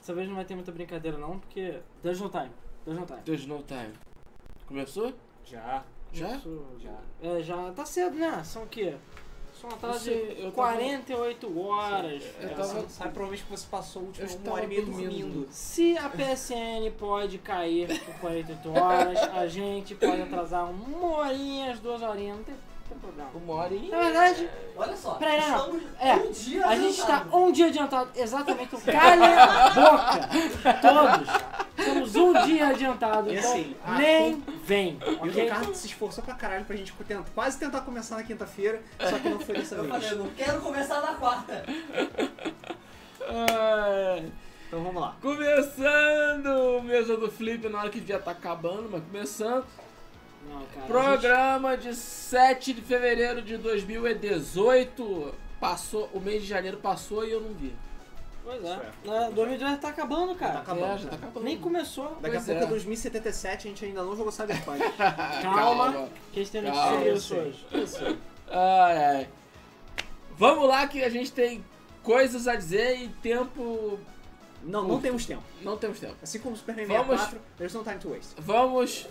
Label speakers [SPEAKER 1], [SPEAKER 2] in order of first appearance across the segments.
[SPEAKER 1] Dessa vez não vai ter muita brincadeira não, porque... There's no time. There's no time.
[SPEAKER 2] There's no time. Começou?
[SPEAKER 1] Já.
[SPEAKER 2] Já?
[SPEAKER 1] Isso, já. É, já tá cedo, né? São o quê? São atrás de
[SPEAKER 2] Você- eu tava-
[SPEAKER 1] 48 horas.
[SPEAKER 2] Eu
[SPEAKER 1] É,
[SPEAKER 2] tava-
[SPEAKER 1] são-
[SPEAKER 3] Então, Assim, Sabe provavelmente que você passou a última
[SPEAKER 2] Eu
[SPEAKER 3] uma hora e meia
[SPEAKER 2] estava dormindo.
[SPEAKER 3] dormindo.
[SPEAKER 1] Se a PSN pode cair por 48 horas, a gente pode atrasar uma horinha, as duas horinhas, não tem, não tem problema.
[SPEAKER 2] Uma hora e...
[SPEAKER 1] Na verdade,
[SPEAKER 4] Olha só,
[SPEAKER 1] Peraí, não.
[SPEAKER 4] estamos
[SPEAKER 1] É,
[SPEAKER 4] um dia
[SPEAKER 1] a gente está
[SPEAKER 4] adiantado.
[SPEAKER 1] um dia adiantado, exatamente. Então, calha a boca, todos. Estamos um dia adiantado,
[SPEAKER 3] E
[SPEAKER 1] então
[SPEAKER 3] assim, a-
[SPEAKER 1] nem vem,
[SPEAKER 3] E o
[SPEAKER 1] ok?
[SPEAKER 3] Ricardo se esforçou pra caralho pra gente tentar, quase tentar começar na quinta-feira, só que não foi dessa
[SPEAKER 4] Eu falei, eu
[SPEAKER 3] vez.
[SPEAKER 4] não quero começar na quarta.
[SPEAKER 2] Ai.
[SPEAKER 3] Então vamos lá.
[SPEAKER 2] Começando! Mesa do Flip na hora que devia estar acabando, mas começando.
[SPEAKER 1] Não, cara, a gente-
[SPEAKER 2] Programa de 7 de fevereiro de 2018. Passou, o mês de janeiro passou e eu não vi.
[SPEAKER 1] Pois é. é. 2018 tá acabando,
[SPEAKER 3] Tá
[SPEAKER 1] cara.
[SPEAKER 3] acabando,
[SPEAKER 2] é, já tá
[SPEAKER 3] cara.
[SPEAKER 2] acabando.
[SPEAKER 1] Nem começou.
[SPEAKER 3] Daqui a
[SPEAKER 2] Pois
[SPEAKER 3] pouco
[SPEAKER 2] é.
[SPEAKER 3] é 2077, a gente ainda não jogou Cyberpunk.
[SPEAKER 1] Calma, que a gente tem
[SPEAKER 2] Ah, Calma.
[SPEAKER 1] notícia disso hoje.
[SPEAKER 3] Isso.
[SPEAKER 2] Ai, ai. Vamos lá que a gente tem coisas a dizer e tempo...
[SPEAKER 3] Não, não temos tempo.
[SPEAKER 2] Não temos tempo.
[SPEAKER 3] Assim como Superman
[SPEAKER 2] Vamos-
[SPEAKER 3] 64, there's no time to waste.
[SPEAKER 2] Vamos...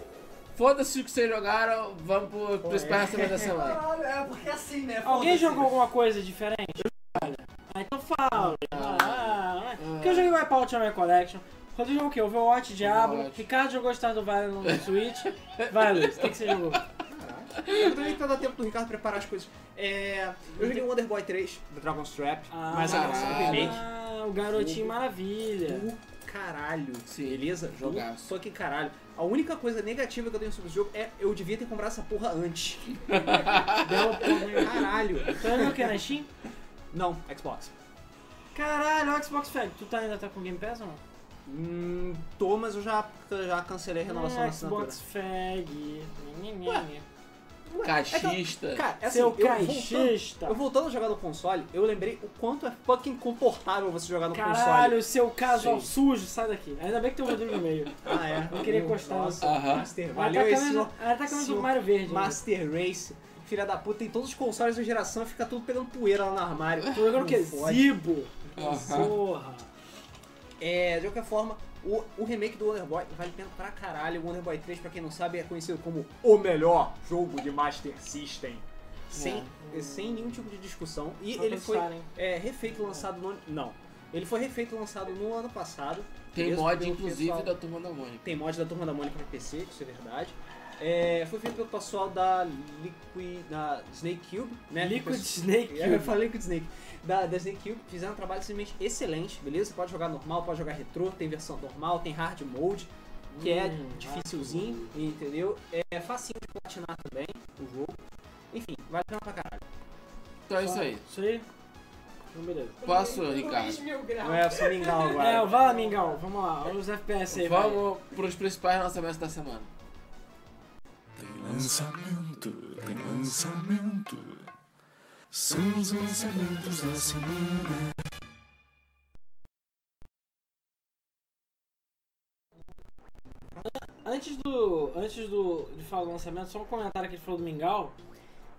[SPEAKER 2] Foda-se o que vocês jogaram, vamos pro
[SPEAKER 3] Pô,
[SPEAKER 2] principal
[SPEAKER 3] é.
[SPEAKER 2] recebimento da semana.
[SPEAKER 4] Caralho, é porque é assim, né?
[SPEAKER 1] Alguém
[SPEAKER 4] Foda-se.
[SPEAKER 1] jogou alguma coisa diferente? Ah, então fala. Ah, Porque eu joguei o Wipeout na minha collection. Rodrigo jogou o quê? Overwatch, Diablo.
[SPEAKER 2] Overwatch.
[SPEAKER 1] Ricardo jogou Stardew Valley no Switch. Vai, Luiz, o que, que você jogou?
[SPEAKER 3] Caraca. Eu também pra dar tempo do Ricardo preparar as coisas. É, eu joguei o Wonder Boy 3, do Dragon's Trap, mas a versão
[SPEAKER 2] ah,
[SPEAKER 3] remake.
[SPEAKER 1] Ah, o Garotinho Maravilha.
[SPEAKER 3] Do caralho.
[SPEAKER 2] Sim.
[SPEAKER 3] Beleza?
[SPEAKER 2] Jogaço.
[SPEAKER 3] Só que caralho. A única coisa negativa que eu tenho sobre o jogo é eu devia ter comprado essa porra antes.
[SPEAKER 1] Belo porra.
[SPEAKER 3] Caralho.
[SPEAKER 1] Tu jogou o que, né, na Steam?
[SPEAKER 3] Não, Xbox.
[SPEAKER 1] Caralho, o Xbox Fag. Tu tá, ainda tá com Game Pass ou não?
[SPEAKER 3] Hum, tô, mas eu já, já cancelei a renovação da
[SPEAKER 1] Ah,
[SPEAKER 3] assinatura.
[SPEAKER 1] Xbox Fag.
[SPEAKER 3] Ué, Ué,
[SPEAKER 2] Caixista.
[SPEAKER 3] É que, cara, é assim,
[SPEAKER 1] Seu
[SPEAKER 3] eu voltando,
[SPEAKER 1] caixista.
[SPEAKER 3] eu voltando a jogar no console, eu lembrei o quanto é fucking confortável você jogar no console.
[SPEAKER 1] Caralho, seu casual
[SPEAKER 2] Sim.
[SPEAKER 1] sujo, sai daqui. Ainda bem que tem o Rodrigo no meio.
[SPEAKER 3] Ah, é.
[SPEAKER 1] Eu queria encostar
[SPEAKER 3] Nossa,
[SPEAKER 2] no- Aham.
[SPEAKER 3] Master,
[SPEAKER 1] Ela
[SPEAKER 3] valeu
[SPEAKER 1] tá
[SPEAKER 3] esse
[SPEAKER 1] camisa,
[SPEAKER 3] ó.
[SPEAKER 1] ela tá camisa do
[SPEAKER 3] senhor
[SPEAKER 1] Mário Verde.
[SPEAKER 3] Master Race. Filha da puta, tem todos os consoles da geração e fica tudo pegando poeira lá no armário.
[SPEAKER 1] Tô jogando o quê?
[SPEAKER 3] Não fode.
[SPEAKER 1] Zibo.
[SPEAKER 2] Aham.
[SPEAKER 1] Porra.
[SPEAKER 3] É, de qualquer forma, o, o remake do Wonder Boy vale a pena pra caralho. O Wonder Boy 3, pra quem não sabe, é conhecido como o melhor jogo de Master System. Sem, sem nenhum tipo de discussão. E
[SPEAKER 1] Só
[SPEAKER 3] ele foi
[SPEAKER 1] É. pensar, hein?
[SPEAKER 3] é, refeito lançado no ano. Não. Ele foi refeito lançado no ano passado.
[SPEAKER 2] Tem
[SPEAKER 3] mesmo
[SPEAKER 2] mod,
[SPEAKER 3] pelo
[SPEAKER 2] inclusive,
[SPEAKER 3] pessoal-
[SPEAKER 2] da Turma da Mônica.
[SPEAKER 3] Tem mod da Turma da Mônica pra PC, isso é verdade. É, foi feito pelo pessoal da Liquid. da Snake Cube, né?
[SPEAKER 1] Liquid
[SPEAKER 3] Pessoal-
[SPEAKER 1] Snake.
[SPEAKER 3] É, Eu falei com o Snake. Da, da Snake Cube fizeram um trabalho simplesmente excelente, beleza? Você pode jogar normal, pode jogar retrô, tem versão normal, tem hard mode, que é
[SPEAKER 1] Hum,
[SPEAKER 3] dificilzinho, entendeu? É facinho de platinar também o jogo. Enfim, vale a pena pra caralho.
[SPEAKER 2] Então é isso aí.
[SPEAKER 1] Isso aí? Então, beleza.
[SPEAKER 2] Posso, Ricardo?
[SPEAKER 4] Dois mil graus.
[SPEAKER 3] Não é só mingau
[SPEAKER 1] É,
[SPEAKER 3] agora.
[SPEAKER 1] vai lá, Mingau. Vamos lá. Olha os FPS aí. vai.
[SPEAKER 2] Vamos pros principais lançamentos da semana.
[SPEAKER 5] Tem lançamento, tem lançamento. São os lançamentos da semana.
[SPEAKER 1] Antes do. Antes do. De falar do lançamento, só um comentário que ele falou do Mingau.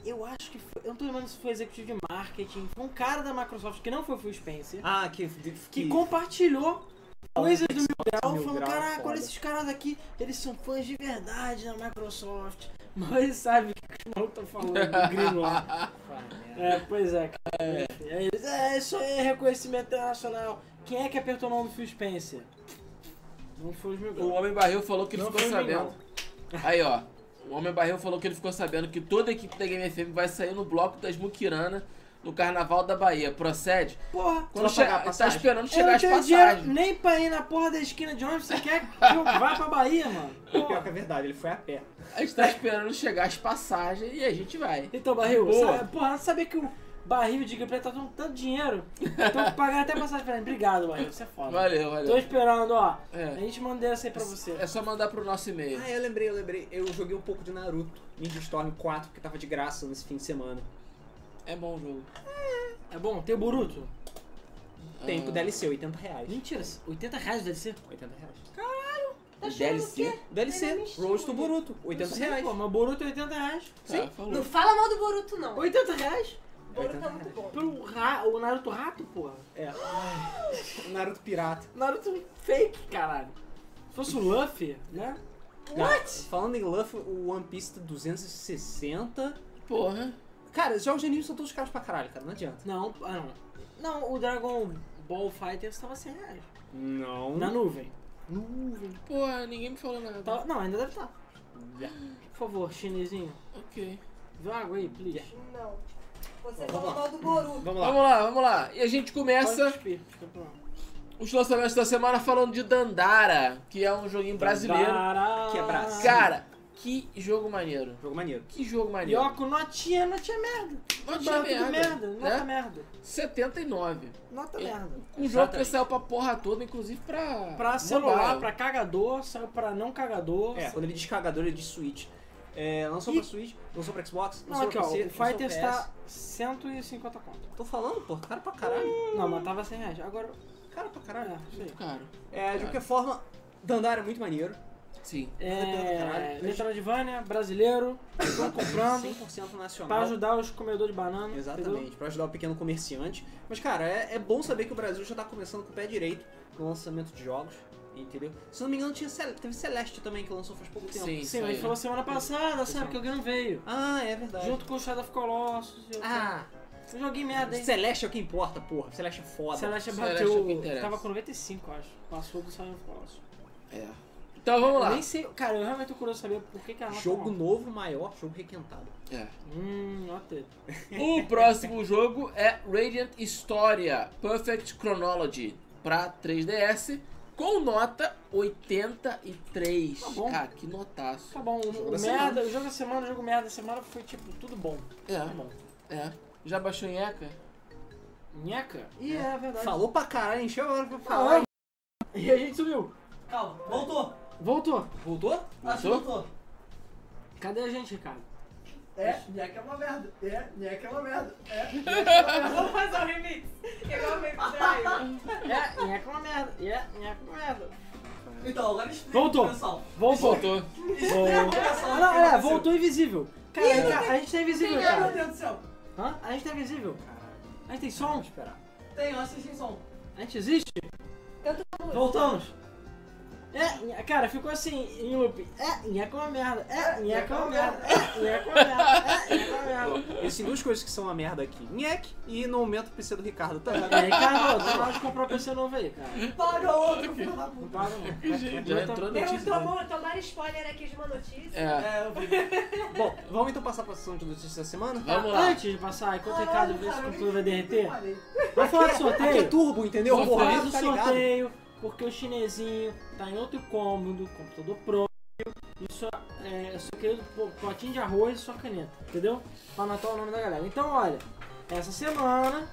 [SPEAKER 1] Eu acho que foi. Eu não tô lembrando se foi executivo de marketing. Foi um cara da Microsoft que não foi o Phil Spencer.
[SPEAKER 3] Ah, que.
[SPEAKER 1] que compartilhou coisas do Mil Grau,
[SPEAKER 3] Mil
[SPEAKER 1] falando,
[SPEAKER 3] Grau,
[SPEAKER 1] caraca,
[SPEAKER 3] foda."
[SPEAKER 1] olha esses caras aqui, eles são fãs de verdade da Microsoft, mas eles sabem o que os malucos estão falando do gringo lá. É, pois é, cara. Enfim, aí eles, é, isso aí é reconhecimento internacional. Quem é que apertou a mão do Phil Spencer? Não foi os Mil
[SPEAKER 2] O
[SPEAKER 1] Grau.
[SPEAKER 2] Homem Barril falou que ele
[SPEAKER 1] Não
[SPEAKER 2] ficou
[SPEAKER 1] foi legal.
[SPEAKER 2] sabendo. Aí, ó. O Homem Barril falou que ele ficou sabendo que toda a equipe da Game FM vai sair no bloco das Muquirana no Carnaval da Bahia. Procede.
[SPEAKER 1] Porra,
[SPEAKER 2] Quando
[SPEAKER 3] Só pagar
[SPEAKER 2] che-
[SPEAKER 3] a
[SPEAKER 2] tá
[SPEAKER 3] passagem?
[SPEAKER 2] esperando
[SPEAKER 1] eu
[SPEAKER 2] chegar
[SPEAKER 1] não
[SPEAKER 2] as
[SPEAKER 1] tenho dinheiro
[SPEAKER 2] passagens.
[SPEAKER 1] nem pra ir na porra da esquina de onde você quer que eu vá pra Bahia, mano.
[SPEAKER 3] Pior que
[SPEAKER 1] Porra.
[SPEAKER 3] é verdade, ele foi a pé.
[SPEAKER 2] A gente tá esperando chegar as passagens e a gente vai.
[SPEAKER 1] Então, Barril,
[SPEAKER 2] Boa.
[SPEAKER 1] sabe, porra, sabia que o barril de gameplay tá dando tanto dinheiro? Então eu pagar até passagem pra ele. Obrigado, Barril, você é foda.
[SPEAKER 2] Valeu,
[SPEAKER 1] Tô
[SPEAKER 2] valeu.
[SPEAKER 1] esperando, ó.
[SPEAKER 2] É.
[SPEAKER 1] A gente manda essa aí pra você.
[SPEAKER 2] É só mandar pro nosso e-mail.
[SPEAKER 3] Ah, eu lembrei, eu lembrei. Eu joguei um pouco de Naruto, Ninja Storm 4, que tava de graça nesse fim de semana.
[SPEAKER 2] É bom o jogo.
[SPEAKER 1] É bom, tem o Boruto?
[SPEAKER 3] Tem pro
[SPEAKER 2] Ah.
[SPEAKER 3] DLC, 80 reais.
[SPEAKER 1] Mentira,
[SPEAKER 2] É.
[SPEAKER 1] 80 reais deve ser.
[SPEAKER 3] 80 reais.
[SPEAKER 2] O DLC?
[SPEAKER 3] DLC,
[SPEAKER 1] é
[SPEAKER 3] Road to
[SPEAKER 1] né?
[SPEAKER 3] Boruto, 80 reais.
[SPEAKER 2] Tá,
[SPEAKER 1] Pô, mas Boruto é 80 reais.
[SPEAKER 2] Sim.
[SPEAKER 6] Não fala mal do Boruto, não.
[SPEAKER 1] R$ 80 reais?
[SPEAKER 4] Boruto é muito bom.
[SPEAKER 1] Pelo ra o Naruto rato, porra.
[SPEAKER 3] É. Naruto pirata.
[SPEAKER 1] Naruto fake, caralho. Se fosse o Luffy, né?
[SPEAKER 3] What? Falando em Luffy, o One Piece tá 260.
[SPEAKER 2] Porra.
[SPEAKER 3] Cara, os jogos de anime são todos caros pra caralho, cara. Não adianta.
[SPEAKER 1] Não, ah, não. Não, o Dragon Ball Fighters tava 100 reais.
[SPEAKER 3] Não.
[SPEAKER 1] Na nuvem.
[SPEAKER 2] Porra, ninguém me falou nada.
[SPEAKER 1] Tava- não, ainda deve tá. estar. Por favor, chinesinho.
[SPEAKER 2] Ok.
[SPEAKER 1] Vê água aí, please.
[SPEAKER 4] Não. Você
[SPEAKER 3] Vamos
[SPEAKER 4] falou
[SPEAKER 3] lá.
[SPEAKER 4] mal do Boruto.
[SPEAKER 3] Vamos lá.
[SPEAKER 2] Vamos lá, vamos lá. E a gente
[SPEAKER 1] Pode
[SPEAKER 2] começa
[SPEAKER 1] cuspir, não tem problema.
[SPEAKER 2] os lançamentos da semana falando de Dandara, que é um joguinho brasileiro.
[SPEAKER 1] Dará.
[SPEAKER 3] Que é Brasil.
[SPEAKER 2] Cara, que jogo maneiro.
[SPEAKER 3] É um Jogo maneiro.
[SPEAKER 2] Que jogo maneiro.
[SPEAKER 1] Yoko, notinha, notinha merda.
[SPEAKER 2] Nota
[SPEAKER 1] Notinha tudo merda, nota
[SPEAKER 2] né?
[SPEAKER 1] merda.
[SPEAKER 2] 79.
[SPEAKER 1] Nota
[SPEAKER 2] É.
[SPEAKER 1] merda.
[SPEAKER 2] Um jogo que
[SPEAKER 3] Exatamente.
[SPEAKER 2] saiu pra porra toda, inclusive pra.
[SPEAKER 1] Pra celular,
[SPEAKER 2] mobile.
[SPEAKER 1] pra cagador, saiu pra não cagador.
[SPEAKER 3] É, quando ele diz cagador, ele diz Switch. É, lançou
[SPEAKER 1] E-
[SPEAKER 3] pra Switch, lançou pra Xbox,
[SPEAKER 1] Não,
[SPEAKER 3] lançou
[SPEAKER 1] aqui
[SPEAKER 3] pra
[SPEAKER 1] ó,
[SPEAKER 3] PC,
[SPEAKER 1] o
[SPEAKER 3] lançou pra
[SPEAKER 1] Fighters
[SPEAKER 3] PS.
[SPEAKER 1] tá 150 conto.
[SPEAKER 3] Tô falando, pô, cara pra caralho.
[SPEAKER 1] Não, mas tava 100 reais. Agora,
[SPEAKER 3] Cara pra caralho.
[SPEAKER 1] é, isso aí.
[SPEAKER 2] Cara,
[SPEAKER 3] É, de qualquer forma, Dandara é muito maneiro.
[SPEAKER 2] sim.
[SPEAKER 1] É,
[SPEAKER 3] Caralho.
[SPEAKER 1] Metroidvania, brasileiro, estão comprando
[SPEAKER 3] 100%
[SPEAKER 1] pra
[SPEAKER 3] nacional.
[SPEAKER 1] ajudar os comedores de banana.
[SPEAKER 3] Exatamente, pra ajudar o pequeno comerciante. Mas, cara, é, é bom saber que o Brasil já tá começando com o pé direito no lançamento de jogos, entendeu? Se não me engano, tinha Cel- teve Celeste também, que lançou faz pouco tempo.
[SPEAKER 2] Sim, é.
[SPEAKER 1] Entendeu?
[SPEAKER 2] isso
[SPEAKER 1] Sim, mas
[SPEAKER 2] aí.
[SPEAKER 1] falou semana passada, sabe?
[SPEAKER 3] Exato.
[SPEAKER 1] Que alguém não veio.
[SPEAKER 3] Ah, é verdade.
[SPEAKER 1] Junto com o Shadow of Colossus. e outro.
[SPEAKER 3] Ah,
[SPEAKER 1] Eu joguei merda, hein?
[SPEAKER 3] Celeste é o que importa, porra. Celeste é foda.
[SPEAKER 1] Celeste
[SPEAKER 2] Celeste é o que interessa.
[SPEAKER 1] bateu. Tava com 95, eu acho. Passou do Shadow of Colossus.
[SPEAKER 2] É. Então vamos
[SPEAKER 1] Eu
[SPEAKER 2] lá.
[SPEAKER 1] nem sei, cara, eu realmente tô curioso saber por que, que a nota
[SPEAKER 3] Jogo
[SPEAKER 1] é uma.
[SPEAKER 3] novo, maior, jogo requentado.
[SPEAKER 2] É.
[SPEAKER 1] Hum, nota.
[SPEAKER 2] O próximo jogo é Radiant Historia Perfect Chronology pra 3DS com nota 83.
[SPEAKER 1] Tá bom.
[SPEAKER 2] Cara, que notaço.
[SPEAKER 1] Tá bom, o,
[SPEAKER 3] Jogo
[SPEAKER 1] o
[SPEAKER 3] da
[SPEAKER 1] merda, o jogo da semana, o jogo merda da semana foi tipo tudo bom.
[SPEAKER 2] É,
[SPEAKER 1] Tá bom.
[SPEAKER 2] é. Já baixou em ECA?
[SPEAKER 1] Nheca? E é, verdade.
[SPEAKER 3] Falou pra caralho, encheu a hora pra falar.
[SPEAKER 1] E a gente sumiu.
[SPEAKER 4] Calma, voltou.
[SPEAKER 1] Voltou.
[SPEAKER 3] Voltou?
[SPEAKER 4] Acho que
[SPEAKER 2] Voltou?
[SPEAKER 4] voltou.
[SPEAKER 1] Cadê a gente, Ricardo?
[SPEAKER 4] É, Nheca é uma merda. É, Nheca é uma merda. É, Nheca é uma merda.
[SPEAKER 6] Vamos fazer um remix. Igual o remix da
[SPEAKER 1] É, nheca é uma merda. É, nheca é uma merda.
[SPEAKER 4] Então, agora explica
[SPEAKER 1] Voltou.
[SPEAKER 4] pro pessoal.
[SPEAKER 1] Voltou.
[SPEAKER 2] Voltou.
[SPEAKER 4] Explica pro pessoal.
[SPEAKER 1] Ah,
[SPEAKER 4] o
[SPEAKER 1] não,
[SPEAKER 4] que
[SPEAKER 1] é,
[SPEAKER 4] aconteceu.
[SPEAKER 1] voltou invisível. Cara, cara, a gente tá invisível,
[SPEAKER 4] Quem é, meu
[SPEAKER 1] cara.
[SPEAKER 4] Deus do céu?
[SPEAKER 1] Hã? A gente tá invisível. A gente tem som?
[SPEAKER 3] Esperar.
[SPEAKER 4] Tem, eu assisti som.
[SPEAKER 1] A gente existe? Voltamos. É, nhe- cara, ficou assim, em loop. É, nheca é uma merda. É, nheca é uma merda. É, nheca é uma merda. É, nheca é uma merda.
[SPEAKER 3] Existem assim, duas coisas que são uma merda aqui. Nhek e no momento o PC do Ricardo tá
[SPEAKER 1] E aí, Ricardo, tá na hora de comprar o PC novo aí, cara.
[SPEAKER 4] Paga outro, filho da puta.
[SPEAKER 1] Não para não.
[SPEAKER 2] Já entrou
[SPEAKER 6] Ivy.
[SPEAKER 2] notícia.
[SPEAKER 6] Tomou, tomaram spoiler aqui de uma notícia.
[SPEAKER 2] É.
[SPEAKER 4] É, eu vi.
[SPEAKER 3] Bom, vamos então passar pra sessão de notícias da semana?
[SPEAKER 2] Vamos lá.
[SPEAKER 1] Antes de passar, enquanto o Ricardo vê se o
[SPEAKER 4] Caralho,
[SPEAKER 1] computador vai
[SPEAKER 4] cara, eu nem é.
[SPEAKER 1] derreter,
[SPEAKER 4] falei.
[SPEAKER 1] vai falar do
[SPEAKER 3] Aqui é
[SPEAKER 1] sorteio.
[SPEAKER 3] turbo, entendeu?
[SPEAKER 2] Sorteio.
[SPEAKER 3] Porra,
[SPEAKER 1] Faz o
[SPEAKER 3] tá ligado?
[SPEAKER 1] sorteio, porque o chinesinho tá em outro cômodo, computador próprio, e só, é, só querido po- potinho de arroz e sua caneta, entendeu? Pra anotar o nome da galera. Então, olha, essa semana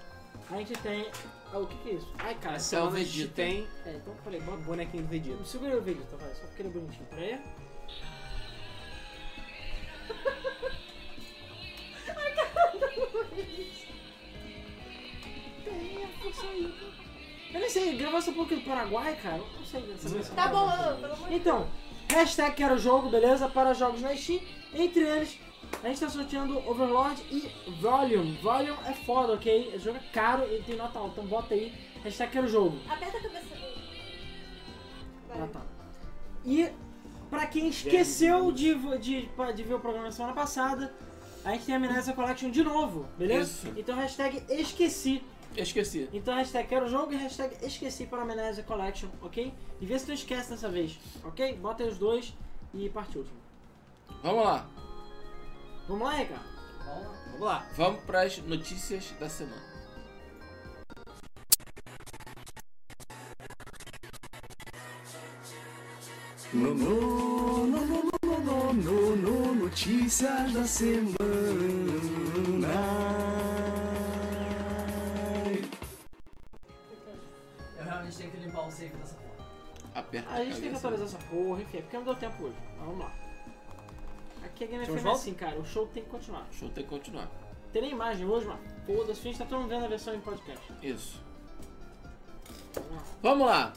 [SPEAKER 1] a gente tem. Ah, o que que é isso? Ai, cara,
[SPEAKER 3] Essa
[SPEAKER 1] essa...
[SPEAKER 3] semana a gente
[SPEAKER 2] Vegeta.
[SPEAKER 3] tem
[SPEAKER 1] é, então peraí,
[SPEAKER 3] o
[SPEAKER 1] bota.
[SPEAKER 3] bonequinho do Vegeta.
[SPEAKER 1] Segura o vídeo, tá? Vai, só porque ele é bonitinho. Peraí. Eu nem sei, gravar essa porra aqui do Paraguai, cara. Eu não sei dessa versão.
[SPEAKER 6] Tá bom, Alan, pelo amor de
[SPEAKER 1] Então, hashtag quero jogo, beleza? Para jogos na Steam. Entre eles, a gente tá sorteando Overlord e Volume. Volume é foda, ok? Esse jogo é caro e tem nota alta. Então bota aí, hashtag quero jogo.
[SPEAKER 6] Aperta a cabeça dele. Vai.
[SPEAKER 4] É.
[SPEAKER 1] Ah, tá. E pra quem esqueceu de, vo- de, de ver o programa da semana passada, a gente tem a Amnésia Collection de novo, beleza?
[SPEAKER 2] Isso.
[SPEAKER 1] Então hashtag esqueci.
[SPEAKER 2] Eu esqueci.
[SPEAKER 1] Então hashtag quero jogo e hashtag esqueci para a Amnésia Collection, ok? E vê se tu esquece dessa vez, ok? Bota aí os dois e partiu. time.
[SPEAKER 2] Vamos lá.
[SPEAKER 1] Vamos lá, Ricardo?
[SPEAKER 3] Vamos lá.
[SPEAKER 2] Vamos pras notícias da semana.
[SPEAKER 5] No, no, no, no, no, no, no, no, notícias da semana.
[SPEAKER 4] Eu realmente tenho que limpar o save dessa porra.
[SPEAKER 2] Aperta
[SPEAKER 1] A gente tem que
[SPEAKER 2] cabeça.
[SPEAKER 1] atualizar essa porra, enfim, é porque não deu tempo hoje. Mas vamos lá. Aqui a Game
[SPEAKER 3] Show de
[SPEAKER 1] FM é
[SPEAKER 3] volta?
[SPEAKER 1] assim, cara, o show tem que continuar.
[SPEAKER 2] Deixa eu ter que continuar.
[SPEAKER 1] Terei imagem hoje, mas foda-se, a gente tá todo mundo vendo a versão em podcast.
[SPEAKER 2] Isso.
[SPEAKER 1] Vamos lá.
[SPEAKER 2] Vamos lá.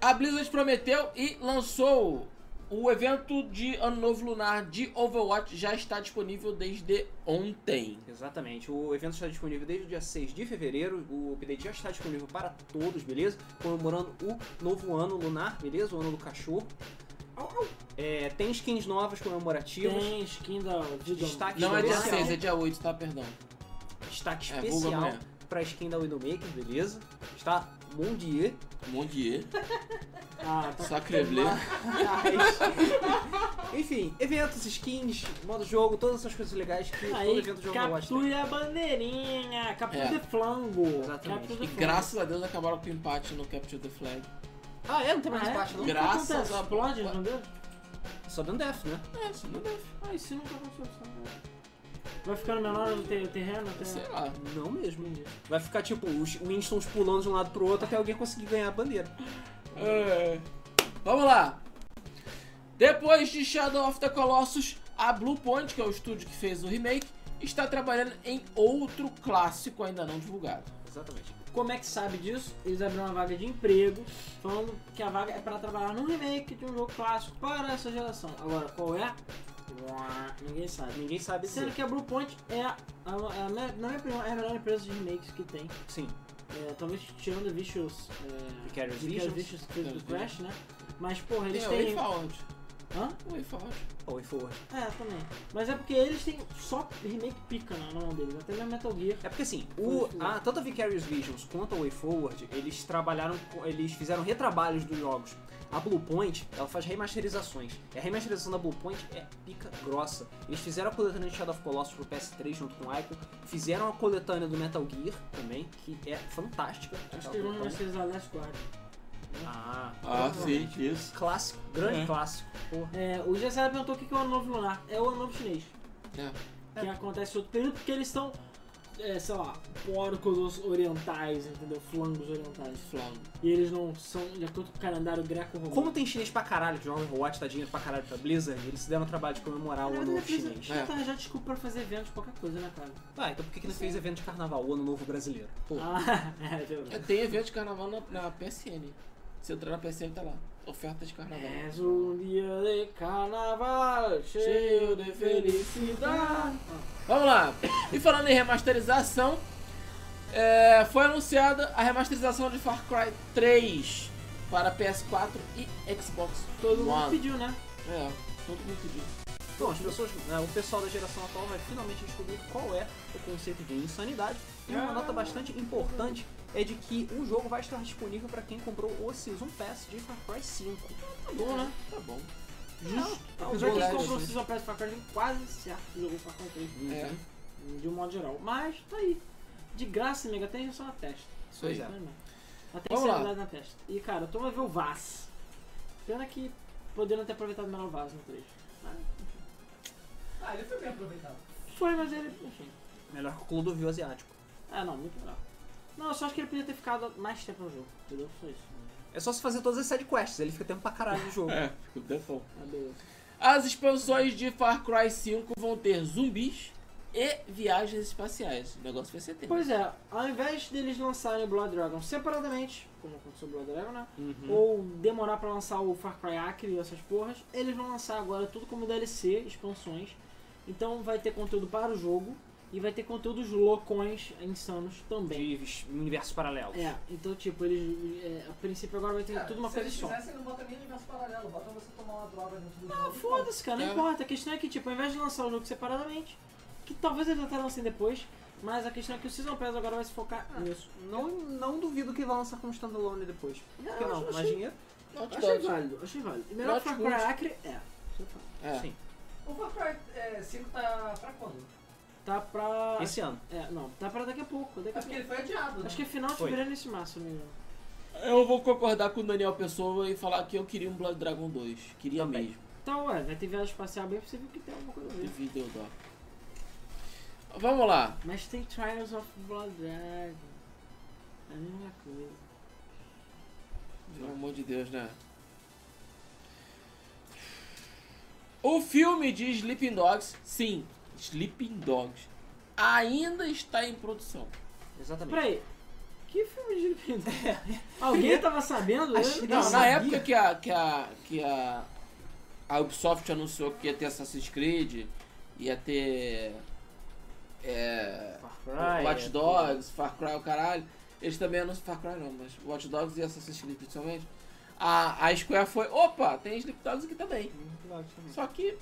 [SPEAKER 2] A Blizzard prometeu e lançou O evento de Ano Novo Lunar de Overwatch já está disponível desde ontem.
[SPEAKER 3] Exatamente. O evento está disponível desde o dia 6 de fevereiro. O update já está disponível para todos, beleza? Comemorando o novo ano lunar, beleza? O ano do cachorro. Au, au. É, tem skins novas comemorativas.
[SPEAKER 1] Tem skin da de
[SPEAKER 3] Destaque
[SPEAKER 2] Não é dia
[SPEAKER 3] especial.
[SPEAKER 2] 6, é dia 8, tá? Perdão.
[SPEAKER 3] Destaque
[SPEAKER 2] É, vulgo
[SPEAKER 3] especial
[SPEAKER 2] amanhã.
[SPEAKER 3] para a skin da Widowmaker, beleza? Está bom dia.
[SPEAKER 2] Mondier,
[SPEAKER 1] Ah, tá.
[SPEAKER 2] Sacreblé.
[SPEAKER 3] Mas- Enfim, eventos, skins, modo jogo, todas essas coisas legais que todo
[SPEAKER 1] Aí,
[SPEAKER 3] evento de Overwatch tem.
[SPEAKER 1] capture a bandeirinha, capture
[SPEAKER 2] É.
[SPEAKER 1] de flango.
[SPEAKER 3] Exatamente.
[SPEAKER 1] Capture de
[SPEAKER 2] E
[SPEAKER 1] flango.
[SPEAKER 2] graças a Deus acabaram com o empate no Capture the Flag.
[SPEAKER 3] Ah, é? Não tem mais
[SPEAKER 1] ah, é?
[SPEAKER 3] empate, não?
[SPEAKER 2] Gra-
[SPEAKER 1] Graças
[SPEAKER 2] Graças
[SPEAKER 1] o que acontece?
[SPEAKER 2] a-
[SPEAKER 1] Explode, entendeu?
[SPEAKER 3] Só dando death, né?
[SPEAKER 2] É, isso não deve.
[SPEAKER 1] Ah, isso nunca aconteceu. sabe? Vai ficando menor o ter- o terreno? até-
[SPEAKER 2] Sei lá.
[SPEAKER 3] Não mesmo. Vai ficar tipo os Winstons pulando de um lado pro outro até alguém conseguir ganhar a bandeira.
[SPEAKER 2] É. Vamos lá. Depois de Shadow of the Colossus, a Blue Point, que é o estúdio que fez o remake, está trabalhando em outro clássico ainda não divulgado.
[SPEAKER 3] Exatamente.
[SPEAKER 1] Como é que sabe disso? Eles abriram uma vaga de emprego, falando que a vaga é para trabalhar num remake de um jogo clássico para essa geração. Agora, qual é? Uá, Ninguém sabe.
[SPEAKER 3] Ninguém sabe dizer.
[SPEAKER 1] Sendo que a Bluepoint é, a, a, a, me- na minha opinião, é a melhor empresa de remakes que tem.
[SPEAKER 3] Sim.
[SPEAKER 1] É, talvez tirando Vicious, é,
[SPEAKER 3] Vicarious
[SPEAKER 1] Vicarious
[SPEAKER 3] Visions.
[SPEAKER 1] Vicious que fez do
[SPEAKER 2] Vicarious
[SPEAKER 1] Crash, né? Mas, porra, eles
[SPEAKER 2] é,
[SPEAKER 1] têm... um.
[SPEAKER 2] o Wayfound.
[SPEAKER 1] Hã?
[SPEAKER 2] O Wayfound.
[SPEAKER 3] Ou oh, forward.
[SPEAKER 1] É, também. Mas é porque eles têm só remake pica na mão deles. Até mesmo Metal Gear.
[SPEAKER 3] É porque assim, o, a, tanto a Vicarious Visions quanto a Way Forward, eles trabalharam, com- eles fizeram retrabalhos dos jogos. A Bluepoint, ela faz remasterizações. E a remasterização da Bluepoint é pica grossa. Eles fizeram a coletânea de Shadow of Colossus pro PS3 junto com o Icon, fizeram a coletânea do Metal Gear também, que é fantástica.
[SPEAKER 1] Acho
[SPEAKER 3] Aquela
[SPEAKER 1] que eles vão
[SPEAKER 3] Bluepoint.
[SPEAKER 1] ser a Last Guard.
[SPEAKER 2] Ah,
[SPEAKER 3] Ah,
[SPEAKER 2] sim,
[SPEAKER 3] provavelmente.
[SPEAKER 2] isso.
[SPEAKER 3] Clássico, grande
[SPEAKER 2] É.
[SPEAKER 3] clássico. Porra.
[SPEAKER 1] É, o GCR perguntou o que que é o ano novo lunar. É o ano novo chinês.
[SPEAKER 2] É.
[SPEAKER 1] Que acontece outro período porque eles estão, é, sei lá, porcos orientais, entendeu? Flangos orientais.
[SPEAKER 2] Flan.
[SPEAKER 1] E eles não são de acordo com o calendário greco-romano.
[SPEAKER 3] Como tem chinês pra caralho, que joga Overwatch, tá dinheiro pra caralho pra Blizzard, eles se deram o trabalho de comemorar o
[SPEAKER 1] Na
[SPEAKER 3] ano
[SPEAKER 1] verdade,
[SPEAKER 3] novo
[SPEAKER 1] a empresa já,
[SPEAKER 3] chinês.
[SPEAKER 1] tá, já desculpa pra fazer eventos, qualquer coisa, né, cara?
[SPEAKER 3] Tá, então por que, que não fez evento de carnaval, o ano novo brasileiro? Pô,
[SPEAKER 1] Ah, é verdade.
[SPEAKER 2] É, Tem evento de carnaval na, na PSN. Se entrar na PSN, tá lá. Oferta de carnaval.
[SPEAKER 1] És um dia de carnaval cheio de felicidade.
[SPEAKER 2] Vamos lá. E falando em remasterização, é, foi anunciada a remasterização de Far Cry 3 para PS4 e Xbox
[SPEAKER 1] Todo mundo
[SPEAKER 2] One.
[SPEAKER 1] pediu, né?
[SPEAKER 2] É, todo mundo pediu.
[SPEAKER 3] Bom, as pessoas, né, o pessoal da geração atual vai finalmente descobrir qual é o conceito de insanidade. E uma nota bastante importante é de que o jogo vai estar disponível pra quem comprou o Season Pass de Far Cry 5.
[SPEAKER 2] Tá bom, né? Tá bom.
[SPEAKER 1] Apesar que quem
[SPEAKER 2] Bom,
[SPEAKER 1] comprou o
[SPEAKER 2] né?
[SPEAKER 1] Season Pass pra cá, ele quase certo que jogou Far Cry 3.
[SPEAKER 2] É.
[SPEAKER 3] Uhum.
[SPEAKER 1] De um modo geral. Mas tá aí. De graça, nega, tem só na testa.
[SPEAKER 2] Isso aí.
[SPEAKER 1] Tá aí mesmo. Ela tem
[SPEAKER 2] Vamos lá.
[SPEAKER 1] sanidade na testa. E cara, tu vai ver o Vaz. Pena que poderiam ter aproveitado melhor o Vaz no 3.
[SPEAKER 4] Ah, ele foi bem aproveitado.
[SPEAKER 1] Foi, mas ele. Enfim.
[SPEAKER 3] Melhor que o Clodovil asiático.
[SPEAKER 1] Ah, não, muito melhor. Não, eu só acho que ele podia ter ficado mais tempo no jogo. Entendeu? Só isso.
[SPEAKER 3] É só se fazer todas as sidequests, ele fica tempo pra caralho no jogo.
[SPEAKER 2] É, fica default.
[SPEAKER 1] Adeus.
[SPEAKER 2] As expansões de Far Cry 5 vão ter zumbis e viagens espaciais. O negócio vai ser tempo.
[SPEAKER 1] Pois é, ao invés deles lançarem o Blood Dragon separadamente, como aconteceu o Blood Dragon, né?
[SPEAKER 3] Uhum.
[SPEAKER 1] Ou demorar pra lançar o Far Cry Acre e essas porras, eles vão lançar agora tudo como DLC, expansões. Então vai ter conteúdo para o jogo e vai ter conteúdos loucões, insanos também.
[SPEAKER 3] de vis- universos paralelos.
[SPEAKER 1] É, então tipo, eles. é, a princípio agora vai ter
[SPEAKER 4] Cara,
[SPEAKER 1] tudo uma
[SPEAKER 4] se
[SPEAKER 1] coisa
[SPEAKER 4] eles
[SPEAKER 1] só.
[SPEAKER 4] fizessem, não bota nem universo paralelo, bota você tomar uma droga dentro do
[SPEAKER 1] Ah,
[SPEAKER 4] jogo.
[SPEAKER 1] foda-se, cara, não
[SPEAKER 2] É.
[SPEAKER 1] importa. A questão é que, tipo, ao invés de lançar o jogo separadamente, que talvez eles até lancem depois, mas a questão é que o Season Pass agora vai se focar nisso.
[SPEAKER 3] Não, não duvido que vai lançar como standalone depois. Por que
[SPEAKER 1] eu
[SPEAKER 3] não?
[SPEAKER 1] achei-
[SPEAKER 3] Mais dinheiro?
[SPEAKER 2] Naughty
[SPEAKER 1] Achei
[SPEAKER 2] Dog.
[SPEAKER 1] é válido, achei válido. E melhor que Far
[SPEAKER 2] Not
[SPEAKER 1] Cry
[SPEAKER 2] good.
[SPEAKER 1] Acre é. Você fala.
[SPEAKER 2] É.
[SPEAKER 3] Sim.
[SPEAKER 4] O Far Cry é, 5 tá pra quando?
[SPEAKER 1] Tá pra.
[SPEAKER 3] Esse ano.
[SPEAKER 1] É, não, tá pra daqui a pouco. Daqui a
[SPEAKER 4] Acho que
[SPEAKER 1] pouco.
[SPEAKER 4] ele foi adiado. né?
[SPEAKER 1] Acho que é final de
[SPEAKER 3] Foi.
[SPEAKER 1] fevereiro nesse março, né?
[SPEAKER 2] Eu vou concordar com o Daniel Pessoa e falar que eu queria um Blood Dragon 2. Queria
[SPEAKER 3] Também.
[SPEAKER 2] mesmo.
[SPEAKER 1] Então, ué, vai ter viagem espacial bem possível que tem alguma coisa a
[SPEAKER 2] Do
[SPEAKER 1] ver.
[SPEAKER 2] vídeo dó. Vamos lá.
[SPEAKER 1] Mas tem Trials of Blood Dragon. É a mesma coisa.
[SPEAKER 2] Pelo amor de Deus, né? O filme de Sleeping Dogs, sim, Sleeping Dogs, ainda está em produção.
[SPEAKER 3] Exatamente.
[SPEAKER 1] Peraí, que filme de Lupin? Alguém tava sabendo? né?
[SPEAKER 3] Acho que
[SPEAKER 2] Não, na
[SPEAKER 3] Eu sabia.
[SPEAKER 2] época que a, que a, que a, a Ubisoft anunciou que ia ter Assassin's Creed, ia ter. É, Watch Dogs, Far Cry, o caralho. Eles também anunciaram. Far Cry não, mas Watch Dogs e Assassin's Creed principalmente. A, a Square foi. Opa, tem Sleep Dogs aqui também. Só que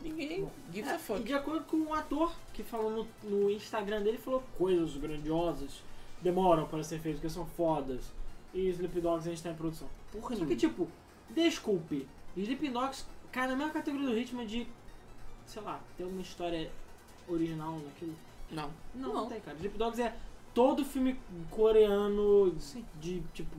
[SPEAKER 2] ninguém gives a
[SPEAKER 1] E
[SPEAKER 2] fuck.
[SPEAKER 1] de acordo com um ator que falou no, no Instagram dele, falou coisas grandiosas demoram para ser feitas, porque são fodas. E Sleep Dogs a gente tá em produção.
[SPEAKER 3] Porra,
[SPEAKER 1] Só que, tipo, desculpe, Sleep Dogs cai na mesma categoria do ritmo de, sei lá, ter uma história original naquilo.
[SPEAKER 2] Não.
[SPEAKER 1] Não, não, tem, cara. Sleep Dogs é todo filme coreano de, tipo,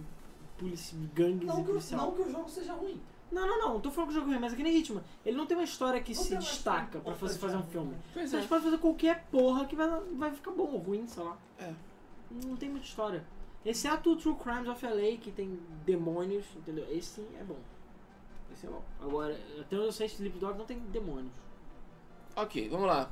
[SPEAKER 1] polícia, gangues
[SPEAKER 4] Não
[SPEAKER 1] e
[SPEAKER 4] que, o,
[SPEAKER 1] policial.
[SPEAKER 4] não que o jogo seja ruim.
[SPEAKER 1] Não, não, não, não tô falando que o jogo é ruim, mas é que nem ritmo. Ele não tem uma história que
[SPEAKER 4] Não
[SPEAKER 1] se
[SPEAKER 4] tem né? uma
[SPEAKER 1] destaca
[SPEAKER 4] história
[SPEAKER 1] pra você fazer um filme.
[SPEAKER 2] Pois
[SPEAKER 1] Você
[SPEAKER 2] é.
[SPEAKER 1] pode fazer qualquer porra que vai, vai ficar bom ou ruim, sei lá.
[SPEAKER 2] É.
[SPEAKER 1] Não tem muita história. Esse ato True Crimes of LA, que tem demônios, entendeu? Esse sim é bom. Esse é bom. Agora, até onde eu sei, Sleep Dog não tem demônios.
[SPEAKER 2] Ok, vamos lá.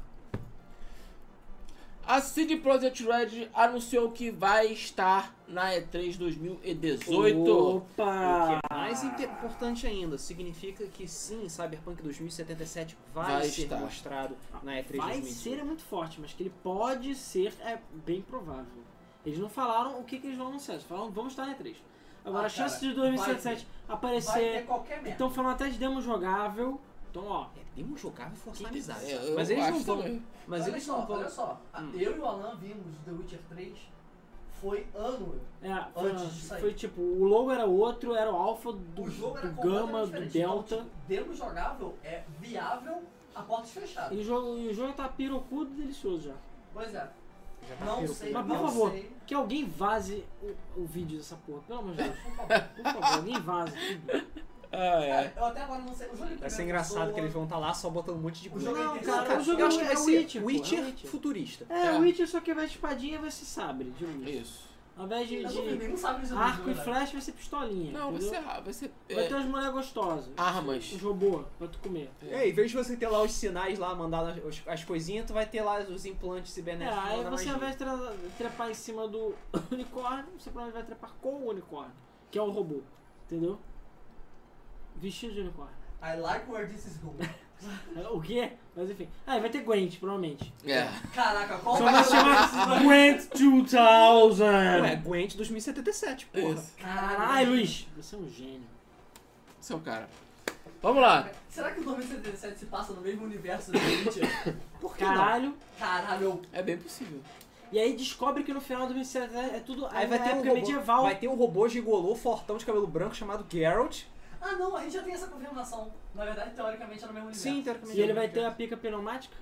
[SPEAKER 2] A CD Projekt Red anunciou que vai estar na E3 2018.
[SPEAKER 1] Opa!
[SPEAKER 3] O que é
[SPEAKER 2] Ah.
[SPEAKER 3] mais inte- importante ainda, significa que sim, Cyberpunk 2077 vai,
[SPEAKER 2] Vai
[SPEAKER 3] ser
[SPEAKER 2] estar.
[SPEAKER 3] mostrado na E3
[SPEAKER 1] Vai
[SPEAKER 3] 2018.
[SPEAKER 1] ser é muito forte, mas que ele pode ser é bem provável. Eles não falaram o que, que eles vão anunciar, eles falaram vamos estar na E3. Agora,
[SPEAKER 4] Ah,
[SPEAKER 1] a chance
[SPEAKER 4] cara,
[SPEAKER 1] de 2077
[SPEAKER 4] Vai
[SPEAKER 1] aparecer.
[SPEAKER 4] ter qualquer merda.
[SPEAKER 1] Estão falando até de demo jogável. Então, ó,
[SPEAKER 3] É, demo jogável e forçar a amizade.
[SPEAKER 2] É, eu
[SPEAKER 3] mas eles
[SPEAKER 2] acho
[SPEAKER 3] não vão.
[SPEAKER 2] também.
[SPEAKER 3] Mas
[SPEAKER 4] olha
[SPEAKER 3] eles
[SPEAKER 4] só,
[SPEAKER 3] não vão.
[SPEAKER 4] Olha só, a-
[SPEAKER 3] Hum.
[SPEAKER 4] eu e o Alan vimos The Witcher 3, foi ano.
[SPEAKER 1] É,
[SPEAKER 4] Antes de
[SPEAKER 1] foi,
[SPEAKER 4] sair.
[SPEAKER 1] foi tipo, o logo era outro, era o alfa do,
[SPEAKER 4] O jogo era
[SPEAKER 1] do gama, do
[SPEAKER 4] completamente diferente.
[SPEAKER 1] delta.
[SPEAKER 4] Então, tipo, demo jogável é viável a portas fechadas.
[SPEAKER 1] E o jogo, e o jogo tá pirocudo e delicioso já.
[SPEAKER 4] Pois é.
[SPEAKER 3] tá
[SPEAKER 4] Não sei,
[SPEAKER 1] Mas por
[SPEAKER 4] não
[SPEAKER 1] favor,
[SPEAKER 4] sei.
[SPEAKER 1] que alguém vaze o, o vídeo dessa porra, pelo amor de Deus.
[SPEAKER 4] Por favor.
[SPEAKER 1] Por favor, alguém vaze. tudo.
[SPEAKER 2] Ah, é.
[SPEAKER 4] Cara, eu até agora não sei. O jogo é em
[SPEAKER 3] Vai ser
[SPEAKER 4] primeira
[SPEAKER 3] engraçado
[SPEAKER 4] pessoa.
[SPEAKER 3] que eles vão estar lá só botando um monte de
[SPEAKER 4] O
[SPEAKER 3] coisa.
[SPEAKER 4] jogo é em
[SPEAKER 1] Não,
[SPEAKER 4] terceira
[SPEAKER 1] cara, o
[SPEAKER 4] pessoa.
[SPEAKER 1] jogo
[SPEAKER 3] eu acho que vai
[SPEAKER 1] é
[SPEAKER 3] ser
[SPEAKER 1] Witcher,
[SPEAKER 3] Witcher,
[SPEAKER 1] pô, é Witcher.
[SPEAKER 3] futurista.
[SPEAKER 1] É,
[SPEAKER 2] É.
[SPEAKER 1] o Witcher só que vai de espadinha vai ser sabre, de luz.
[SPEAKER 2] Isso.
[SPEAKER 1] Ao invés de,
[SPEAKER 4] Mas o
[SPEAKER 1] de
[SPEAKER 4] Felipe não sabe disso,
[SPEAKER 1] arco e
[SPEAKER 4] né?
[SPEAKER 1] flecha vai ser pistolinha.
[SPEAKER 2] Não, vai
[SPEAKER 1] entendeu?
[SPEAKER 2] ser. ra- Vai um ser
[SPEAKER 1] Vai
[SPEAKER 2] é, Ah.
[SPEAKER 1] ter umas mulheres gostosas.
[SPEAKER 2] armas.
[SPEAKER 1] Os robôs pra tu comer.
[SPEAKER 3] É, em vez de você ter lá os sinais lá, mandar as, os- as coisinhas, tu vai ter lá os implantes
[SPEAKER 1] É,
[SPEAKER 3] cibernéticos.
[SPEAKER 1] aí
[SPEAKER 3] mandando
[SPEAKER 1] você
[SPEAKER 3] magia.
[SPEAKER 1] ao invés de tra- trepar em cima do unicórnio, você provavelmente vai trepar com o unicórnio, que é o robô, entendeu? Vestido de unicórnio.
[SPEAKER 4] I like where this is going.
[SPEAKER 1] É, O quê? Mas enfim. Ah, e vai ter Gwent, provavelmente.
[SPEAKER 2] É.
[SPEAKER 4] Caraca, qual
[SPEAKER 1] Só
[SPEAKER 4] vai
[SPEAKER 1] vai
[SPEAKER 4] ser
[SPEAKER 1] chamar Gwent 2000!
[SPEAKER 3] Ué, Gwent 2077, porra.
[SPEAKER 2] Isso.
[SPEAKER 1] Ai, Luiz, você é um gênio.
[SPEAKER 2] Seu cara. Vamos lá.
[SPEAKER 4] Será que o 2077 se passa no mesmo universo do Witcher?
[SPEAKER 3] Por que não?
[SPEAKER 1] Caralho.
[SPEAKER 4] Caralho,
[SPEAKER 2] É bem possível.
[SPEAKER 1] E aí descobre que no final do 2017 é tudo.
[SPEAKER 3] Aí vai
[SPEAKER 1] na
[SPEAKER 3] ter, um
[SPEAKER 1] época
[SPEAKER 3] robô,
[SPEAKER 1] medieval.
[SPEAKER 3] vai ter um robô gigolô fortão de cabelo branco chamado Geralt.
[SPEAKER 4] Ah não, a gente já tem essa confirmação. Na verdade, teoricamente é no mesmo universo.
[SPEAKER 3] Sim, teoricamente.
[SPEAKER 1] um E ele vai ter a pica pneumática?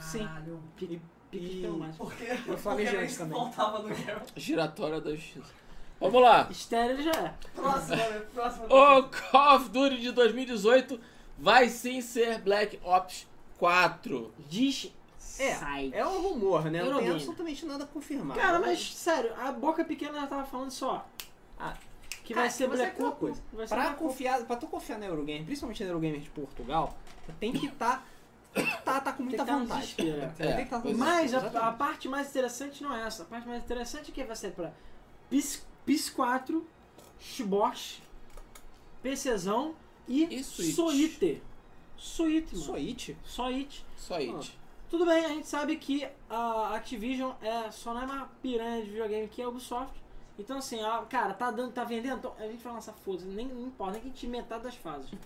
[SPEAKER 3] sim.
[SPEAKER 4] Caralho.
[SPEAKER 1] Pica, pica
[SPEAKER 3] E-
[SPEAKER 1] pneumática.
[SPEAKER 4] Porque,
[SPEAKER 3] o
[SPEAKER 4] porque
[SPEAKER 3] Flamejante
[SPEAKER 4] era isso que
[SPEAKER 3] também.
[SPEAKER 4] faltava no Geralt.
[SPEAKER 2] Giratória da justiça. Vamos lá.
[SPEAKER 1] Estéreo ele já é.
[SPEAKER 4] Próximo, né? Próximo.
[SPEAKER 2] O Call of Duty de 2018 vai sim ser Black Ops 4.
[SPEAKER 1] Diz.
[SPEAKER 3] É,
[SPEAKER 1] site.
[SPEAKER 3] É um rumor, né? Não tem
[SPEAKER 1] Eurogamer.
[SPEAKER 3] absolutamente nada confirmado.
[SPEAKER 1] Cara, mas sério, a boca pequena já tava falando só.
[SPEAKER 3] Ah,
[SPEAKER 1] que
[SPEAKER 3] cara,
[SPEAKER 1] vai ser
[SPEAKER 3] mas é
[SPEAKER 1] Black
[SPEAKER 3] aquela
[SPEAKER 1] Ops.
[SPEAKER 3] coisa.
[SPEAKER 1] Vai ser
[SPEAKER 3] Pra
[SPEAKER 1] Black Ops.
[SPEAKER 3] confiar, pra tu confiar na Eurogamer, principalmente na Eurogamer de Portugal, tu tem que tá, tá, tá com
[SPEAKER 1] Tem que
[SPEAKER 3] muita
[SPEAKER 1] tá no
[SPEAKER 3] vontade.
[SPEAKER 1] desespero, é.
[SPEAKER 3] Tem que tá com
[SPEAKER 2] pois é.
[SPEAKER 1] Mas a, a
[SPEAKER 3] Exatamente.
[SPEAKER 1] parte mais interessante não é essa. A parte mais interessante é que vai ser pra PIS, PIS 4, Xbox, PCzão e,
[SPEAKER 2] E Switch.
[SPEAKER 1] Solite. Solite, mano.
[SPEAKER 3] Só it?
[SPEAKER 1] Só it.
[SPEAKER 2] Só it.
[SPEAKER 1] Tudo bem, a gente sabe que a Activision é só não é uma piranha de videogame que é a Ubisoft. Então assim, a, cara, tá dando, tá vendendo, então a gente vai lançar foda-se, nem não importa, nem que a gente metade das fases. né?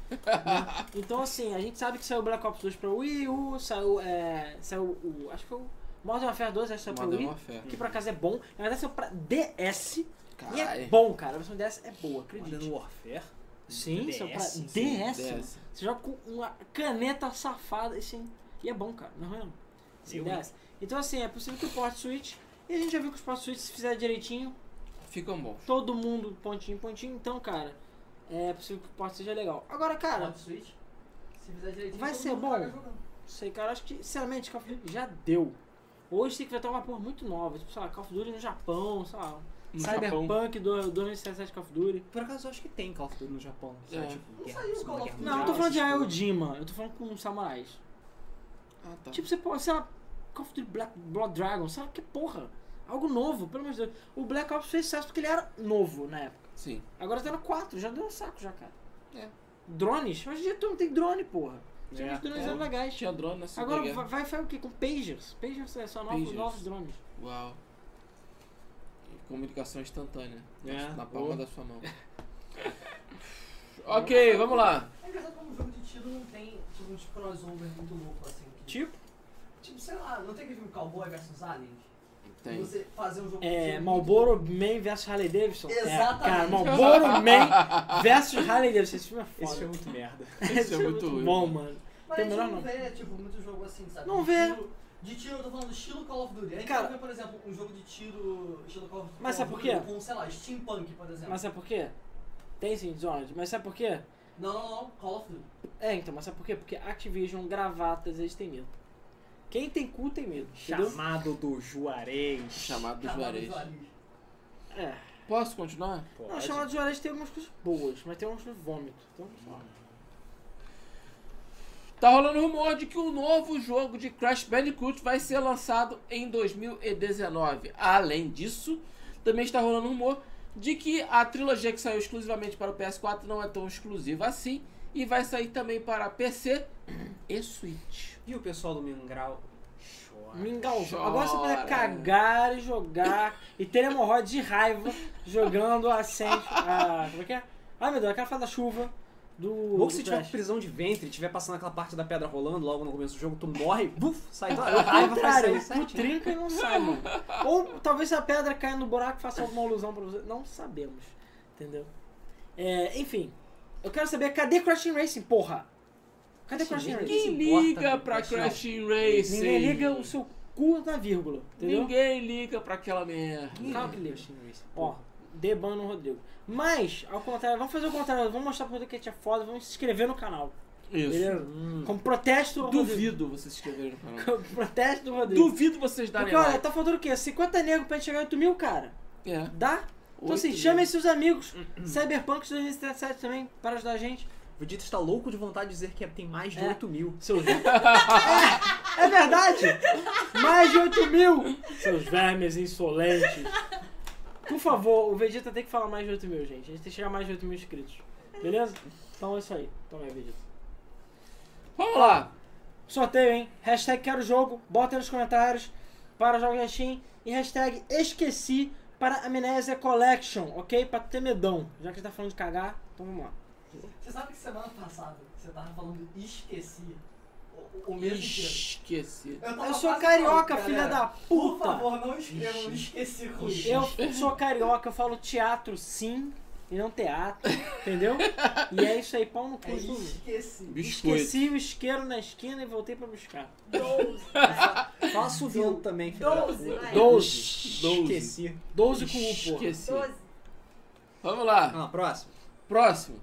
[SPEAKER 1] Então assim, a gente sabe que saiu Black Ops 2 pra Wii U, saiu, é, saiu o, acho que foi o Modern Warfare 2, acho que saiu pra
[SPEAKER 2] Modern
[SPEAKER 1] Wii,
[SPEAKER 2] Warfare.
[SPEAKER 1] que por acaso é bom, na verdade saiu pra DS, e é
[SPEAKER 2] Caralho.
[SPEAKER 1] bom, cara, a versão DS é boa,
[SPEAKER 3] Modern
[SPEAKER 1] acredite.
[SPEAKER 3] Warfare?
[SPEAKER 1] Sim, saiu pra
[SPEAKER 3] DS?
[SPEAKER 1] DS, mano.
[SPEAKER 2] Desce.
[SPEAKER 1] Você joga com uma caneta safada, assim. E é bom, cara, não é? não? Sim,
[SPEAKER 3] Eu-
[SPEAKER 1] desce. Então, assim, é possível que o port switch. E a gente já viu que os port switch, se fizer direitinho,
[SPEAKER 2] Ficam bons.
[SPEAKER 1] todo mundo pontinho, pontinho. Então, cara, é possível que o port seja legal. Agora, cara,
[SPEAKER 4] Cara, Switch. Se fizer direitinho,
[SPEAKER 1] Vai
[SPEAKER 4] todo
[SPEAKER 1] ser
[SPEAKER 4] mundo
[SPEAKER 1] bom?
[SPEAKER 4] joga jogando.
[SPEAKER 1] não sei, cara, acho que, sinceramente, Call of Duty já deu. Hoje tem que inventar uma porra muito nova, tipo, sei lá, Call of Duty no Japão, sei lá.
[SPEAKER 2] No Japão.
[SPEAKER 1] Cyberpunk do 2017 Call of Duty.
[SPEAKER 3] Por acaso eu acho que tem Call of Duty no Japão. sabe?
[SPEAKER 2] É.
[SPEAKER 3] Tipo,
[SPEAKER 4] Não
[SPEAKER 3] guerra,
[SPEAKER 4] saiu
[SPEAKER 3] Segunda
[SPEAKER 4] Call of
[SPEAKER 3] Guerra
[SPEAKER 4] Duty.
[SPEAKER 1] Não, eu
[SPEAKER 3] Mundial,
[SPEAKER 1] não tô falando de
[SPEAKER 3] essas coisas.
[SPEAKER 1] Aeldima, eu tô falando com samurais.
[SPEAKER 2] Ah, tá.
[SPEAKER 1] Tipo, você pode, sei lá, Call of Duty Black Blood Dragon, sei lá que porra. Algo novo, pelo amor de Deus. O Black Ops fez sucesso porque ele era novo na época.
[SPEAKER 2] Sim.
[SPEAKER 1] Agora tá no 4, já deu um saco já, cara.
[SPEAKER 2] É.
[SPEAKER 1] drones. Hoje em dia tu não tem drone, porra. Tinha
[SPEAKER 2] É,
[SPEAKER 1] uns drones
[SPEAKER 2] é.
[SPEAKER 1] eram legais.
[SPEAKER 2] Tinha drone nessa
[SPEAKER 1] Agora
[SPEAKER 2] guerra.
[SPEAKER 1] vai, vai fazer o quê? Com pagers. Pagers é só novos,
[SPEAKER 2] Pagers.
[SPEAKER 1] novos drones.
[SPEAKER 2] Uau. Comunicação instantânea.
[SPEAKER 1] É,
[SPEAKER 2] na palma
[SPEAKER 1] boa.
[SPEAKER 2] da sua mão. ok, vamos lá.
[SPEAKER 4] É engraçado como o jogo de tiro não tem, tipo, uns crossover muito louco, assim. que-
[SPEAKER 1] Tipo?
[SPEAKER 4] Tipo, sei lá, não tem aquele filme Cowboy vs Alien?
[SPEAKER 2] Tem.
[SPEAKER 4] Você fazer um jogo de
[SPEAKER 1] É,
[SPEAKER 4] tiro
[SPEAKER 1] Marlboro Man versus Harley Davidson.
[SPEAKER 3] Tipo,
[SPEAKER 4] Exatamente.
[SPEAKER 1] É, cara, Marlboro Man versus Harley Davidson. Esse filme é foda.
[SPEAKER 3] Esse filme é muito merda.
[SPEAKER 2] Esse é muito ruim.
[SPEAKER 1] bom, mano.
[SPEAKER 4] Mas
[SPEAKER 1] Tem
[SPEAKER 4] a gente
[SPEAKER 1] melhor
[SPEAKER 4] não
[SPEAKER 1] não.
[SPEAKER 4] vê, tipo, muito jogo assim, sabe?
[SPEAKER 1] Não
[SPEAKER 4] De
[SPEAKER 1] vê.
[SPEAKER 4] tiro- De tiro, eu tô falando estilo Call of Duty. A gente
[SPEAKER 1] Cara-
[SPEAKER 4] não vê, por exemplo, um jogo de tiro estilo Call of Duty.
[SPEAKER 1] Mas sabe por quê?
[SPEAKER 4] Com, sei lá, Steampunk, por exemplo.
[SPEAKER 1] Mas sabe por quê? Tem sim, Dishonored. Mas sabe por quê?
[SPEAKER 4] Não, não, não, Call of Duty.
[SPEAKER 1] É, então, mas sabe por quê? Porque Activision, gravatas, eles têm medo. Quem tem cu tem medo, entendeu?
[SPEAKER 3] Chamado do Juarez.
[SPEAKER 2] Chamado dos
[SPEAKER 4] Chamado
[SPEAKER 2] Juarez.
[SPEAKER 4] Juarez.
[SPEAKER 1] É.
[SPEAKER 2] Posso continuar?
[SPEAKER 1] Não,
[SPEAKER 3] é
[SPEAKER 1] Chamado de Juarez tem algumas coisas boas, mas tem algumas coisas vômito. Então,
[SPEAKER 2] Tá rolando rumor de que um novo jogo de Crash Bandicoot vai ser lançado em 2019. Além disso, também está rolando rumor de que a trilogia que saiu exclusivamente para o PS4 não é tão exclusiva assim e vai sair também para PC e Switch.
[SPEAKER 3] E o pessoal do Mingau chora.
[SPEAKER 1] Mingauzão.
[SPEAKER 2] Chora.
[SPEAKER 1] Agora você vai cagar e jogar e ter hemorroide de raiva jogando a Ascent. A, como é que é? Ah, meu Deus, aquela fada chuva do. do
[SPEAKER 3] Ou É se tiver
[SPEAKER 1] Crash.
[SPEAKER 3] prisão de ventre, tiver passando aquela parte da pedra rolando logo no começo do jogo, tu morre, buf, sai da
[SPEAKER 1] Ao
[SPEAKER 3] raiva,
[SPEAKER 1] contrário, é
[SPEAKER 3] vai sair.
[SPEAKER 1] tu trinca e não sai, mano. Ou talvez a pedra caia no buraco e faça alguma alusão pra você. Não sabemos. Entendeu? É, enfim, eu quero saber, cadê Crash Team Racing, porra? Cadê Crash Team Racing?
[SPEAKER 2] Quem
[SPEAKER 3] se importa
[SPEAKER 2] liga
[SPEAKER 3] do
[SPEAKER 2] pra
[SPEAKER 3] Crash, não.
[SPEAKER 2] Crash Team Racing?
[SPEAKER 1] Ninguém liga o seu cu na vírgula, entendeu?
[SPEAKER 2] Ninguém liga pra aquela merda.
[SPEAKER 1] Calma que liga. Ó, debana o Rodrigo. Mas, ao contrário, vamos fazer o contrário, vamos mostrar pro Rodrigo que a gente é foda, vamos se inscrever no canal.
[SPEAKER 2] Isso.
[SPEAKER 1] Beleza? Como protesto ao Rodrigo.
[SPEAKER 2] Duvido vocês se inscreverem no canal.
[SPEAKER 1] Como protesto do Rodrigo.
[SPEAKER 2] Duvido vocês darem
[SPEAKER 1] Porque
[SPEAKER 2] like.
[SPEAKER 1] olha, tá faltando o quê? 50 negros pra gente chegar em 8 mil, cara.
[SPEAKER 2] É.
[SPEAKER 1] Dá? Então assim,
[SPEAKER 2] Oito
[SPEAKER 1] chamem seus amigos. Cyberpunk 2077 também, para ajudar a gente.
[SPEAKER 3] O Vegeta está louco de vontade de dizer que tem mais de
[SPEAKER 1] É.
[SPEAKER 3] 8 mil.
[SPEAKER 1] Seus... é, é verdade! Mais de 8 mil! Seus vermes insolentes. Por favor, o Vegeta tem que falar mais de 8 mil, gente. A gente tem que chegar a mais de 8 mil inscritos. Beleza? Então é isso aí. Toma aí, Vegeta.
[SPEAKER 2] Vamos lá.
[SPEAKER 1] Sorteio, hein? Hashtag quero jogo, bota aí nos comentários para Jogos da Steam e hashtag esqueci para Amnésia Collection, ok? Pra ter medão. Já que a gente tá falando de cagar, então vamos lá.
[SPEAKER 4] Você sabe que semana passada você tava falando esqueci o, o mês inteiro.
[SPEAKER 2] Esqueci.
[SPEAKER 4] Eu, tava
[SPEAKER 1] Eu sou
[SPEAKER 4] quase
[SPEAKER 1] carioca,
[SPEAKER 4] falando,
[SPEAKER 1] filha
[SPEAKER 4] galera,
[SPEAKER 1] da
[SPEAKER 4] Por
[SPEAKER 1] puta!
[SPEAKER 4] favor, não escrevam esqueci com isso.
[SPEAKER 1] Eu sou carioca, eu falo teatro sim e não teatro, entendeu? E é isso aí, pau no cu.
[SPEAKER 4] É
[SPEAKER 1] do mundo.
[SPEAKER 4] esqueci.
[SPEAKER 2] Biscoito.
[SPEAKER 1] Esqueci o isqueiro na esquina e voltei pra buscar.
[SPEAKER 6] 12.
[SPEAKER 3] Faça o vinho também, filho da
[SPEAKER 6] 12,
[SPEAKER 3] puta.
[SPEAKER 6] vai.
[SPEAKER 1] Doze.
[SPEAKER 2] Doze.
[SPEAKER 3] tá- Esqueci.
[SPEAKER 1] 12 com U, porra.
[SPEAKER 2] Esqueci.
[SPEAKER 6] 12.
[SPEAKER 2] Vamos lá.
[SPEAKER 3] Vamos lá, próximo.
[SPEAKER 2] Próximo.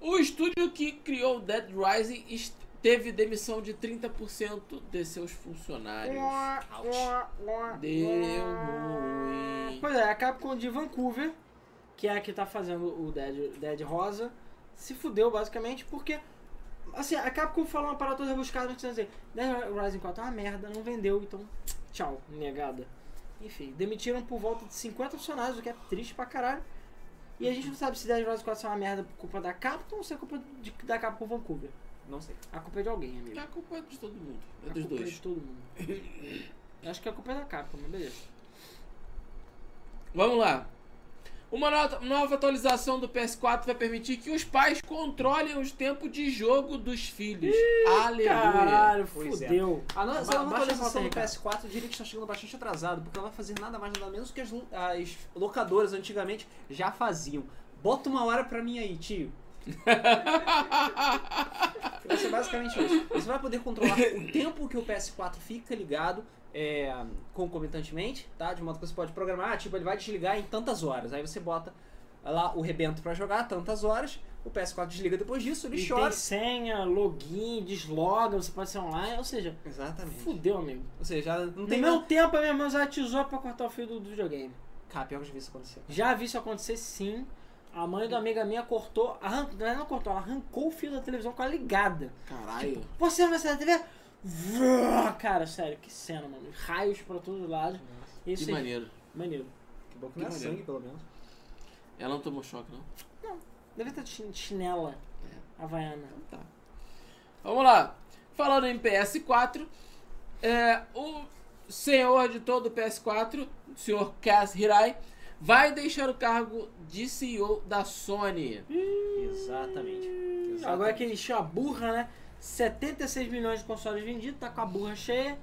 [SPEAKER 2] O estúdio que criou Dead Rising est- teve demissão de 30% de seus funcionários. Deu ruim.
[SPEAKER 1] Pois é, a Capcom de Vancouver, que é a que tá fazendo o Dead, Dead Rosa, se fudeu basicamente porque. Assim, a Capcom falou uma parada toda rebuscada, não precisa dizer. Dead Rising 4 é uma merda, não vendeu, então tchau, negada. Enfim, demitiram por volta de 50 funcionários, o que é triste pra caralho. E a gente não sabe se Dead Rising 4 é uma merda por culpa da Capcom ou se é culpa de- da Capcom Vancouver.
[SPEAKER 3] Não sei.
[SPEAKER 1] A culpa é de alguém, amigo.
[SPEAKER 2] É a culpa de todo mundo. É
[SPEAKER 1] A
[SPEAKER 2] dos
[SPEAKER 1] culpa é de
[SPEAKER 2] dois.
[SPEAKER 1] todo mundo. Eu Acho que a culpa é da Capcom, mas beleza.
[SPEAKER 2] Vamos lá. Uma nota- nova atualização do PS4 vai permitir que os pais controlem os tempos de jogo dos filhos. Aleluia.
[SPEAKER 1] Caralho,
[SPEAKER 3] Pois é.
[SPEAKER 1] fudeu.
[SPEAKER 3] A nossa
[SPEAKER 1] Ba- baixa a
[SPEAKER 3] nova
[SPEAKER 1] foto
[SPEAKER 3] atualização
[SPEAKER 1] aí,
[SPEAKER 3] do
[SPEAKER 1] cara.
[SPEAKER 3] PS4 eu diria que está chegando bastante atrasado, porque ela vai fazer nada mais nada menos que as, lo- as locadoras antigamente já faziam. Bota uma hora pra mim aí, tio. vai ser basicamente isso. Você vai poder controlar o tempo que o PS4 fica ligado é, concomitantemente, tá? De modo que você pode programar, ah, tipo, ele vai desligar em tantas horas. Aí você bota lá o rebento pra jogar tantas horas, o PS4 desliga depois disso, ele
[SPEAKER 1] E
[SPEAKER 3] chora.
[SPEAKER 1] tem senha, login, desloga, você pode ser online, ou seja,
[SPEAKER 3] Exatamente.
[SPEAKER 1] fudeu, amigo.
[SPEAKER 3] Ou seja, já não
[SPEAKER 1] No
[SPEAKER 3] tem
[SPEAKER 1] meu tempo, a minha irmã usava tesoura pra cortar o fio do, do videogame.
[SPEAKER 3] Cara, Ah, pior que eu já vi isso acontecer.
[SPEAKER 1] Já vi isso acontecer sim. A mãe da amiga minha cortou, arran... não, ela não cortou, ela arrancou o fio da televisão com a ligada.
[SPEAKER 2] Caralho.
[SPEAKER 1] Você não vai sair da TV? Vrrr, Cara, sério, que cena, mano. Raios pra todos os lados. Isso
[SPEAKER 2] Que
[SPEAKER 1] aí,
[SPEAKER 2] maneiro.
[SPEAKER 1] maneiro.
[SPEAKER 3] Que bom que
[SPEAKER 2] Que
[SPEAKER 3] não é
[SPEAKER 2] maneiro.
[SPEAKER 3] sangue, pelo menos.
[SPEAKER 2] Ela não tomou choque, não?
[SPEAKER 1] Deve estar de chin- chinela.
[SPEAKER 3] É.
[SPEAKER 1] Havaiana.
[SPEAKER 2] Tá. Vamos lá. Falando em PS4, é, o senhor de todo o PS4, o senhor Kaz Hirai, vai deixar o cargo de CEO da Sony.
[SPEAKER 3] Exatamente. Exatamente.
[SPEAKER 1] Agora que ele encheu a burra, né? 76 milhões de consoles vendidos, tá com a burra cheia.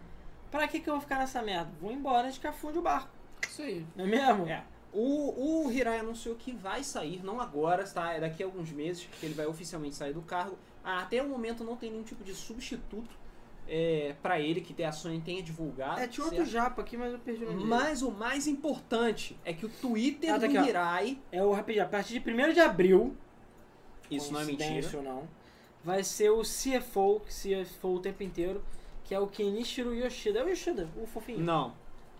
[SPEAKER 1] Pra que que eu vou ficar nessa merda? Vou embora antes que afunde o barco,
[SPEAKER 2] Isso aí.
[SPEAKER 1] não é mesmo?
[SPEAKER 3] É. O, o Hirai anunciou que vai sair, não agora, tá? É daqui a alguns meses que ele vai oficialmente sair do cargo. Ah, até o momento não tem nenhum tipo de substituto é, para ele que a Sony tenha divulgado.
[SPEAKER 1] É, tinha outro
[SPEAKER 3] certo?
[SPEAKER 1] japa aqui, mas eu perdi o nome dele.
[SPEAKER 3] Mas o mais importante é que o Twitter
[SPEAKER 1] Ah, tá
[SPEAKER 3] do
[SPEAKER 1] aqui, ó.
[SPEAKER 3] Hirai.
[SPEAKER 1] É o rapidinho. A partir de 1 de abril,
[SPEAKER 3] Isso não é mentira.
[SPEAKER 1] coincidência ou não, vai ser o CFO, que CFO o tempo inteiro, que é o Kenichiro Yoshida. É o Yoshida, o fofinho.
[SPEAKER 3] Não.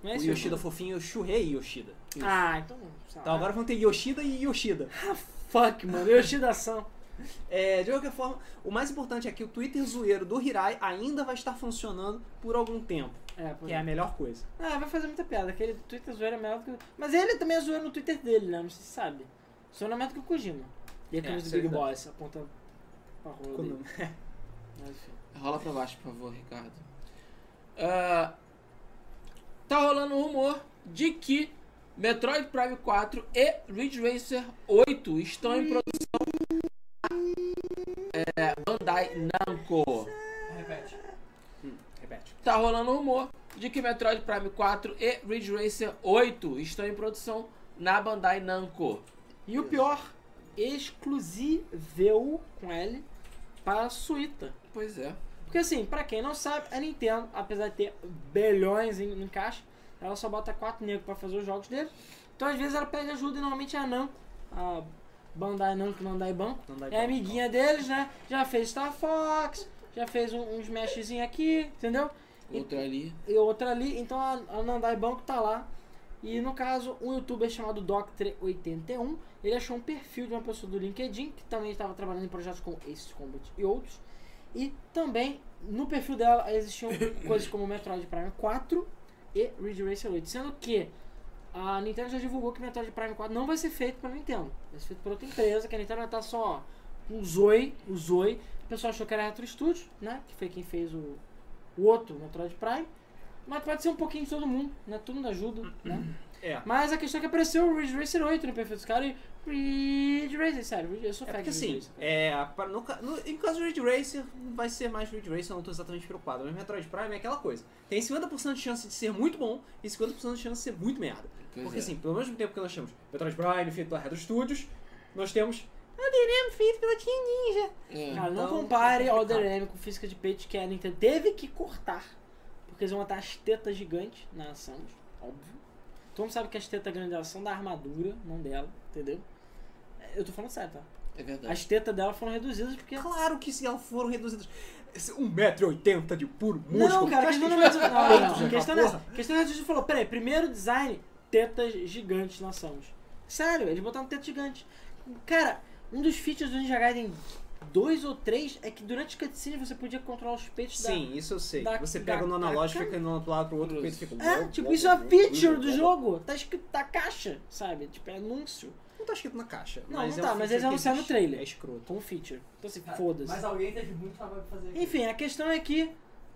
[SPEAKER 1] Não é
[SPEAKER 3] O
[SPEAKER 1] esse
[SPEAKER 3] Yoshida fofinho, eu churrei Yoshida.
[SPEAKER 1] Yoshida? Ah, então... sei lá.
[SPEAKER 3] Então agora vão ter Yoshida e Yoshida.
[SPEAKER 1] Fuck, mano. Yoshida-san.
[SPEAKER 3] É, de qualquer forma, o mais importante é que o Twitter zoeiro do Hirai ainda vai estar funcionando por algum tempo.
[SPEAKER 1] É, pois
[SPEAKER 3] Que é a melhor coisa.
[SPEAKER 1] Ah, vai fazer muita piada. Aquele do Twitter zoeiro é melhor do que. Mas ele também é zoeiro no Twitter dele, né? Não sei se sabe. Zoeiro é melhor do que o Kojima. E a camisa
[SPEAKER 3] isso
[SPEAKER 1] do
[SPEAKER 3] é
[SPEAKER 1] Big
[SPEAKER 3] verdade.
[SPEAKER 1] Boss, aponta pra rola dele.
[SPEAKER 3] É
[SPEAKER 1] Mas, enfim.
[SPEAKER 2] Rola pra baixo, por favor, Ricardo. Ah, tá rolando um rumor de que Metroid Prime 4 e Ridge Racer 8 estão em produção é, Bandai Namco.
[SPEAKER 4] Repete.
[SPEAKER 3] Repete.
[SPEAKER 2] Tá rolando um rumor de que Metroid Prime 4 e Ridge Racer 8 estão em produção na Bandai Namco.
[SPEAKER 1] E o pior, exclusivo com L para a Suíta.
[SPEAKER 2] Pois é.
[SPEAKER 1] Porque assim, pra quem não sabe, a Nintendo, apesar de ter bilhões em, em caixa, ela só bota quatro negros pra fazer os jogos dele. Então às vezes ela pede ajuda e normalmente é a Namco, a Bandai Namco, Bandai Banco,
[SPEAKER 3] Não dá
[SPEAKER 1] é
[SPEAKER 3] igual,
[SPEAKER 1] amiguinha deles, né? Já fez Star Fox, já fez um, um smashzinho aqui, entendeu?
[SPEAKER 2] Outro ali.
[SPEAKER 1] e outra ali. Então a, a Nandai Banco tá lá. E no caso, um youtuber chamado Doctre81, ele achou um perfil de uma pessoa do LinkedIn, que também estava trabalhando em projetos como Ace Combat e outros. E também, no perfil dela, existiam coisas como Metroid Prime 4 e Ridge Racer 8. Sendo que a Nintendo já divulgou que Metroid Prime 4 não vai ser feito pela Nintendo. Vai ser feito por outra empresa, que a Nintendo vai estar só o Zoe, o Zoe. O pessoal achou que era a Retro Studios, né? Que foi quem fez o, o outro Metroid Prime. Mas pode ser um pouquinho de todo mundo, né? Todo mundo ajuda, né?
[SPEAKER 3] É.
[SPEAKER 1] Mas a questão é que apareceu o Ridge Racer 8 no perfil dos caras e. Ridge Racer, sério, Ridge- eu sou
[SPEAKER 3] É
[SPEAKER 1] fã
[SPEAKER 3] porque
[SPEAKER 1] de Ridge
[SPEAKER 3] assim,
[SPEAKER 1] Racer, cara.
[SPEAKER 3] é, pra- no, ca- no- em caso do Ridge Racer, não vai ser mais Ridge Racer, eu não tô exatamente preocupado. Mas Metroid Prime é aquela coisa. Tem 50% de chance de ser muito bom e 50% de chance de ser muito merda.
[SPEAKER 2] Pois
[SPEAKER 3] Porque
[SPEAKER 2] é.
[SPEAKER 3] assim, pelo mesmo tempo que nós temos Metroid Prime feito pela Retro Studios, nós temos Aderem feito pela Team Ninja.
[SPEAKER 2] É.
[SPEAKER 1] Cara, não
[SPEAKER 3] então,
[SPEAKER 1] compare
[SPEAKER 3] é
[SPEAKER 1] ao
[SPEAKER 3] complicado.
[SPEAKER 1] DRM com física de peito que a Nintendo teve que cortar. Porque eles vão botar as tetas gigantes na ação, óbvio. Todo mundo sabe que as tetas grandes dela são da armadura, não dela, entendeu? Eu tô falando sério, tá?
[SPEAKER 2] É verdade.
[SPEAKER 1] As tetas dela foram reduzidas porque.
[SPEAKER 3] Claro que se elas foram reduzidas 1,80m de puro músculo.
[SPEAKER 1] Não, cara, a
[SPEAKER 3] casca
[SPEAKER 1] questão
[SPEAKER 3] de
[SPEAKER 1] não é isso. Não, não, não. A
[SPEAKER 3] aquela
[SPEAKER 1] questão não é essa.
[SPEAKER 3] porra.
[SPEAKER 1] A questão é essa. A gente falou, peraí, primeiro design, tetas gigantes na Samus. Sério, eles botaram tetas gigantes. Cara, um dos features do Ninja Gaiden 2 ou 3 é que durante as cutscenes você podia controlar os peitos da...
[SPEAKER 3] Sim, isso eu sei.
[SPEAKER 1] da-
[SPEAKER 3] Você
[SPEAKER 1] da-
[SPEAKER 3] pega no
[SPEAKER 1] da
[SPEAKER 3] analógico,
[SPEAKER 1] câmera.
[SPEAKER 3] fica indo pro lado pro outro,
[SPEAKER 2] Cruz.
[SPEAKER 3] peito fica...
[SPEAKER 1] É, tipo, isso é uma feature do jogo. Tá escrito na caixa, sabe? Tipo, é anúncio
[SPEAKER 3] Não tá escrito na caixa.
[SPEAKER 1] Não,
[SPEAKER 3] mas
[SPEAKER 1] não
[SPEAKER 3] é um
[SPEAKER 1] tá, mas
[SPEAKER 3] feature
[SPEAKER 1] eles
[SPEAKER 3] que
[SPEAKER 1] anunciaram no
[SPEAKER 3] existe.
[SPEAKER 1] trailer.
[SPEAKER 3] É escroto.
[SPEAKER 1] com feature. Então assim, foda-se.
[SPEAKER 4] Mas alguém teve muito trabalho pra fazer. aqui.
[SPEAKER 1] Enfim, a questão é que,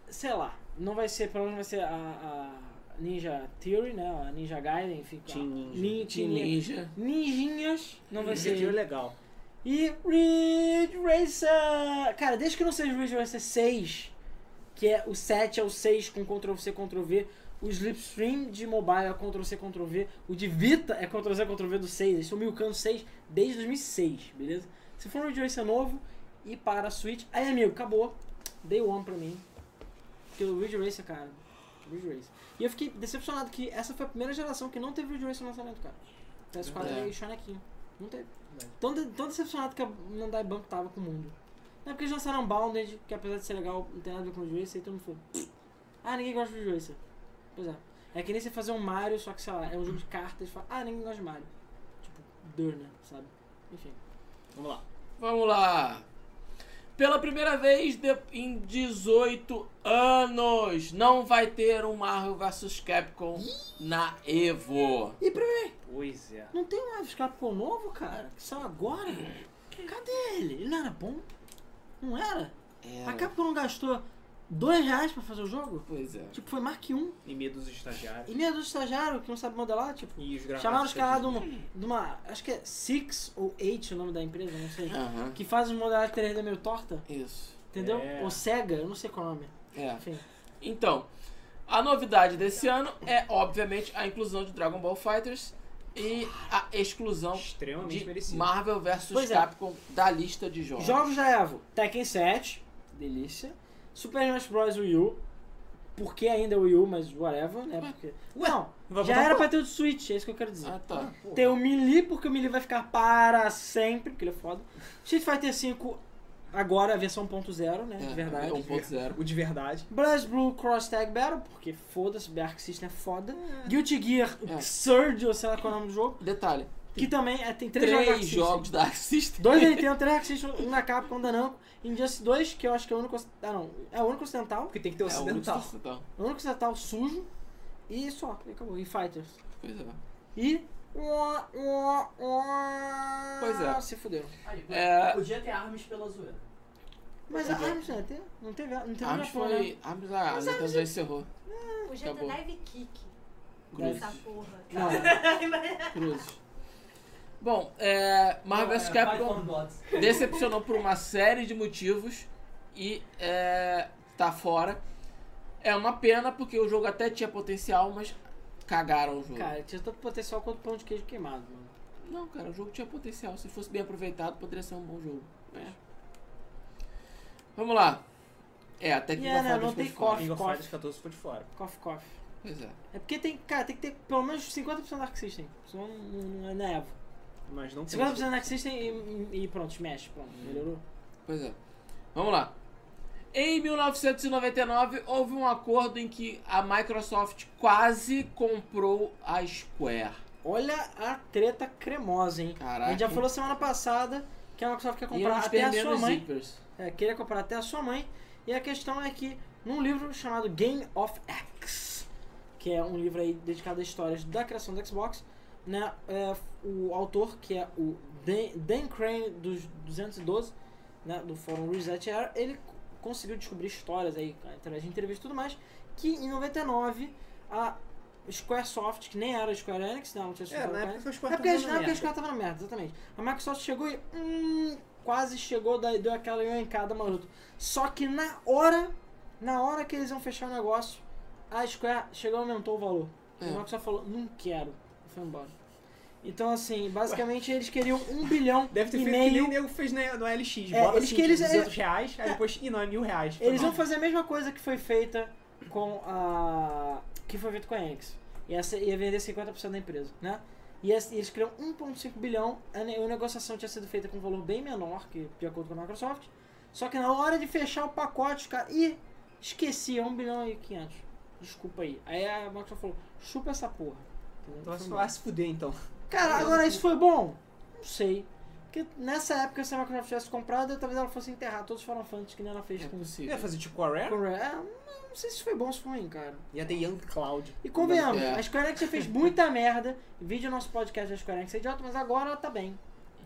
[SPEAKER 1] sei lá, não vai ser, pelo menos vai ser a, a Ninja Theory, né? A Ninja Gaiden, enfim. a-
[SPEAKER 3] Team Ninja.
[SPEAKER 1] Nin-
[SPEAKER 2] Team Ninja.
[SPEAKER 1] Ninjinhas, não vai
[SPEAKER 3] Esse aqui é
[SPEAKER 1] ser.
[SPEAKER 3] legal.
[SPEAKER 1] E Ridge Racer! Cara, desde que não seja Ridge Racer 6, que é o 7 é o 6 com Ctrl-C, Ctrl-V, o Slipstream de mobile é Ctrl-C, Ctrl-V, o de Vita é Ctrl-C, Ctrl-V do 6, eles estão milcando 6 desde 2006, beleza? Se for um Ridge Racer novo e para a Switch, aí amigo, acabou, Day One pra mim. Porque o Ridge Racer, cara, Ridge Racer. E eu fiquei decepcionado que essa foi a primeira geração que não teve Ridge Racer no lançamento, cara. PS4
[SPEAKER 2] É.
[SPEAKER 1] e Shonequinho, não teve. Tão, de- tão decepcionado que a Bandai Banco tava com o mundo. Não é porque eles lançaram Bounded, que apesar de ser legal, não tem nada a ver com o Ridge Racer, e todo mundo falou. "Pff, Ah, ninguém gosta de Ridge Racer. Pois é. É que nem você fazer um Mario, só que sei lá, é um jogo de cartas, fala, ah, ninguém gosta de Mario. Tipo, dor, né? Sabe? Enfim.
[SPEAKER 3] Vamos lá.
[SPEAKER 2] Vamos lá. Pela primeira vez de- em 18 anos, não vai ter um Marvel vs Capcom na EVO.
[SPEAKER 1] E pra mim,
[SPEAKER 3] Pois é.
[SPEAKER 1] não tem um Live Capcom novo, cara? Que saiu agora? Cadê ele? Ele não era bom? Não era?
[SPEAKER 2] É,
[SPEAKER 1] A Capcom não gastou dois reais pra fazer o jogo?
[SPEAKER 2] Pois é.
[SPEAKER 1] Tipo, foi Mark 1.
[SPEAKER 3] Em medo dos estagiários.
[SPEAKER 1] E meia do estagiário que não sabe modelar, tipo.
[SPEAKER 3] E os gravados.
[SPEAKER 1] Chamaram os caras de uma, de uma- Acho que é Six ou Eight o nome da empresa, não sei.
[SPEAKER 2] Aham.
[SPEAKER 1] Que faz uma modelagem 3D meio torta,
[SPEAKER 2] Isso.
[SPEAKER 1] entendeu?
[SPEAKER 3] É.
[SPEAKER 1] Ou cega, eu não sei qual é o nome.
[SPEAKER 2] É.
[SPEAKER 1] Enfim.
[SPEAKER 2] Então, a novidade desse ano é, obviamente, a inclusão de Dragon Ball Fighters e a exclusão
[SPEAKER 3] Extremamente
[SPEAKER 2] de
[SPEAKER 3] merecido.
[SPEAKER 2] Marvel vs
[SPEAKER 1] Pois é.
[SPEAKER 2] Capcom da lista de jogos.
[SPEAKER 1] Jogos da Evo: Tekken 7, delícia. Super Smash Bros. Wii U. Por que ainda Wii U, mas whatever, né? Porque... Não,
[SPEAKER 3] Vai
[SPEAKER 1] já
[SPEAKER 3] botar
[SPEAKER 1] era
[SPEAKER 3] um-
[SPEAKER 1] pra ter o de Switch, é isso que eu quero dizer.
[SPEAKER 2] Ah, tá.
[SPEAKER 3] Pô,
[SPEAKER 1] Tem o Melee, porque o Melee vai ficar para sempre, porque ele é foda. Street Fighter V, agora a versão 1.0, né? De verdade.
[SPEAKER 2] É 1.0.
[SPEAKER 3] O de verdade.
[SPEAKER 1] Blast Blue Cross Tag Battle, porque foda-se, Berk System é foda. Guilty Gear
[SPEAKER 2] É.
[SPEAKER 1] Surge, ou sei lá qual é o nome do jogo,
[SPEAKER 2] Detalhe,
[SPEAKER 1] que também é, tem três,
[SPEAKER 2] três,
[SPEAKER 1] jogos. Dark System.
[SPEAKER 2] jogos da É Arc System.
[SPEAKER 1] Dois da Nintendo, três Dark System, um na Capcom, um da Namco. Injustice 2, que eu acho que é o único... Ah, não. É o único ocidental.
[SPEAKER 3] Porque tem que ter
[SPEAKER 2] É
[SPEAKER 3] o
[SPEAKER 2] o único
[SPEAKER 3] ocidental.
[SPEAKER 2] ocidental.
[SPEAKER 1] O único ocidental sujo. E só, e acabou. E Fighters.
[SPEAKER 2] Pois é.
[SPEAKER 1] E... Pois
[SPEAKER 2] Pois é.
[SPEAKER 1] Se fuderam.
[SPEAKER 4] Aí,
[SPEAKER 2] É.
[SPEAKER 4] Podia ter armas pela zoeira.
[SPEAKER 1] Mas
[SPEAKER 3] é.
[SPEAKER 1] a Arms né, tem- não teve, não teve
[SPEAKER 2] Arms
[SPEAKER 1] Japão, né?
[SPEAKER 2] Então, foi. Arms a
[SPEAKER 6] Mas
[SPEAKER 2] Nintendo
[SPEAKER 6] Arms
[SPEAKER 2] já encerrou.
[SPEAKER 7] é
[SPEAKER 6] Podia ter
[SPEAKER 2] Acabou.
[SPEAKER 6] dive kick.
[SPEAKER 2] Cruzes.
[SPEAKER 6] Essa porra.
[SPEAKER 1] Não.
[SPEAKER 2] Cruzes. Bom, é, Marvel vs Capcom decepcionou por uma série de motivos e é, tá fora. É uma pena porque o jogo até tinha potencial, mas cagaram o jogo.
[SPEAKER 1] né? Cara, tinha tanto potencial quanto pão de queijo queimado, mano.
[SPEAKER 2] Não, cara, o jogo tinha potencial. Se fosse bem aproveitado, poderia ser um bom jogo. É. Vamos lá. É, até que
[SPEAKER 1] E é, né, não tem
[SPEAKER 2] fora.
[SPEAKER 1] corte.
[SPEAKER 3] King of
[SPEAKER 1] Coffee.
[SPEAKER 3] Fighters 14 foi de fora.
[SPEAKER 1] Coffee, coffee.
[SPEAKER 2] Pois é.
[SPEAKER 1] É porque tem, cara, tem que ter pelo menos 50% da Arc System. Senão não, não é nevo.
[SPEAKER 3] Mas não tem.
[SPEAKER 1] 50% da Arc System e, e- e pronto, Smash, pronto, melhorou.
[SPEAKER 2] Pois é. Vamos lá. Em 1999, houve um acordo em que a Microsoft quase comprou a Square.
[SPEAKER 1] Olha a treta cremosa, hein?
[SPEAKER 2] Caraca.
[SPEAKER 1] A gente já falou semana passada que a Microsoft quer comprar
[SPEAKER 2] Íamos
[SPEAKER 1] até a
[SPEAKER 2] perdendo
[SPEAKER 1] sua
[SPEAKER 2] os
[SPEAKER 1] mãe.
[SPEAKER 2] zippers.
[SPEAKER 1] É, queria comprar até a sua mãe. E a questão é que, num livro chamado Game of X, que é um livro aí dedicado a histórias da criação do Xbox, né, é, o autor, que é o Dan, Dan Crane dos 212, né, do fórum Reset Era, ele c- conseguiu descobrir histórias aí, através de entrevistas e tudo mais, que em 99 a Squaresoft, que nem era a Square Enix, né, não tinha sido
[SPEAKER 3] É,
[SPEAKER 1] Square
[SPEAKER 3] na época
[SPEAKER 1] Enix,
[SPEAKER 3] que a Square
[SPEAKER 1] é porque, a-
[SPEAKER 3] tava
[SPEAKER 1] na
[SPEAKER 3] na
[SPEAKER 1] época a
[SPEAKER 3] merda.
[SPEAKER 1] Square tava na merda, exatamente. A Microsoft chegou e hum, quase chegou, daí deu aquela encada maroto. Só que na hora, na hora que eles iam fechar o negócio, a Square é, chegou e aumentou o valor. E
[SPEAKER 2] É.
[SPEAKER 1] A Microsoft falou, não quero, e foi embora. Então, assim, basicamente eles queriam um bilhão
[SPEAKER 3] Deve ter
[SPEAKER 1] e
[SPEAKER 3] feito
[SPEAKER 1] meio.
[SPEAKER 3] que nem o nego fez na- no LX.
[SPEAKER 1] É,
[SPEAKER 3] Bota
[SPEAKER 1] eles
[SPEAKER 3] assim,
[SPEAKER 1] que eles-
[SPEAKER 3] 200 reais, aí depois, e não, é mil reais. Foi
[SPEAKER 1] Eles
[SPEAKER 3] mal.
[SPEAKER 1] vão fazer a mesma coisa que foi feita com a. que foi feito com a Enix. Ia, ser- ia vender 50% da empresa, né? E as- e eles criam 1,5 bilhão. A, ne- a negociação tinha sido feita com um valor bem menor, que de acordo com a Microsoft. Só que na hora de fechar o pacote, cara. Ih, esqueci, é 1 bilhão e 500. Desculpa aí. Aí a Microsoft falou: chupa essa porra. Entendeu?
[SPEAKER 3] Então
[SPEAKER 1] Foi
[SPEAKER 3] vai-
[SPEAKER 1] embora.
[SPEAKER 3] vai se fuder então.
[SPEAKER 1] Cara, agora isso foi bom? Não sei. Porque nessa época, se a Microsoft tivesse comprado, talvez ela fosse enterrar todos os Final Fantasy que nem ela fez
[SPEAKER 2] É
[SPEAKER 1] com o
[SPEAKER 2] possível.
[SPEAKER 3] Ia fazer tipo Rare?
[SPEAKER 1] Corre- É, não, não sei se foi bom ou se foi ruim, cara.
[SPEAKER 3] Ia ter Young Cloud.
[SPEAKER 1] E convenhamos,
[SPEAKER 2] É.
[SPEAKER 1] a Square Enix já fez muita merda. Vídeo nosso podcast da Square Enix é idiota, mas agora ela tá bem.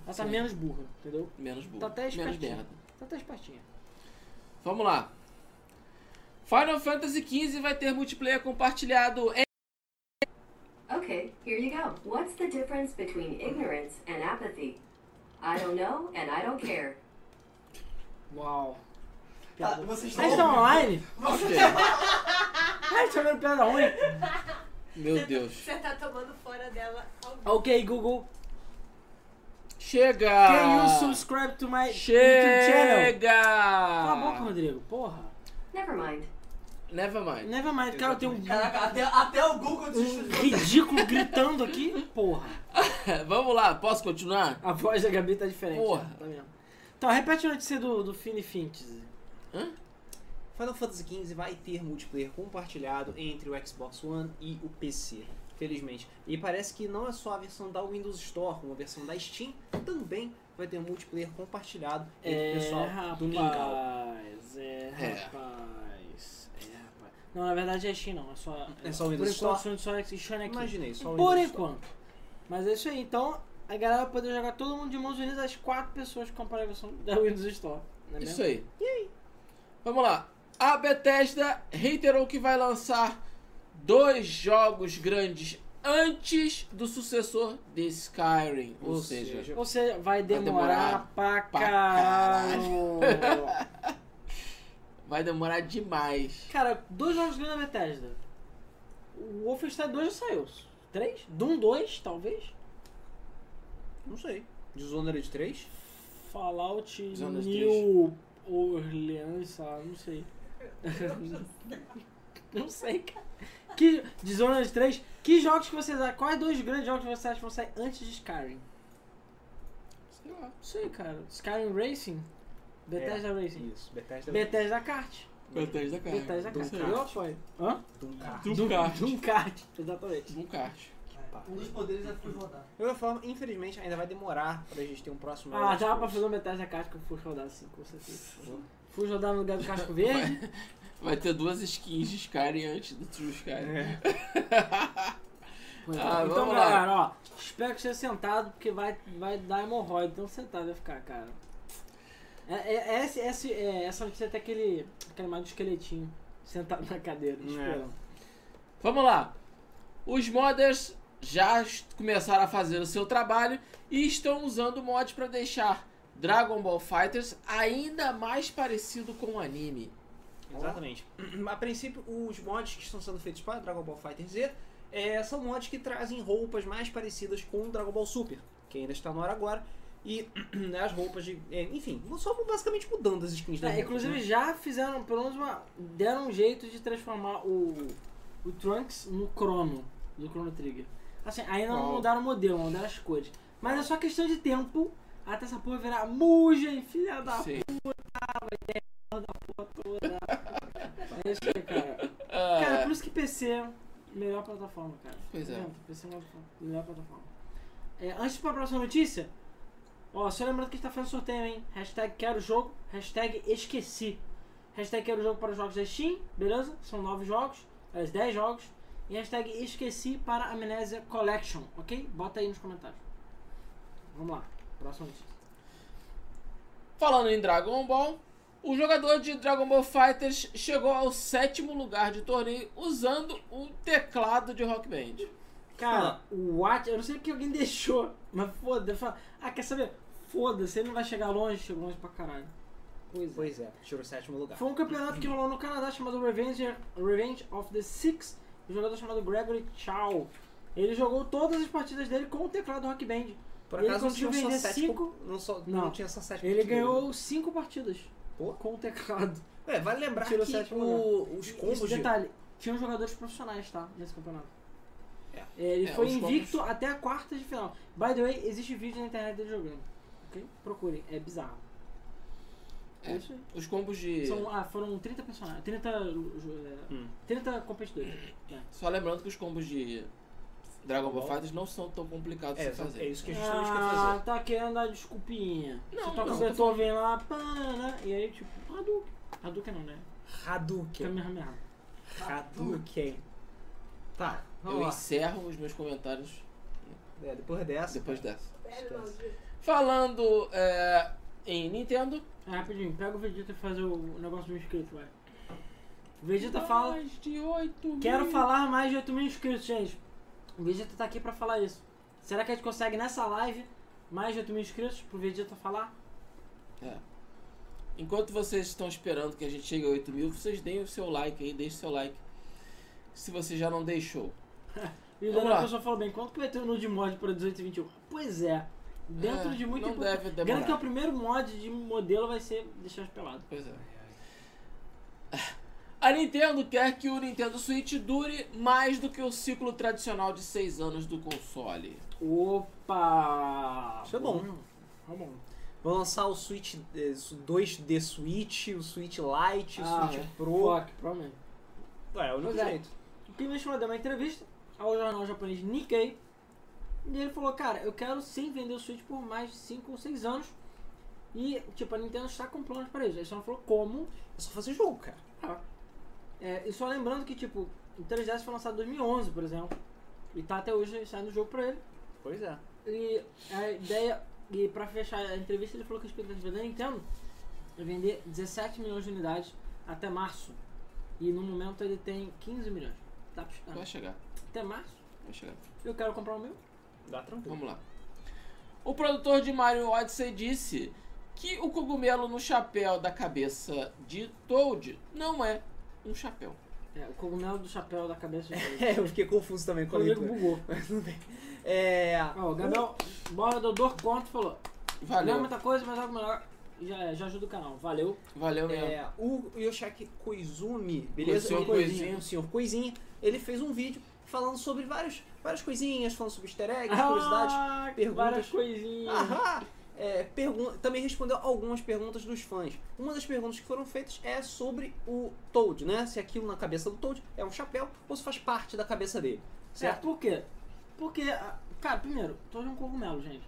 [SPEAKER 1] Ela tá
[SPEAKER 2] Sim.
[SPEAKER 1] menos burra, entendeu?
[SPEAKER 2] Menos burro.
[SPEAKER 1] Tá até
[SPEAKER 2] Menos
[SPEAKER 1] espertinho.
[SPEAKER 2] merda.
[SPEAKER 1] Tá até espertinha.
[SPEAKER 2] Vamos lá. Final Fantasy XV vai ter multiplayer compartilhado. Ei,
[SPEAKER 8] Okay, here you go. What's the difference between ignorance and apathy? I don't know, and I don't care.
[SPEAKER 1] Uau.
[SPEAKER 4] Tá,
[SPEAKER 1] Piada.
[SPEAKER 4] vocês
[SPEAKER 1] Mas
[SPEAKER 4] estão
[SPEAKER 1] tá online?
[SPEAKER 2] ok.
[SPEAKER 1] Ai, tá vendo piada ruim?
[SPEAKER 2] Meu Deus.
[SPEAKER 6] Você tá tomando fora dela ao vivo.
[SPEAKER 1] Ok, Google.
[SPEAKER 2] Chega!
[SPEAKER 1] Can you subscribe to my YouTube channel?
[SPEAKER 2] Ah. Chega!
[SPEAKER 1] Cala a boca, Rodrigo. Porra.
[SPEAKER 8] Never mind.
[SPEAKER 2] Never mind.
[SPEAKER 1] Never mind. Cara, tem um
[SPEAKER 4] Caraca, até, até o Google
[SPEAKER 1] Hum.
[SPEAKER 4] desistiu.
[SPEAKER 1] ridículo gritando aqui. Porra.
[SPEAKER 2] Vamos lá, posso continuar?
[SPEAKER 1] A voz da Gabi tá diferente.
[SPEAKER 2] Porra.
[SPEAKER 1] Tá mesmo. Então, repete a notícia do, do Fini Fintz.
[SPEAKER 3] Então, Final Fantasy XV vai ter multiplayer compartilhado entre o Xbox One e o PC, felizmente. E parece que não é só a versão da Windows Store, uma versão da Steam também vai ter multiplayer compartilhado entre o pessoal do Mingau.
[SPEAKER 1] É, rapaz, é, rapaz, é, rapaz. Não, na verdade é Steam não, é só...
[SPEAKER 3] É só o Windows
[SPEAKER 1] Por enquanto, só
[SPEAKER 3] Store?
[SPEAKER 1] o Windows Store e Steam aqui.
[SPEAKER 3] Imaginei, só o
[SPEAKER 1] Por
[SPEAKER 3] Windows Store.
[SPEAKER 1] enquanto. Mas é isso aí, então, a galera poder jogar todo mundo de mãos unidas, as quatro pessoas que compraram a versão da Windows Store. Não é
[SPEAKER 2] Isso
[SPEAKER 1] mesmo?
[SPEAKER 2] aí. E aí? Vamos lá. A Bethesda reiterou que vai lançar dois jogos grandes antes do sucessor de Skyrim. Ou,
[SPEAKER 3] Ou
[SPEAKER 2] seja,
[SPEAKER 3] seja,
[SPEAKER 1] Ou seja, vai demorar, pra,
[SPEAKER 2] pra
[SPEAKER 1] caralho.
[SPEAKER 2] vai demorar demais.
[SPEAKER 1] Cara, dois jogos grandes da Bethesda. O Wolfenstein 2 já saiu. Três? Doom 2, talvez?
[SPEAKER 3] Não sei. Dishonored 3?
[SPEAKER 1] Fallout
[SPEAKER 2] Dishonored
[SPEAKER 1] New Orleans, sei lá, não sei. não sei, cara. Que, Dishonored 3, que jogos que vocês acham? Quais dois grandes jogos que vocês acham que vão sair antes de Skyrim?
[SPEAKER 2] Sei lá.
[SPEAKER 1] Não sei, cara. Skyrim Racing? Bethesda
[SPEAKER 2] É.
[SPEAKER 1] Racing?
[SPEAKER 3] Isso, Bethesda.
[SPEAKER 1] Bethesda Kart?
[SPEAKER 2] Bethesda, cara.
[SPEAKER 1] Bethesda É, Kart.
[SPEAKER 2] Doom
[SPEAKER 1] Eu
[SPEAKER 2] Kart.
[SPEAKER 1] apoio. Hã?
[SPEAKER 3] Doom Kart.
[SPEAKER 2] Doom Kart.
[SPEAKER 1] Doom Kart, exatamente.
[SPEAKER 2] Doom Kart.
[SPEAKER 4] Um dos poderes é rodar.
[SPEAKER 3] De qualquer forma, infelizmente, ainda vai demorar pra gente ter um próximo.
[SPEAKER 1] Ah, dá pra fazer uma metade da caixa que eu fui rodar assim, com certeza. Fui rodar no lugar do casco verde.
[SPEAKER 2] Vai ter duas skins de Skyrim antes do True Skyrim.
[SPEAKER 3] É.
[SPEAKER 2] Ah,
[SPEAKER 1] então,
[SPEAKER 2] vamos lá.
[SPEAKER 1] galera, ó, espero que seja sentado, porque vai, vai dar hemorroida. Então, sentado vai ficar, cara. É, é, é esse- esse- é, essa notícia é até aquele, aquele mais do esqueletinho sentado na
[SPEAKER 2] É.
[SPEAKER 1] cadeira, esperando.
[SPEAKER 2] Vamos lá. Os modders já est- começaram a fazer o seu trabalho e estão usando mods para deixar Dragon Ball Fighters ainda mais parecido com o anime.
[SPEAKER 3] Exatamente. A princípio, os mods que estão sendo feitos para Dragon Ball Fighter Z é, são mods que trazem roupas mais parecidas com o Dragon Ball Super, que ainda está no ar agora. E né, as roupas de. é, enfim, só vão basicamente mudando as skins das
[SPEAKER 1] É,
[SPEAKER 3] roupas,
[SPEAKER 1] inclusive
[SPEAKER 2] Uhum.
[SPEAKER 3] né?
[SPEAKER 1] já fizeram, pelo menos uma. Deram um jeito de transformar o, o Trunks no Chrono, do Chrono Trigger. Assim, ainda não
[SPEAKER 2] Uau.
[SPEAKER 1] mudaram o modelo, não mudaram as cores. Mas é só questão de tempo até essa porra virar Mugen, filha da
[SPEAKER 2] Sei.
[SPEAKER 1] É isso aí, cara.
[SPEAKER 2] Ah,
[SPEAKER 1] Cara, por isso que PC é a melhor plataforma, cara.
[SPEAKER 2] Pois é.
[SPEAKER 1] Não, PC é a melhor plataforma. É, antes pra próxima notícia, ó, só lembrando que a gente tá fazendo sorteio, hein? Hashtag quero jogo, hashtag esqueci. Hashtag quero jogo para os jogos da Steam, beleza? São nove jogos, aliás, 10 jogos. E hashtag esqueci para Amnésia Collection, ok? Bota aí nos comentários. Vamos lá, próxima notícia.
[SPEAKER 2] Falando em Dragon Ball, o jogador de Dragon Ball Fighters chegou ao sétimo lugar de torneio usando um teclado de Rock Band.
[SPEAKER 1] Cara, o Watch, eu não sei o que alguém deixou, mas foda-se. fala, Ah, quer saber? Foda-se, ele não vai chegar longe, chegou longe pra caralho. Pois é.
[SPEAKER 3] Pois é, tirou o sétimo lugar.
[SPEAKER 1] Foi um campeonato que rolou no Canadá chamado Revenge, Revenge of the Six, um jogador chamado Gregory Chow. Ele jogou todas as partidas dele com o teclado Rock Band.
[SPEAKER 3] Por
[SPEAKER 1] ele
[SPEAKER 3] acaso não tinha
[SPEAKER 1] conseguiu
[SPEAKER 3] só
[SPEAKER 1] vender
[SPEAKER 3] sete.
[SPEAKER 1] cinco?
[SPEAKER 3] com- Não, só,
[SPEAKER 1] Não.
[SPEAKER 3] não. tinha só sete.
[SPEAKER 1] Ele
[SPEAKER 3] com-
[SPEAKER 1] ganhou cinco partidas
[SPEAKER 3] Pô.
[SPEAKER 1] com o teclado.
[SPEAKER 3] É, vale lembrar
[SPEAKER 1] Tirou
[SPEAKER 3] que
[SPEAKER 1] sete
[SPEAKER 3] o-
[SPEAKER 1] lugar.
[SPEAKER 3] os
[SPEAKER 1] Isso, tá-
[SPEAKER 3] combos de.
[SPEAKER 1] detalhe, tinham jogadores profissionais, tá? Nesse campeonato.
[SPEAKER 3] É.
[SPEAKER 1] Ele
[SPEAKER 2] É,
[SPEAKER 1] foi
[SPEAKER 2] os
[SPEAKER 1] invicto até a quarta de final. By the way, existe vídeo na internet dele jogando. Ok? Procurem, é bizarro. É,
[SPEAKER 2] É.
[SPEAKER 1] isso aí.
[SPEAKER 2] Os combos de.
[SPEAKER 1] São, ah, foram 30 personagens, 30, jo- é,
[SPEAKER 3] Hum.
[SPEAKER 1] 30 competidores. É.
[SPEAKER 2] Só lembrando que os combos de Dragon Ball Fighters não são tão complicados
[SPEAKER 3] É,
[SPEAKER 2] de se fazer.
[SPEAKER 3] é isso que a gente justamente quer fazer.
[SPEAKER 1] tá- Ah, tá querendo dar desculpinha.
[SPEAKER 2] Não,
[SPEAKER 1] Você toca
[SPEAKER 2] não,
[SPEAKER 1] o
[SPEAKER 2] tô
[SPEAKER 1] Beethoven lá, pá, né? e aí tipo, Hadouken. Hadouken não, né?
[SPEAKER 3] Hadouken.
[SPEAKER 1] Kamehameha.
[SPEAKER 3] Hadouken. Tá, vamos
[SPEAKER 2] Eu
[SPEAKER 3] lá.
[SPEAKER 2] encerro os meus comentários
[SPEAKER 3] É, depois dessa.
[SPEAKER 2] depois dessa.
[SPEAKER 6] Pera, maldito.
[SPEAKER 2] Falando é, em Nintendo,
[SPEAKER 1] Ah, rapidinho, pega o Vegeta e faz o negócio do inscrito, vai. O Vegeta fala,
[SPEAKER 2] Mais de 8 mil.
[SPEAKER 1] quero falar mais de 8 mil inscritos, gente. O Vegeta tá aqui pra falar isso. Será que a gente consegue nessa live mais de 8 mil inscritos pro Vegeta falar?
[SPEAKER 2] É. Enquanto vocês estão esperando que a gente chegue a 8 mil, vocês deem o seu like aí, deixem o seu like. Se você já não deixou.
[SPEAKER 1] E o
[SPEAKER 2] Vamos
[SPEAKER 1] Daniel
[SPEAKER 2] lá.
[SPEAKER 1] Pessoa falou bem, quanto que vai ter o nude mod pra 18 e 21? Pois é, dentro
[SPEAKER 2] É,
[SPEAKER 1] de muito
[SPEAKER 2] não
[SPEAKER 1] tempo.
[SPEAKER 2] deve demorar.
[SPEAKER 1] que o primeiro mod de modelo vai ser deixar os pelados.
[SPEAKER 2] Pois é. A Nintendo quer que o Nintendo Switch dure mais do que o ciclo tradicional de 6 anos do console.
[SPEAKER 1] Opa!
[SPEAKER 3] Isso é bom. Vou lançar o Switch eh, 2D Switch, o Switch Lite, o
[SPEAKER 1] Ah,
[SPEAKER 3] Switch
[SPEAKER 1] é.
[SPEAKER 3] Pro.
[SPEAKER 1] Fuck, provavelmente.
[SPEAKER 3] Ué, é o único
[SPEAKER 1] Pois é.
[SPEAKER 3] jeito.
[SPEAKER 1] O Kim Mishima deu uma entrevista ao jornal japonês Nikkei. E ele falou, cara, eu quero sim vender o Switch por mais de 5 ou 6 anos. E, tipo, a Nintendo está com planos para isso. Ele só não falou como.
[SPEAKER 3] É só fazer jogo, cara.
[SPEAKER 1] É, e só lembrando que, tipo, o 3DS foi lançado em 2011, por exemplo. E tá até hoje saindo jogo pra ele.
[SPEAKER 3] Pois é.
[SPEAKER 1] E a ideia. E pra fechar a entrevista, ele falou que a expectativa da Nintendo é vender 17 milhões de unidades até março. E no momento ele tem 15 milhões. Tá
[SPEAKER 2] Vai
[SPEAKER 1] piscando.
[SPEAKER 2] chegar,
[SPEAKER 1] Até março?
[SPEAKER 2] vai chegar.
[SPEAKER 1] Eu quero comprar o meu.
[SPEAKER 3] Dá tranquilo.
[SPEAKER 2] Vamos lá. O produtor de Mario Odyssey disse que o cogumelo no chapéu da cabeça de Toad não é um chapéu.
[SPEAKER 1] É, o cogumelo do chapéu da cabeça de
[SPEAKER 3] É, eu fiquei confuso também com a
[SPEAKER 1] Comigo
[SPEAKER 3] leitura.
[SPEAKER 1] bugou.
[SPEAKER 3] Mas tudo bem. É.
[SPEAKER 1] Ó, o Gabriel
[SPEAKER 3] Hum?
[SPEAKER 1] Borra deu dor conta e falou: Não é
[SPEAKER 2] Valeu,
[SPEAKER 1] muita coisa, mas algo melhor. Já, já ajuda o canal. Valeu.
[SPEAKER 2] valeu mesmo.
[SPEAKER 3] É, o Yoshaki Koizumi, beleza?
[SPEAKER 2] senhor
[SPEAKER 3] Ele-
[SPEAKER 2] Koizinho.
[SPEAKER 3] O senhor Coisinha, ele fez um vídeo falando sobre vários, várias coisinhas, falando sobre easter eggs, curiosidades.
[SPEAKER 1] Ah,
[SPEAKER 3] perguntas.
[SPEAKER 1] Várias coisinhas.
[SPEAKER 3] Ahá! É, pergun- também respondeu algumas perguntas dos fãs. Uma das perguntas que foram feitas é sobre o Toad, né? Se aquilo na cabeça do Toad é um chapéu ou se faz parte da cabeça dele.
[SPEAKER 1] É,
[SPEAKER 3] Certo?
[SPEAKER 1] por quê? Porque, ah, cara, primeiro, tô de um cogumelo, gente.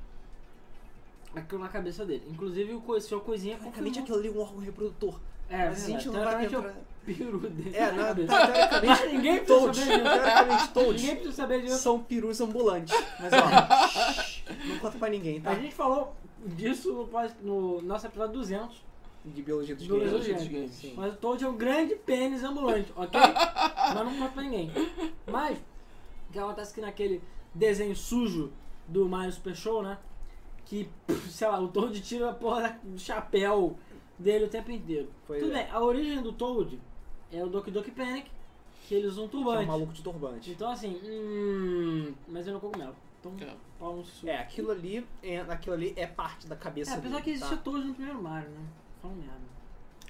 [SPEAKER 1] Aquilo na cabeça dele. Inclusive, o co- seu coisinha
[SPEAKER 3] Tecnicamente
[SPEAKER 1] confirmou.
[SPEAKER 3] aquilo ali é um órgão reprodutor.
[SPEAKER 1] É,
[SPEAKER 3] mas a gente não vai
[SPEAKER 1] teoricamente, é
[SPEAKER 3] entrar.
[SPEAKER 1] o peru dele
[SPEAKER 3] um
[SPEAKER 1] na
[SPEAKER 3] É, na,
[SPEAKER 1] cabeça.
[SPEAKER 3] tá, teoricamente,
[SPEAKER 1] Ninguém precisa
[SPEAKER 3] Toad.
[SPEAKER 1] saber disso.
[SPEAKER 3] Teoricamente,
[SPEAKER 1] Ninguém
[SPEAKER 3] Toad
[SPEAKER 1] precisa saber disso.
[SPEAKER 3] são perus ambulantes. Mas ó, shh, não conta pra ninguém, tá?
[SPEAKER 1] A gente falou disso no, pós- no nosso episódio 200.
[SPEAKER 3] De biologia dos É um
[SPEAKER 1] Biologia
[SPEAKER 3] games.
[SPEAKER 1] dos
[SPEAKER 2] Gente,
[SPEAKER 1] games.
[SPEAKER 2] gente.
[SPEAKER 1] Mas o Toad é um grande pênis ambulante, ok? Mas não conta pra ninguém. Mas, o que acontece é que naquele desenho sujo do Mario Super Show, né? Que, pff, sei lá, o Toad tira a porra da- do chapéu dele o tempo inteiro.
[SPEAKER 3] Pois
[SPEAKER 1] Tudo
[SPEAKER 3] é.
[SPEAKER 1] bem, a origem do Toad é o Doki Doki Panic, que eles usam
[SPEAKER 3] Que é
[SPEAKER 1] turbante.
[SPEAKER 3] um maluco de turbante.
[SPEAKER 1] Então assim, hum, mas eu não cogumelo. Então,
[SPEAKER 2] É.
[SPEAKER 1] pau no su.
[SPEAKER 3] É, aquilo ali é, aquilo ali é parte da
[SPEAKER 1] É,
[SPEAKER 3] cabeça
[SPEAKER 1] apesar
[SPEAKER 3] dele,
[SPEAKER 1] que existia
[SPEAKER 3] tá?
[SPEAKER 1] Toad no primeiro Mario, né? Fala merda.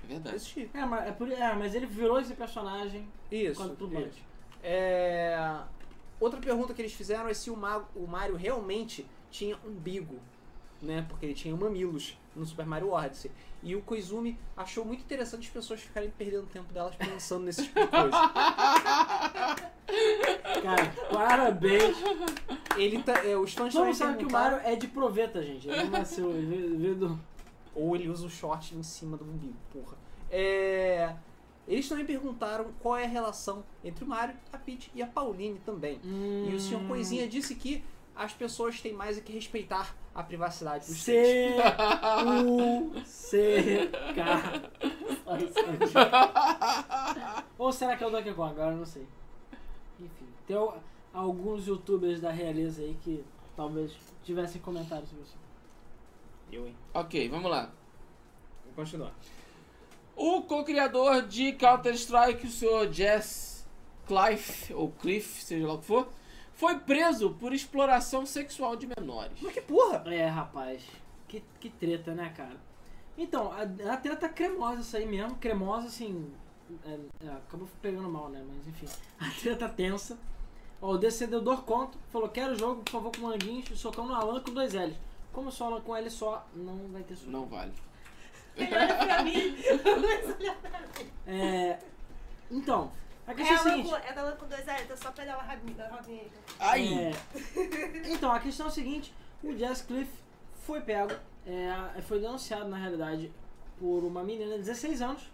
[SPEAKER 2] É verdade.
[SPEAKER 3] Existia.
[SPEAKER 1] É, mas, é por- é, mas ele virou esse personagem
[SPEAKER 3] Isso.
[SPEAKER 1] quando turbante.
[SPEAKER 3] isso. É, Outra pergunta que eles fizeram é se o, Mago, o Mario realmente tinha umbigo, né? Porque ele tinha mamilos no Super Mario Odyssey. E o Koizumi achou muito interessante as pessoas ficarem perdendo tempo delas pensando nesses tipo de coisa.
[SPEAKER 1] Cara, parabéns.
[SPEAKER 3] Ele tá, é, os fãs
[SPEAKER 1] Todo
[SPEAKER 3] também
[SPEAKER 1] mundo sabe que o
[SPEAKER 3] perguntaram-
[SPEAKER 1] Mario é de proveta, gente. Ele não nasceu, ele veio- veio do.
[SPEAKER 3] Ou ele usa o short em cima do umbigo, porra. É, Eles também perguntaram qual é a relação entre o Mario, a Peach e a Pauline também. E o
[SPEAKER 1] Hum.
[SPEAKER 3] senhor Coisinha disse que as pessoas têm mais é que respeitar a privacidade dos seres.
[SPEAKER 1] C. U. C. K. Só isso, gente. Ou será que é o Donkey Kong? Agora eu não sei. Enfim, tem al- alguns youtubers da realeza aí que talvez tivessem comentários sobre isso.
[SPEAKER 3] Eu, hein?
[SPEAKER 2] Ok, vamos lá.
[SPEAKER 3] Vou continuar.
[SPEAKER 2] O co-criador de Counter-Strike, o senhor Jess Clive, ou Cliff, seja lá o que for, foi preso por exploração sexual de menores.
[SPEAKER 3] Mas que porra!
[SPEAKER 1] É, rapaz. Que, que treta, né, cara? Então, a, a treta cremosa isso aí mesmo. Cremosa, assim... é, é, acabou pegando mal, né? Mas, enfim. A treta tensa. Ó, o DC deu dor conta. Falou, quero o jogo, por favor, com manguinhos. E socão no Alan com dois L's. Como só Alan com L só, não vai ter socão.
[SPEAKER 2] Não vale.
[SPEAKER 6] Ele olha pra mim, mas olha pra mim.
[SPEAKER 1] É... Então, a
[SPEAKER 6] É,
[SPEAKER 1] questão é a
[SPEAKER 6] ela
[SPEAKER 1] seguinte...
[SPEAKER 6] com, é ela com dois L's, é só pegar uma rodinha rodinha aí.
[SPEAKER 2] Aí,
[SPEAKER 1] É. Então, a questão é a seguinte: o Jazz Cliff foi pego, é, foi denunciado na realidade por uma menina de 16 anos,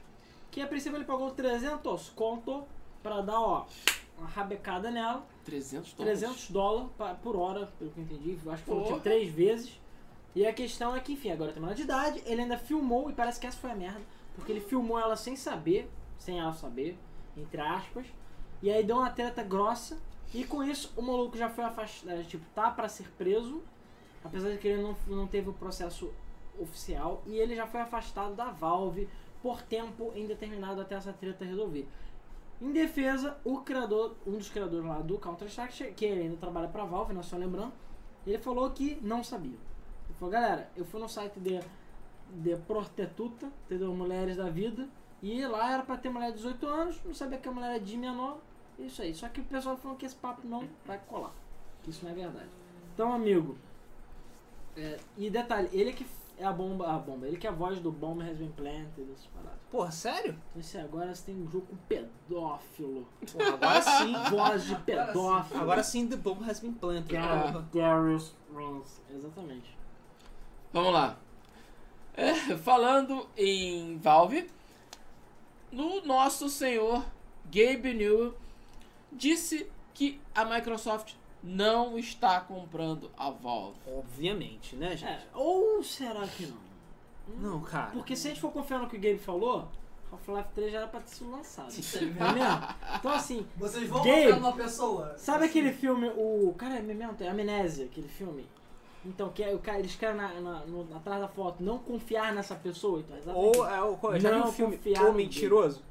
[SPEAKER 1] que a princípio ele pagou 300 conto pra dar, ó, uma rabecada nela,
[SPEAKER 2] 300 dólares.
[SPEAKER 1] 300 dólares pa- por hora, pelo que eu entendi, eu acho que foi
[SPEAKER 2] Porra.
[SPEAKER 1] tipo três vezes. E a questão é que, enfim, agora tem menor de idade, ele ainda filmou, e parece que essa foi a merda, porque ele filmou ela sem saber, sem ela saber, entre aspas, e aí deu uma treta grossa, e com isso o maluco já foi afastado, tipo, tá pra ser preso, apesar de que ele não, não teve o processo oficial, e ele já foi afastado da Valve por tempo indeterminado até essa treta resolver. Em defesa, o criador, um dos criadores lá do Counter-Strike, que ele ainda trabalha pra Valve, não só lembrando, ele falou que não sabia. Ele falou, galera, eu fui no site de, de prostituta, entendeu? Mulheres da vida, e lá era pra ter mulher de 18 anos, não sabia que a mulher era de menor, isso aí. Só que o pessoal falou que esse papo não vai colar, que isso não é verdade. Então, amigo, é, e detalhe, ele que é a bomba, a bomba, ele que é a voz do Bomber Has Been Planted, essas paradas.
[SPEAKER 3] Porra, sério?
[SPEAKER 1] Então, isso aí, agora você tem um jogo com pedófilo.
[SPEAKER 3] Porra, agora sim.
[SPEAKER 1] Voz de pedófilo.
[SPEAKER 3] Agora sim, The Bomb Has Been Planted.
[SPEAKER 1] Cara,
[SPEAKER 3] Porra.
[SPEAKER 1] Darius Runs. Exatamente.
[SPEAKER 2] Vamos lá. É, falando em Valve, no nosso senhor Gabe Newell disse que a Microsoft não está comprando a Valve.
[SPEAKER 3] Obviamente, né, gente?
[SPEAKER 1] É, ou será que não?
[SPEAKER 3] Não, cara.
[SPEAKER 1] Porque se a gente for confiar no que o Gabe falou, Half-Life 3 já era pra ter sido lançado. Não é mesmo? Então assim,
[SPEAKER 4] Vocês vão
[SPEAKER 1] Gabe,
[SPEAKER 4] matar uma pessoa.
[SPEAKER 3] Tá
[SPEAKER 1] sabe aquele filme, o. Cara, é mesmo, é Amnésia, aquele filme? Então, que é, o cara, eles querem na, na- no- atrás da foto não confiar nessa pessoa. Então, é exatamente
[SPEAKER 3] Ou é o já
[SPEAKER 1] Não
[SPEAKER 3] viu o filme
[SPEAKER 1] confiar
[SPEAKER 3] O
[SPEAKER 1] no
[SPEAKER 3] Mentiroso?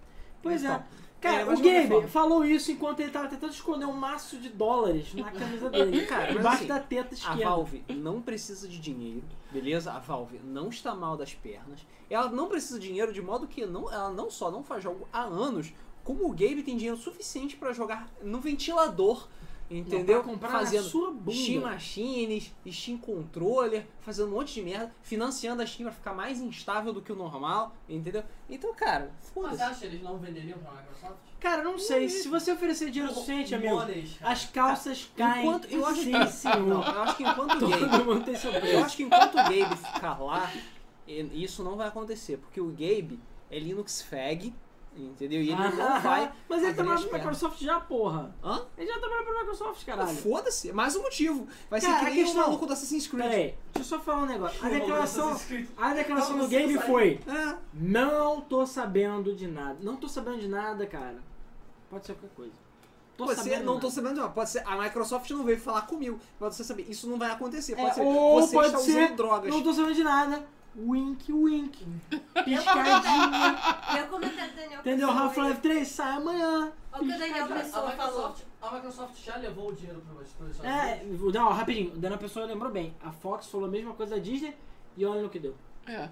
[SPEAKER 1] Pois
[SPEAKER 3] Então,
[SPEAKER 1] é. Cara,
[SPEAKER 3] é, mas
[SPEAKER 1] o
[SPEAKER 3] de qualquer
[SPEAKER 1] Gabe
[SPEAKER 3] forma.
[SPEAKER 1] falou isso enquanto ele tava tentando esconder um maço de dólares na camisa dele.
[SPEAKER 3] Cara, mas
[SPEAKER 1] embaixo
[SPEAKER 3] assim,
[SPEAKER 1] da teta
[SPEAKER 3] A
[SPEAKER 1] esquerda.
[SPEAKER 3] Valve não precisa de dinheiro, beleza? A Valve não está mal das pernas. Ela não precisa de dinheiro de modo que não, ela não só não faz jogo há anos, como o Gabe tem dinheiro suficiente para jogar no ventilador, entendeu?
[SPEAKER 1] Não, pra comprar na
[SPEAKER 3] fazendo
[SPEAKER 1] sua bunda.
[SPEAKER 3] Steam Machines, Steam Controller, fazendo um monte de merda, financiando a Steam pra ficar mais instável do que o normal, entendeu? Então, cara,
[SPEAKER 4] Mas
[SPEAKER 3] foda-se.
[SPEAKER 4] acha que eles não venderiam pra Microsoft?
[SPEAKER 1] Cara, não sei. Se você oferecer dinheiro suficiente, amigo,
[SPEAKER 4] Mones, cara.
[SPEAKER 1] as calças caem.
[SPEAKER 3] Enquanto, eu acho, tá
[SPEAKER 1] Sim,
[SPEAKER 3] não,
[SPEAKER 1] senhor.
[SPEAKER 3] eu acho que enquanto o Gabe
[SPEAKER 1] Todo mundo tem seu
[SPEAKER 3] Eu
[SPEAKER 1] preço.
[SPEAKER 3] acho que enquanto o Gabe ficar lá, e- isso não vai acontecer, porque o Gabe é Linux Fag, entendeu? E ele
[SPEAKER 1] Ah,
[SPEAKER 3] não vai.
[SPEAKER 1] Mas ele
[SPEAKER 3] abrir
[SPEAKER 1] trabalha
[SPEAKER 3] as
[SPEAKER 1] pra
[SPEAKER 3] pernas.
[SPEAKER 1] Microsoft já, porra.
[SPEAKER 3] Hã?
[SPEAKER 1] Ele já trabalha pra Microsoft, caralho.
[SPEAKER 3] Foda-se, é mais um motivo. Vai
[SPEAKER 1] Cara,
[SPEAKER 3] ser
[SPEAKER 1] a
[SPEAKER 3] que nem o
[SPEAKER 1] questão-
[SPEAKER 3] maluco do Assassin's Creed.
[SPEAKER 1] Peraí, deixa eu só falar um negócio. A
[SPEAKER 4] Pô,
[SPEAKER 1] declaração,
[SPEAKER 4] Assassin's Creed.
[SPEAKER 1] a declaração
[SPEAKER 4] Tá,
[SPEAKER 1] do
[SPEAKER 4] você
[SPEAKER 1] Gabe
[SPEAKER 4] sai-
[SPEAKER 1] foi:
[SPEAKER 3] É,
[SPEAKER 1] Não tô sabendo de nada. Não tô sabendo de nada, cara. Pode ser qualquer coisa. Tô
[SPEAKER 3] pode ser,
[SPEAKER 1] sabendo né?
[SPEAKER 3] não
[SPEAKER 1] nada.
[SPEAKER 3] tô sabendo, não. Pode ser, a Microsoft não veio falar comigo. Pode você saber, isso não vai acontecer.
[SPEAKER 1] É,
[SPEAKER 3] Pode ser,
[SPEAKER 1] ou
[SPEAKER 3] você
[SPEAKER 1] pode
[SPEAKER 3] está
[SPEAKER 1] ser,
[SPEAKER 3] usando drogas.
[SPEAKER 1] Não tô sabendo de nada. Wink, wink. Piscadinha.
[SPEAKER 6] E eu comentário do Daniel.
[SPEAKER 1] Entendeu?
[SPEAKER 6] Pessoa,
[SPEAKER 1] Half-Life
[SPEAKER 7] é-
[SPEAKER 1] 3 sai amanhã.
[SPEAKER 6] Olha o que o Daniel
[SPEAKER 4] Cara,
[SPEAKER 6] Pessoa
[SPEAKER 4] a,
[SPEAKER 6] falou.
[SPEAKER 4] Microsoft, a Microsoft já levou o dinheiro pro Estados
[SPEAKER 1] É,
[SPEAKER 4] Unidos.
[SPEAKER 1] não, rapidinho. O Dana Pessoa lembrou bem. A Fox falou a mesma coisa da Disney e olha no que deu.
[SPEAKER 2] É.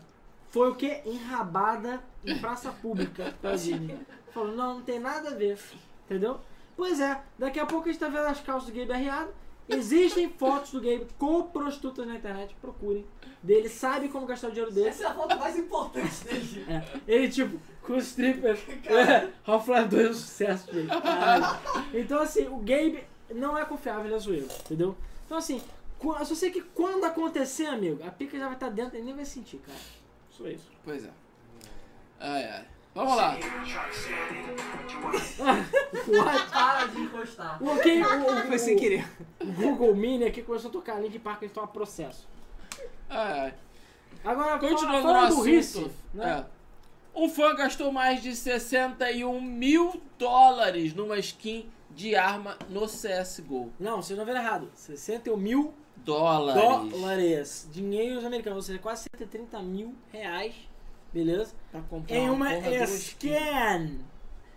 [SPEAKER 1] Foi o quê? Enrabada em praça pública da Disney. Falou, não, não tem nada a ver. Entendeu? Pois é, daqui a pouco a gente tá vendo as calças do Gabe arriado. Existem fotos do Gabe com prostitutas na internet, procurem. Dele sabe como gastar o dinheiro dele.
[SPEAKER 4] Essa é a foto mais importante dele.
[SPEAKER 1] É, ele, tipo, com stripper, é, Half-Life 2 é um sucesso, gente. Caralho. Então, assim, o Gabe não é confiável, ele é zoeiro, entendeu? Então, assim, qu- eu só sei que quando acontecer, amigo, a pica já vai estar dentro, ele nem vai sentir, cara. Só isso.
[SPEAKER 2] Pois é. Ai, ai. Vamos lá.
[SPEAKER 1] What?
[SPEAKER 4] Para de encostar.
[SPEAKER 1] O, quem, o, o-
[SPEAKER 3] Foi sem querer.
[SPEAKER 1] o Google Mini aqui começou a tocar Link Park, então é processo.
[SPEAKER 2] Ai,
[SPEAKER 1] Tá
[SPEAKER 2] ai.
[SPEAKER 1] Agora,
[SPEAKER 2] Continuando
[SPEAKER 1] fala,
[SPEAKER 2] no
[SPEAKER 1] fala
[SPEAKER 2] assunto.
[SPEAKER 1] burrice, né?
[SPEAKER 2] é. Um fã gastou mais de 61 mil dólares numa skin de arma no CSGO.
[SPEAKER 1] Não, vocês não viram errado. 61 mil
[SPEAKER 2] Dólares.
[SPEAKER 1] dólares. Dinheiros americanos, ou seja, quase 130 mil reais. Beleza?
[SPEAKER 2] Pra comprar
[SPEAKER 1] Em É uma
[SPEAKER 2] porra de skin.
[SPEAKER 1] scan.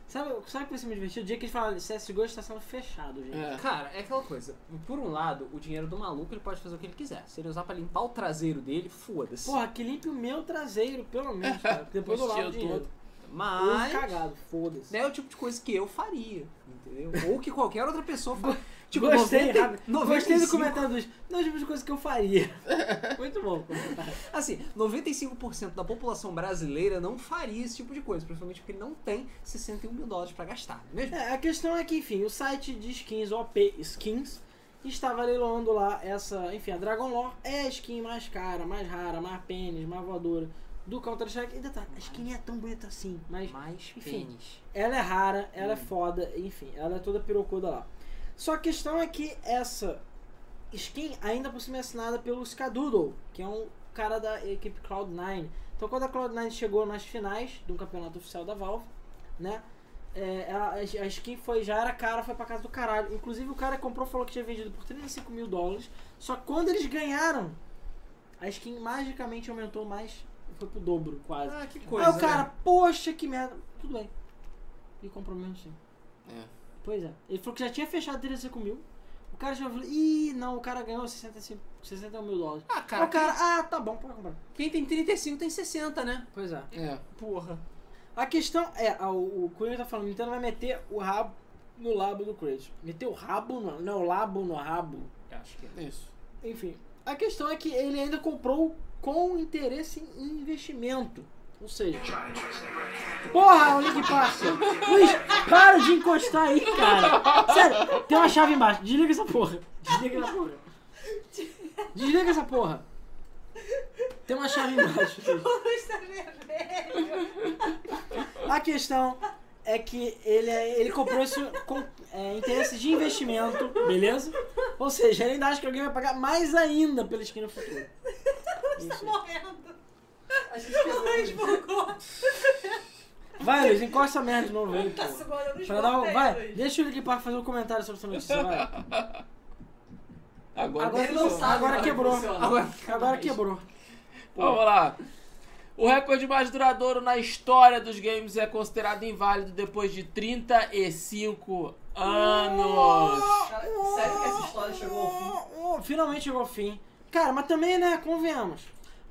[SPEAKER 1] Sabe, sabe o que vai ser muito divertido? O dia que eles falam CSGO está sendo fechado, gente.
[SPEAKER 2] É.
[SPEAKER 3] Cara, é aquela coisa. Por um lado, o dinheiro do maluco ele pode fazer o que ele quiser. Se ele usar pra limpar o traseiro dele, foda-se.
[SPEAKER 1] Porra, que limpe o meu traseiro, pelo menos, cara. porque Depois eu lavo o
[SPEAKER 2] Postil
[SPEAKER 1] dinheiro. Ou
[SPEAKER 3] Mas.
[SPEAKER 1] cagado, foda-se.
[SPEAKER 3] né, é o tipo de coisa que eu faria, entendeu? Ou que qualquer outra pessoa faria. Tipo,
[SPEAKER 1] Gostei,
[SPEAKER 3] 90
[SPEAKER 1] rápido. Gostei do
[SPEAKER 3] 95
[SPEAKER 1] comentário dos... Não, tipo de coisa que eu faria. Muito bom o comentário.
[SPEAKER 3] Assim, 95% da população brasileira não faria esse tipo de coisa, principalmente porque não tem 61 mil dólares pra gastar, não é mesmo?
[SPEAKER 1] É, a questão é que, enfim, o site de skins OP Skins estava leiloando lá essa, enfim, a Dragon Lore é a skin mais cara, mais rara, mais pênis, mais voadora do Counter Strike. E detalhe, a skin nem é tão bonita assim, mas
[SPEAKER 3] Mais
[SPEAKER 1] Enfim.
[SPEAKER 3] pênis.
[SPEAKER 1] ela é rara, ela
[SPEAKER 3] Hum.
[SPEAKER 1] é foda, enfim, ela é toda pirocuda lá. Só a questão é que essa skin ainda por cima é assinada pelo Skadoodle, que é um cara da equipe Cloud9. Então quando a Cloud9 chegou nas finais do campeonato oficial da Valve, né? é, ela- a, a skin foi, já era cara, foi pra casa do caralho. Inclusive o cara comprou falou que tinha vendido por 35 mil dólares. Só que quando eles ganharam, a skin magicamente aumentou mais. Foi pro dobro, quase.
[SPEAKER 3] Ah, que
[SPEAKER 1] Aí o cara, poxa, que merda. Tudo bem. Ele comprou mesmo sim.
[SPEAKER 2] É.
[SPEAKER 1] Pois é. Ele falou que já tinha fechado 35 mil. O cara já falou, ih, não, o cara ganhou 65, 61 mil dólares.
[SPEAKER 3] Ah,
[SPEAKER 1] Aí
[SPEAKER 3] cara,
[SPEAKER 1] o cara, ah, tá bom, pode comprar.
[SPEAKER 3] quem tem 35 tem 60, né?
[SPEAKER 1] Pois é.
[SPEAKER 2] É.
[SPEAKER 3] Porra.
[SPEAKER 1] A questão é, a- o, o Coringa tá falando, Nintendo vai meter o rabo no labo do Crazy. Meter o rabo no. Não, o labo no rabo.
[SPEAKER 3] Acho que é.
[SPEAKER 2] Isso.
[SPEAKER 1] Enfim, a questão é que ele ainda comprou com interesse em investimento. Ou seja. Porra, o Link Parça! Luiz, para de encostar aí, cara! Sério, tem uma chave embaixo. Desliga essa porra. Desliga essa porra. Desliga essa porra. Tem uma chave embaixo. Luiz.
[SPEAKER 6] Está vermelho.
[SPEAKER 1] A questão é que ele, ele comprou isso com é, interesse de investimento, beleza? Ou seja, ele ainda acha que alguém vai pagar mais ainda pela esquina futura.
[SPEAKER 6] Está tá morrendo.
[SPEAKER 4] A gente
[SPEAKER 6] O Luiz
[SPEAKER 1] um
[SPEAKER 4] pegou.
[SPEAKER 6] bugou.
[SPEAKER 1] Vai, Luiz, encosta a merda de novo aí.
[SPEAKER 6] Tá
[SPEAKER 1] pô.
[SPEAKER 6] segurando os
[SPEAKER 1] Pra dar um-
[SPEAKER 6] botões,
[SPEAKER 1] Vai,
[SPEAKER 6] Luiz.
[SPEAKER 1] deixa o Rick Park fazer um comentário sobre essa notícia, vai.
[SPEAKER 2] Agora,
[SPEAKER 1] Agora
[SPEAKER 4] Ele não sabe
[SPEAKER 1] Agora
[SPEAKER 4] como é
[SPEAKER 1] quebrou.
[SPEAKER 4] funciona.
[SPEAKER 1] Agora, agora quebrou.
[SPEAKER 2] Vamos lá. O recorde mais duradouro na história dos games é considerado inválido depois de 35 anos.
[SPEAKER 4] Cara, sério que essa história chegou ao fim?
[SPEAKER 1] Oh, oh, Finalmente chegou ao fim. Cara, mas também, né, convenhamos.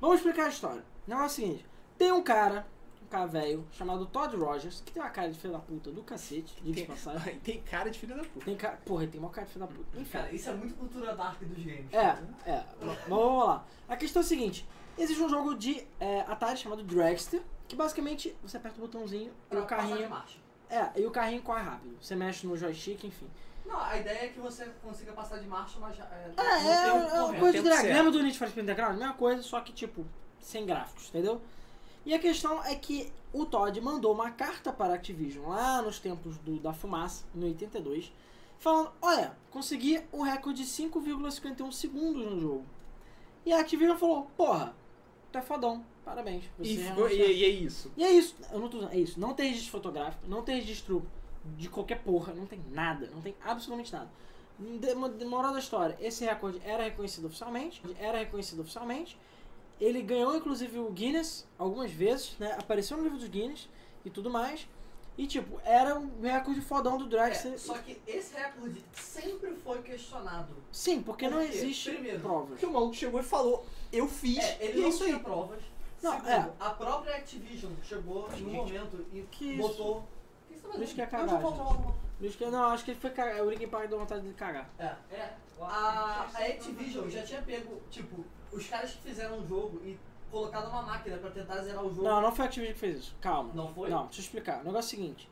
[SPEAKER 1] Vamos explicar a história. O negócio é o seguinte. Tem um cara, um cara velho, chamado Todd Rogers, que tem uma cara de filho da puta do cacete, diga de passagem.
[SPEAKER 3] Tem, tem cara de filho da puta.
[SPEAKER 1] Tem cara, porra, ele tem uma cara de filho da puta. Enfim.
[SPEAKER 4] Cara, isso é muito cultura dark dos games.
[SPEAKER 1] É, é. Mas vamos lá. A questão é a seguinte: existe um jogo de é, Atari chamado Dragster, que basicamente você aperta o botãozinho e
[SPEAKER 4] Pra
[SPEAKER 1] o
[SPEAKER 4] passar de
[SPEAKER 1] Um carrinho.
[SPEAKER 4] marcha.
[SPEAKER 1] É, e o carrinho corre rápido. Você mexe no joystick, enfim.
[SPEAKER 4] Não, a ideia é que você consiga passar de marcha, mas. É,
[SPEAKER 1] É, é,
[SPEAKER 4] não tem
[SPEAKER 1] é
[SPEAKER 4] um
[SPEAKER 1] uma
[SPEAKER 4] correto.
[SPEAKER 1] coisa de
[SPEAKER 3] tempo
[SPEAKER 1] drag.
[SPEAKER 3] certo.
[SPEAKER 1] Lembra do Need for Speed Underground? Mesma coisa, só que tipo, sem gráficos, entendeu? E a questão é que o Todd mandou uma carta para a Activision lá nos tempos do, da fumaça, no 82, falando, olha, consegui o recorde de 5,51 segundos no jogo. E a Activision falou, porra, tu é fodão, parabéns. você
[SPEAKER 3] E,
[SPEAKER 1] realmente
[SPEAKER 3] ficou-
[SPEAKER 1] é."
[SPEAKER 3] e- e é isso.
[SPEAKER 1] E é isso. Eu não tô usando. É isso. Não tem registro fotográfico, não tem registro de qualquer porra, não tem nada, não tem absolutamente nada. Demo- de- Moral da história, esse recorde era reconhecido oficialmente, era reconhecido oficialmente. Ele ganhou inclusive o Guinness algumas vezes, né? Apareceu no livro dos Guinness e tudo mais. E tipo, era um recorde fodão do Dragster.
[SPEAKER 4] É, só que esse recorde sempre foi questionado.
[SPEAKER 1] Sim, porque não
[SPEAKER 4] Por quê?
[SPEAKER 1] existe
[SPEAKER 4] Primeiro,
[SPEAKER 1] provas.
[SPEAKER 3] Porque o maluco chegou e falou, eu fiz,
[SPEAKER 4] É,
[SPEAKER 3] e
[SPEAKER 4] ele
[SPEAKER 3] é
[SPEAKER 4] não
[SPEAKER 3] isso aí.
[SPEAKER 4] tinha provas.
[SPEAKER 1] Não,
[SPEAKER 4] Segundo,
[SPEAKER 1] é.
[SPEAKER 4] a própria Activision chegou
[SPEAKER 1] Gente,
[SPEAKER 4] no momento e
[SPEAKER 1] que isso?
[SPEAKER 4] botou. O que você tá fazendo?
[SPEAKER 1] Isso
[SPEAKER 7] um.
[SPEAKER 1] que é
[SPEAKER 4] Não,
[SPEAKER 1] cagagem.
[SPEAKER 4] já volto, volto, volto.
[SPEAKER 1] Acho que- Não, acho que ele foi cagar. O Ricky Park deu vontade de cagar.
[SPEAKER 4] É.
[SPEAKER 6] É.
[SPEAKER 4] A, a Activision já tinha pego, tipo, os caras que fizeram o jogo e colocado uma máquina pra tentar zerar o jogo.
[SPEAKER 1] Não, não foi a Activision que fez isso. Calma.
[SPEAKER 4] Não foi?
[SPEAKER 1] Não, deixa eu explicar. O negócio é o seguinte.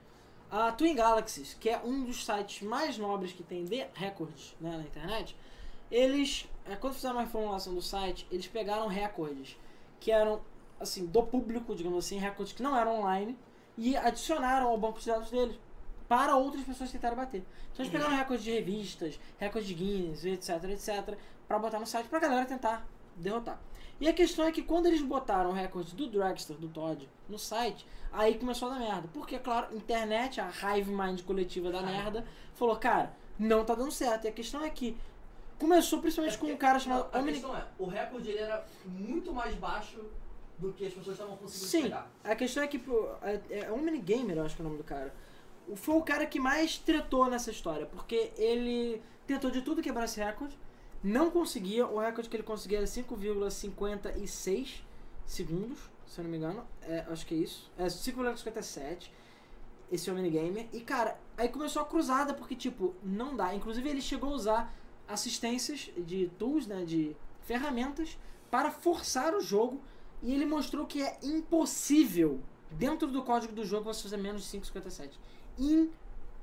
[SPEAKER 1] A Twin Galaxies, que é um dos sites mais nobres que tem de recordes né, na internet, eles, é, quando fizeram uma reformulação do site, eles pegaram recordes que eram, assim, do público, digamos assim, recordes que não eram online, e adicionaram ao banco de dados deles para outras pessoas tentarem bater. Então eles pegaram recordes de revistas, recordes de Guinness, etc, etc, para botar no site pra galera tentar derrotar. E a questão é que quando eles botaram o recorde do Dragster, do Todd, no site, aí começou a dar merda. Porque, claro, internet, a hive mind coletiva da merda, falou, cara, não tá dando certo. E a questão é que começou principalmente com um cara chamado
[SPEAKER 4] É A
[SPEAKER 1] Omni...
[SPEAKER 4] questão é, o recorde ele era muito mais baixo do que as pessoas estavam conseguindo
[SPEAKER 1] Sim,
[SPEAKER 4] pegar.
[SPEAKER 1] a questão é que pô, é, é Omni Gamer, eu acho que é o nome do cara. O- Foi o cara que mais tretou nessa história, porque ele tentou de tudo quebrar esse recorde, não conseguia, o recorde que ele conseguia era 5,56 segundos, se eu não me engano, é, acho que é isso, é 5,57, esse Omni Gamer, e cara, aí começou a cruzada, porque tipo, não dá, inclusive ele chegou a usar assistências de tools, né, de ferramentas, para forçar o jogo e ele mostrou que é impossível, dentro do código do jogo, você fazer menos de 5,57.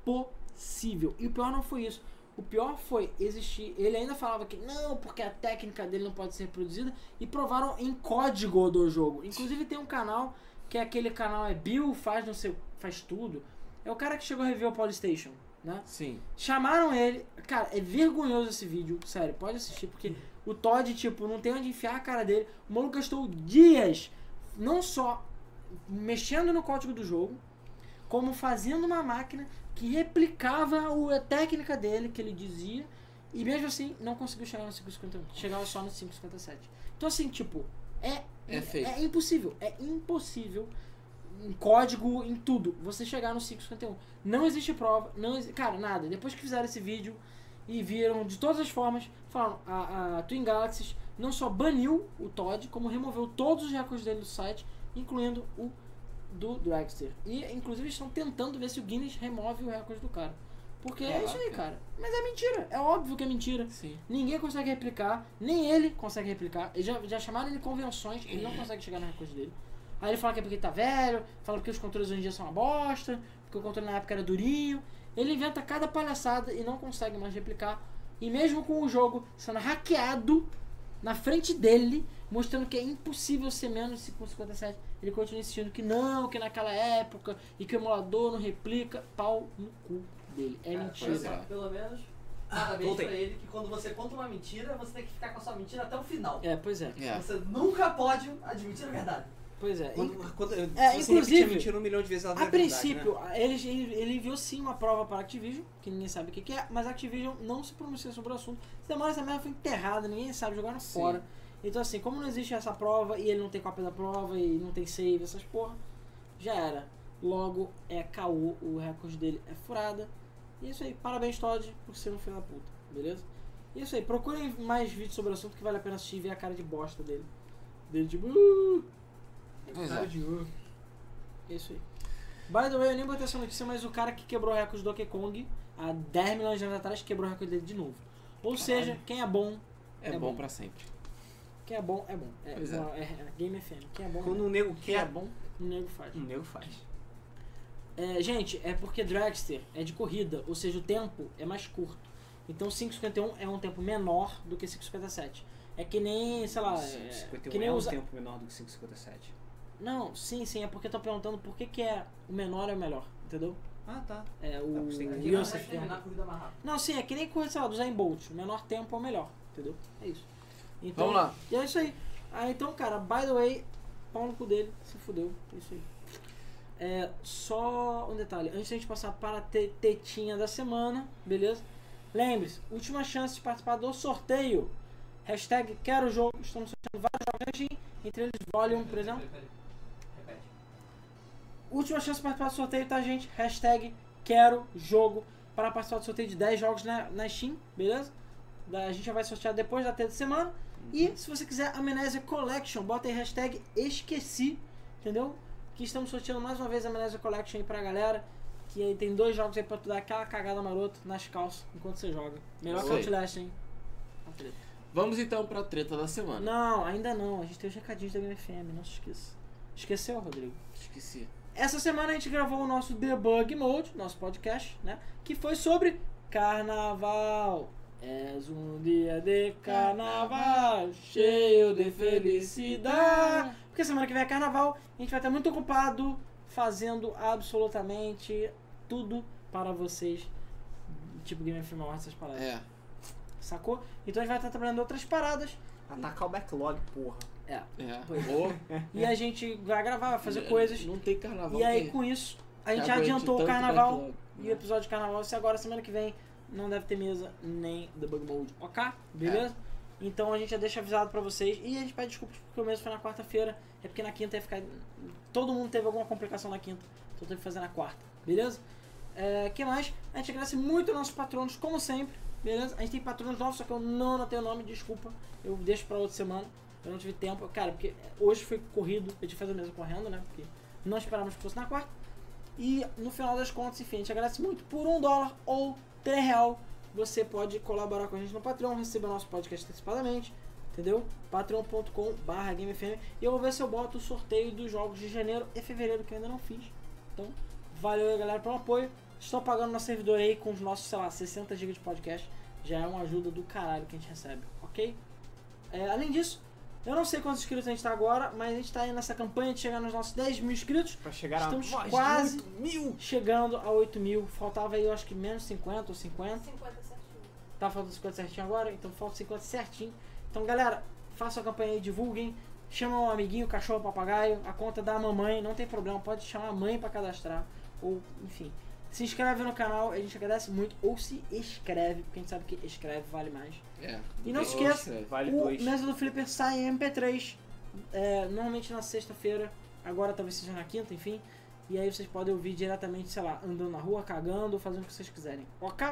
[SPEAKER 1] Impossível. E o pior não foi isso. O pior foi existir. Ele ainda falava que não, porque a técnica dele não pode ser reproduzida. E provaram em código do jogo. Inclusive tem um canal que é aquele canal é Bill faz não sei, faz tudo. É o cara que chegou a rever o Polystation, né?
[SPEAKER 2] Sim.
[SPEAKER 1] Chamaram ele. Cara, é vergonhoso esse vídeo. Sério, pode assistir, porque o Todd, tipo, não tem onde enfiar a cara dele. O maluco gastou dias, não só mexendo no código do jogo, como fazendo uma máquina que replicava o- a técnica dele, que ele dizia, e mesmo assim não conseguiu chegar no 551. Chegava só no 557. Então, assim, tipo, é,
[SPEAKER 2] É feio.
[SPEAKER 1] é impossível. É impossível em código, em tudo, você chegar no 551. Não existe prova, não exi- Cara, nada. Depois que fizeram esse vídeo e viram de todas as formas, falaram, a, a Twin Galaxies não só baniu o Todd, como removeu todos os recordes dele do site, incluindo o do Dragster. E inclusive estão tentando ver se o Guinness remove o recorde do cara. Porque é isso aí, cara. Mas é mentira, é óbvio que é mentira.
[SPEAKER 2] Sim.
[SPEAKER 1] Ninguém consegue replicar, nem ele consegue replicar. Eles já, já chamaram ele em convenções, ele não consegue chegar no recorde dele. Aí ele fala que é porque ele tá velho, fala porque os controles hoje em dia são uma bosta, porque o controle na época era durinho. Ele inventa cada palhaçada e não consegue mais replicar. E mesmo com o jogo sendo hackeado na frente dele, mostrando que é impossível ser menos de 557, ele continua insistindo que não, que naquela época, e que o emulador não replica. Pau no cu dele. É
[SPEAKER 4] Cara,
[SPEAKER 1] mentira.
[SPEAKER 4] pois é, Pelo menos parabéns
[SPEAKER 3] Voltei.
[SPEAKER 4] pra ele que quando você conta uma mentira, você tem que ficar com a sua mentira até o final.
[SPEAKER 1] É, pois é.
[SPEAKER 2] É.
[SPEAKER 4] Você nunca pode admitir a verdade.
[SPEAKER 1] Pois é. E,
[SPEAKER 3] Quando, tipo quando,
[SPEAKER 1] É,
[SPEAKER 3] se você repetir a
[SPEAKER 1] inclusive,
[SPEAKER 3] mentira um milhão de vezes, ela não
[SPEAKER 1] a
[SPEAKER 3] é verdade,
[SPEAKER 1] princípio, ele, ele, ele enviou sim uma prova para a Activision, que ninguém sabe o que, que é, mas a Activision não se pronunciou sobre o assunto. Essa demora essa merda foi enterrada, ninguém sabe, jogaram
[SPEAKER 2] Sim.
[SPEAKER 1] fora. Então assim, como não existe essa prova e ele não tem cópia da prova e não tem save, essas porra, já era. Logo é caô, o recorde dele é furada. E é isso aí, parabéns Todd por ser um filho da puta, beleza? E é isso aí, procurem mais vídeos sobre o assunto que vale a pena assistir e ver a cara de bosta dele. Dele tipo, "Uh",
[SPEAKER 2] Pois
[SPEAKER 1] cara
[SPEAKER 2] é.
[SPEAKER 1] de "Uh". É isso aí. By the way, eu nem botei essa notícia, mas o cara que quebrou o recorde do Donkey Kong há 10 milhões de anos atrás quebrou o recorde dele de novo. Ou seja, quem é bom,
[SPEAKER 2] É,
[SPEAKER 1] É
[SPEAKER 2] bom
[SPEAKER 1] bom.
[SPEAKER 2] pra sempre.
[SPEAKER 1] quem é bom, é bom. É,
[SPEAKER 2] Pois é.
[SPEAKER 1] não, é- é Game FM. Quem é bom,
[SPEAKER 3] né? Quando um nego
[SPEAKER 1] quem é
[SPEAKER 3] quer,
[SPEAKER 1] bom, o nego faz.
[SPEAKER 3] um nego faz.
[SPEAKER 1] É, gente, é porque Dragster é de corrida, ou seja, o tempo é mais curto. Então 5,51 é um tempo menor do que 5,57. É que nem, sei lá, é,
[SPEAKER 3] 51
[SPEAKER 1] que nem
[SPEAKER 3] é um
[SPEAKER 1] usa-
[SPEAKER 3] tempo menor do que 557.
[SPEAKER 1] Não, sim, sim, é porque eu tô perguntando por que, que é o menor é o melhor, entendeu?
[SPEAKER 3] Ah, tá.
[SPEAKER 1] É o
[SPEAKER 3] Ah, você tem que-
[SPEAKER 1] o
[SPEAKER 4] Aqui não vai
[SPEAKER 1] Yosef
[SPEAKER 4] terminar a
[SPEAKER 1] Ferrari.
[SPEAKER 4] corrida mais rápido.
[SPEAKER 1] Não, sim, é que nem corrida, sei lá, do Zayn Bolt. O menor tempo é o melhor, entendeu? É isso. Então,
[SPEAKER 2] Vamos lá.
[SPEAKER 1] E é isso aí. Ah, então, cara, by the way, pau no cu dele, se fudeu. É isso aí. É, só um detalhe, antes da gente passar para a te- tetinha da semana, beleza? Lembre-se, última chance de participar do sorteio. Hashtag quero jogo, estamos sorteando vários jogos da Steam, entre eles Volume, por exemplo.
[SPEAKER 4] Peraí, peraí. Repete.
[SPEAKER 1] Última chance de participar do sorteio, tá, gente? Hashtag quero jogo para participar do sorteio de 10 jogos na, na Steam, beleza? Da- a gente já vai sortear depois da terça semana. E se você quiser Amnésia Collection, bota aí hashtag esqueci, entendeu? Que estamos sorteando mais uma vez a Amnésia Collection aí pra galera. Que aí tem dois jogos aí pra tu dar aquela cagada maroto nas calças enquanto você joga. Melhor que
[SPEAKER 2] Isso aí.
[SPEAKER 1] Outlast, hein? A treta.
[SPEAKER 2] Vamos então pra treta da semana.
[SPEAKER 1] Não, ainda não. A gente tem os recadinhos da BFM, não se esqueça. Esqueceu, Rodrigo?
[SPEAKER 2] Esqueci.
[SPEAKER 1] Essa semana a gente gravou o nosso Debug Mode, nosso podcast, né? Que foi sobre carnaval. És um dia de carnaval, cheio de felicidade. Porque semana que vem é carnaval, a gente vai estar muito ocupado fazendo absolutamente tudo para vocês. Tipo Game of Thrones, essas paradas.
[SPEAKER 2] É.
[SPEAKER 1] Sacou? Então a gente vai estar trabalhando outras paradas.
[SPEAKER 3] Atacar o backlog, porra.
[SPEAKER 1] É.
[SPEAKER 2] É.
[SPEAKER 1] Pois
[SPEAKER 2] Ou-
[SPEAKER 1] E a gente vai gravar, vai fazer coisas.
[SPEAKER 2] É. Não tem carnaval.
[SPEAKER 1] E aí,
[SPEAKER 2] que-
[SPEAKER 1] com isso, a
[SPEAKER 2] que
[SPEAKER 1] gente
[SPEAKER 2] aguente
[SPEAKER 1] adiantou o
[SPEAKER 2] tanto
[SPEAKER 1] carnaval.
[SPEAKER 2] backlog,
[SPEAKER 1] E o
[SPEAKER 2] né?
[SPEAKER 1] episódio de carnaval se agora, semana que vem, não deve ter mesa nem debug mode, ok? Beleza? Então a gente já deixa avisado pra vocês. E a gente pede desculpas porque o mês foi na quarta-feira. É porque na quinta ia ficar. Todo mundo teve alguma complicação na quinta. Então teve que fazer na quarta, beleza? É, que mais? A gente agradece muito aos nossos patronos, como sempre, beleza? A gente tem patronos novos, só que eu não anotei o nome, desculpa. Eu deixo pra outra semana. Eu não tive tempo. Cara, porque hoje foi corrido, a gente fez a mesa correndo, né? Porque não esperávamos que fosse na quarta. E no final das contas, enfim, a gente agradece muito. Por um dólar ou três real, você pode colaborar com a gente no Patreon, receber nosso podcast antecipadamente, entendeu? patreon.com barra GameFM. E eu vou ver se eu boto o sorteio dos jogos de janeiro e fevereiro que eu ainda não fiz. Então, valeu aí, galera, pelo apoio. Estou pagando nosso servidor aí com os nossos, sei lá, 60 GB de podcast. Já é uma ajuda do caralho que a gente recebe, ok? É, além disso, eu não sei quantos inscritos a gente tá agora, mas a gente tá aí nessa campanha de chegar nos nossos 10 mil inscritos.
[SPEAKER 3] Pra chegar
[SPEAKER 1] Estamos
[SPEAKER 3] a mais de
[SPEAKER 1] quase-
[SPEAKER 3] 8 mil.
[SPEAKER 1] Chegando a 8 mil, faltava aí, eu acho que menos 50 ou 50.
[SPEAKER 6] 50 certinho.
[SPEAKER 1] Tá faltando 50 certinho agora, então falta 50 certinho. Então, galera, façam a campanha aí, divulguem. Chama um amiguinho, cachorro, papagaio, a conta da mamãe, não tem problema, pode chamar a mãe pra cadastrar. Ou, enfim. Se inscreve no canal, a gente agradece muito. Ou se escreve, porque a gente sabe que escreve vale mais.
[SPEAKER 2] É.
[SPEAKER 1] E não
[SPEAKER 2] Tem-
[SPEAKER 1] se esqueça,
[SPEAKER 2] Nossa,
[SPEAKER 3] É, Vale
[SPEAKER 1] o
[SPEAKER 3] dois.
[SPEAKER 1] Mesa do Flipper sai em MP3, é, normalmente na sexta-feira, agora talvez seja na quinta, enfim. E aí vocês podem ouvir diretamente, sei lá, andando na rua, cagando, fazendo o que vocês quiserem. Ok?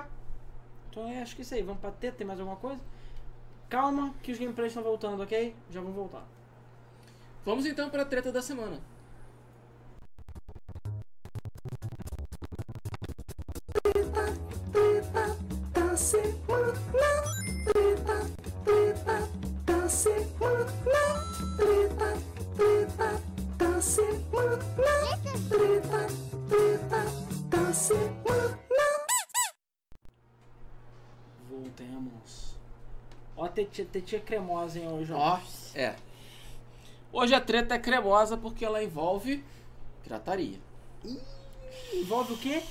[SPEAKER 1] Então eu acho que é isso aí. Vamos pra T, tem mais alguma coisa? Calma, que os gameplays estão voltando, ok? Já vão voltar.
[SPEAKER 2] Vamos então pra treta da semana.
[SPEAKER 5] da semana. Treta, treta da semana. Treta, treta da semana. Treta, treta da semana.
[SPEAKER 1] Voltemos. Ó, a tetia, tetia cremosa, hein, ô João.
[SPEAKER 2] Ó, é. Hoje a treta é cremosa porque ela envolve pirataria.
[SPEAKER 1] Envolve o quê?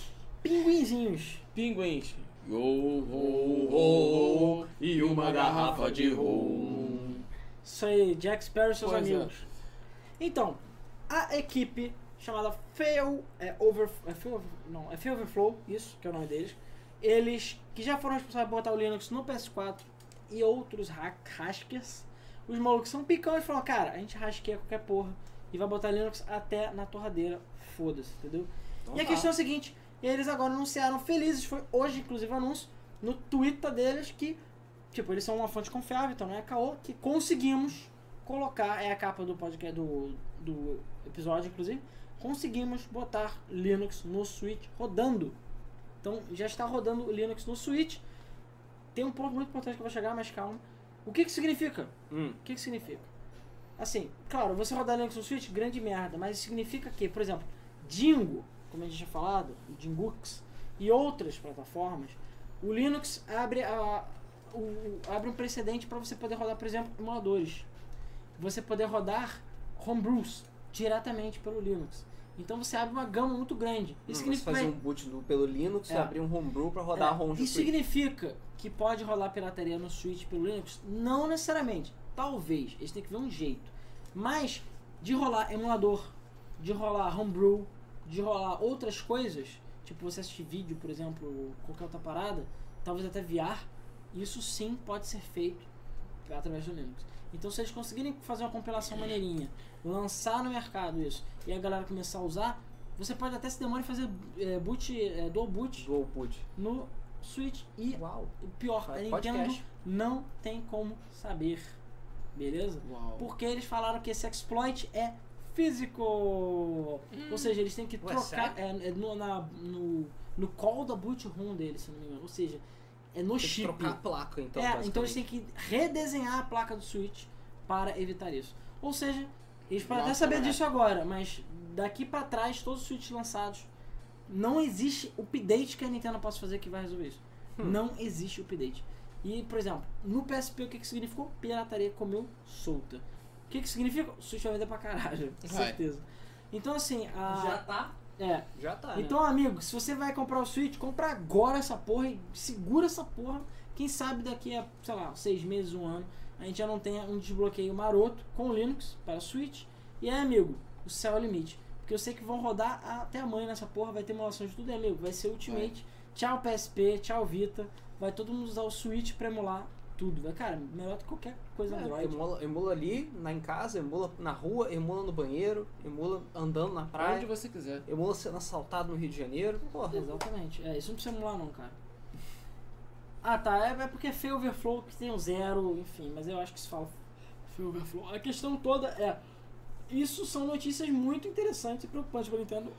[SPEAKER 1] Pinguinzinhos.
[SPEAKER 2] Pinguins. Yo, ho, ho, ho, e uma garrafa de rum.
[SPEAKER 1] Isso aí, Jack Sparrow e seus
[SPEAKER 2] Pois é.
[SPEAKER 1] amigos. Então, a equipe chamada Fail é, Over, é Fail Over- não, é Fail Overflow, isso que é o nome deles. Eles que já foram responsáveis por botar o Linux no PS4 e outros hack- hackers. Os malucos são picão e falam, cara, a gente rasqueia qualquer porra e vai botar Linux até na torradeira, foda-se, entendeu?
[SPEAKER 2] Então
[SPEAKER 1] e a
[SPEAKER 2] tá.
[SPEAKER 1] questão é a seguinte, eles agora anunciaram felizes, foi hoje inclusive o anúncio, no Twitter deles que, tipo, eles são uma fonte confiável, então não é caô, que conseguimos colocar, é a capa do podcast, do, do episódio inclusive, conseguimos botar Linux no Switch rodando. Então já está rodando o Linux no Switch. Tem um ponto muito importante que eu vou chegar, mas calma. O que que significa?
[SPEAKER 3] Hum.
[SPEAKER 1] O que que significa? Assim, claro, você rodar Linux no Switch, grande merda, mas significa que, por exemplo, Dingo, como a gente tinha falado, o Dingux e outras plataformas, o Linux abre, a, o- o- abre um precedente para você poder rodar, por exemplo, emuladores. Você poder rodar homebrews diretamente pelo Linux. Então você abre uma gama muito grande.
[SPEAKER 3] Hum,
[SPEAKER 1] Isso
[SPEAKER 3] você
[SPEAKER 1] significa
[SPEAKER 3] fazer um boot no- pelo Linux,
[SPEAKER 1] É.
[SPEAKER 3] abrir um homebrew pra rodar
[SPEAKER 1] é,
[SPEAKER 3] ROM
[SPEAKER 1] Isso significa que pode rolar pirataria no Switch pelo Linux? Não necessariamente. Talvez. Eles têm que ver um jeito. Mas de rolar emulador, de rolar homebrew, de rolar outras coisas, tipo você assistir vídeo, por exemplo, qualquer outra parada, talvez até VR, isso sim pode ser feito através do Linux. Então se eles conseguirem fazer uma compilação maneirinha, lançar no mercado isso, e a galera começar a usar, você pode até se demorar e fazer é, boot, é, dual boot
[SPEAKER 3] do output.
[SPEAKER 1] no Switch e
[SPEAKER 3] Uau.
[SPEAKER 1] o pior, a
[SPEAKER 3] Faz
[SPEAKER 1] Nintendo
[SPEAKER 3] podcast.
[SPEAKER 1] não tem como saber, beleza?
[SPEAKER 2] Uau.
[SPEAKER 1] Porque eles falaram que esse exploit é físico, ou seja, eles têm que
[SPEAKER 3] Ué,
[SPEAKER 1] trocar é, é no, na- no, no call da boot ROM deles, se não me engano, ou seja, é no
[SPEAKER 3] Tem que
[SPEAKER 1] chip.
[SPEAKER 3] trocar a placa, então,
[SPEAKER 1] é,
[SPEAKER 3] basicamente.
[SPEAKER 1] então eles têm que redesenhar a placa do Switch para evitar isso. Ou seja, eles podem até
[SPEAKER 2] Nossa,
[SPEAKER 1] saber
[SPEAKER 2] caraca.
[SPEAKER 1] disso agora, mas daqui para trás, todos os Switches lançados, não existe update que a Nintendo possa fazer que vai resolver isso. Não existe update. E, por exemplo, no PSP o que, que significou? Pirataria comeu solta. O que, que significa? O Switch vai vender pra caralho, com
[SPEAKER 2] Vai.
[SPEAKER 1] certeza. Então, assim,
[SPEAKER 4] Já
[SPEAKER 1] a.
[SPEAKER 4] tá.
[SPEAKER 1] É,
[SPEAKER 3] Já tá, né?
[SPEAKER 1] então, amigo, se você vai comprar o Switch, compra agora essa porra e segura essa porra. Quem sabe daqui a, sei lá, seis meses, um ano, a gente já não tenha um desbloqueio maroto com o Linux para o Switch. E aí, amigo, o céu é o limite. Porque eu sei que vão rodar até amanhã nessa porra, vai ter emulação de tudo, e, amigo. Vai ser Ultimate, tchau PSP, tchau Vita. Vai todo mundo usar o Switch pra emular tudo. Vai, cara, melhor do que qualquer coisa
[SPEAKER 3] É,
[SPEAKER 1] Android.
[SPEAKER 3] emula, emula ali, na, em casa, emula na rua, emula no banheiro, emula andando na praia,
[SPEAKER 2] Onde você quiser.
[SPEAKER 3] emula sendo assaltado no Rio de Janeiro. Porra,
[SPEAKER 1] Exatamente. É, isso não precisa emular não, cara. Ah tá, é, é porque é Fail Overflow que tem o zero, enfim, mas eu acho que se fala Fail Overflow. A questão toda é. Isso são notícias muito interessantes e preocupantes pra Nintendo,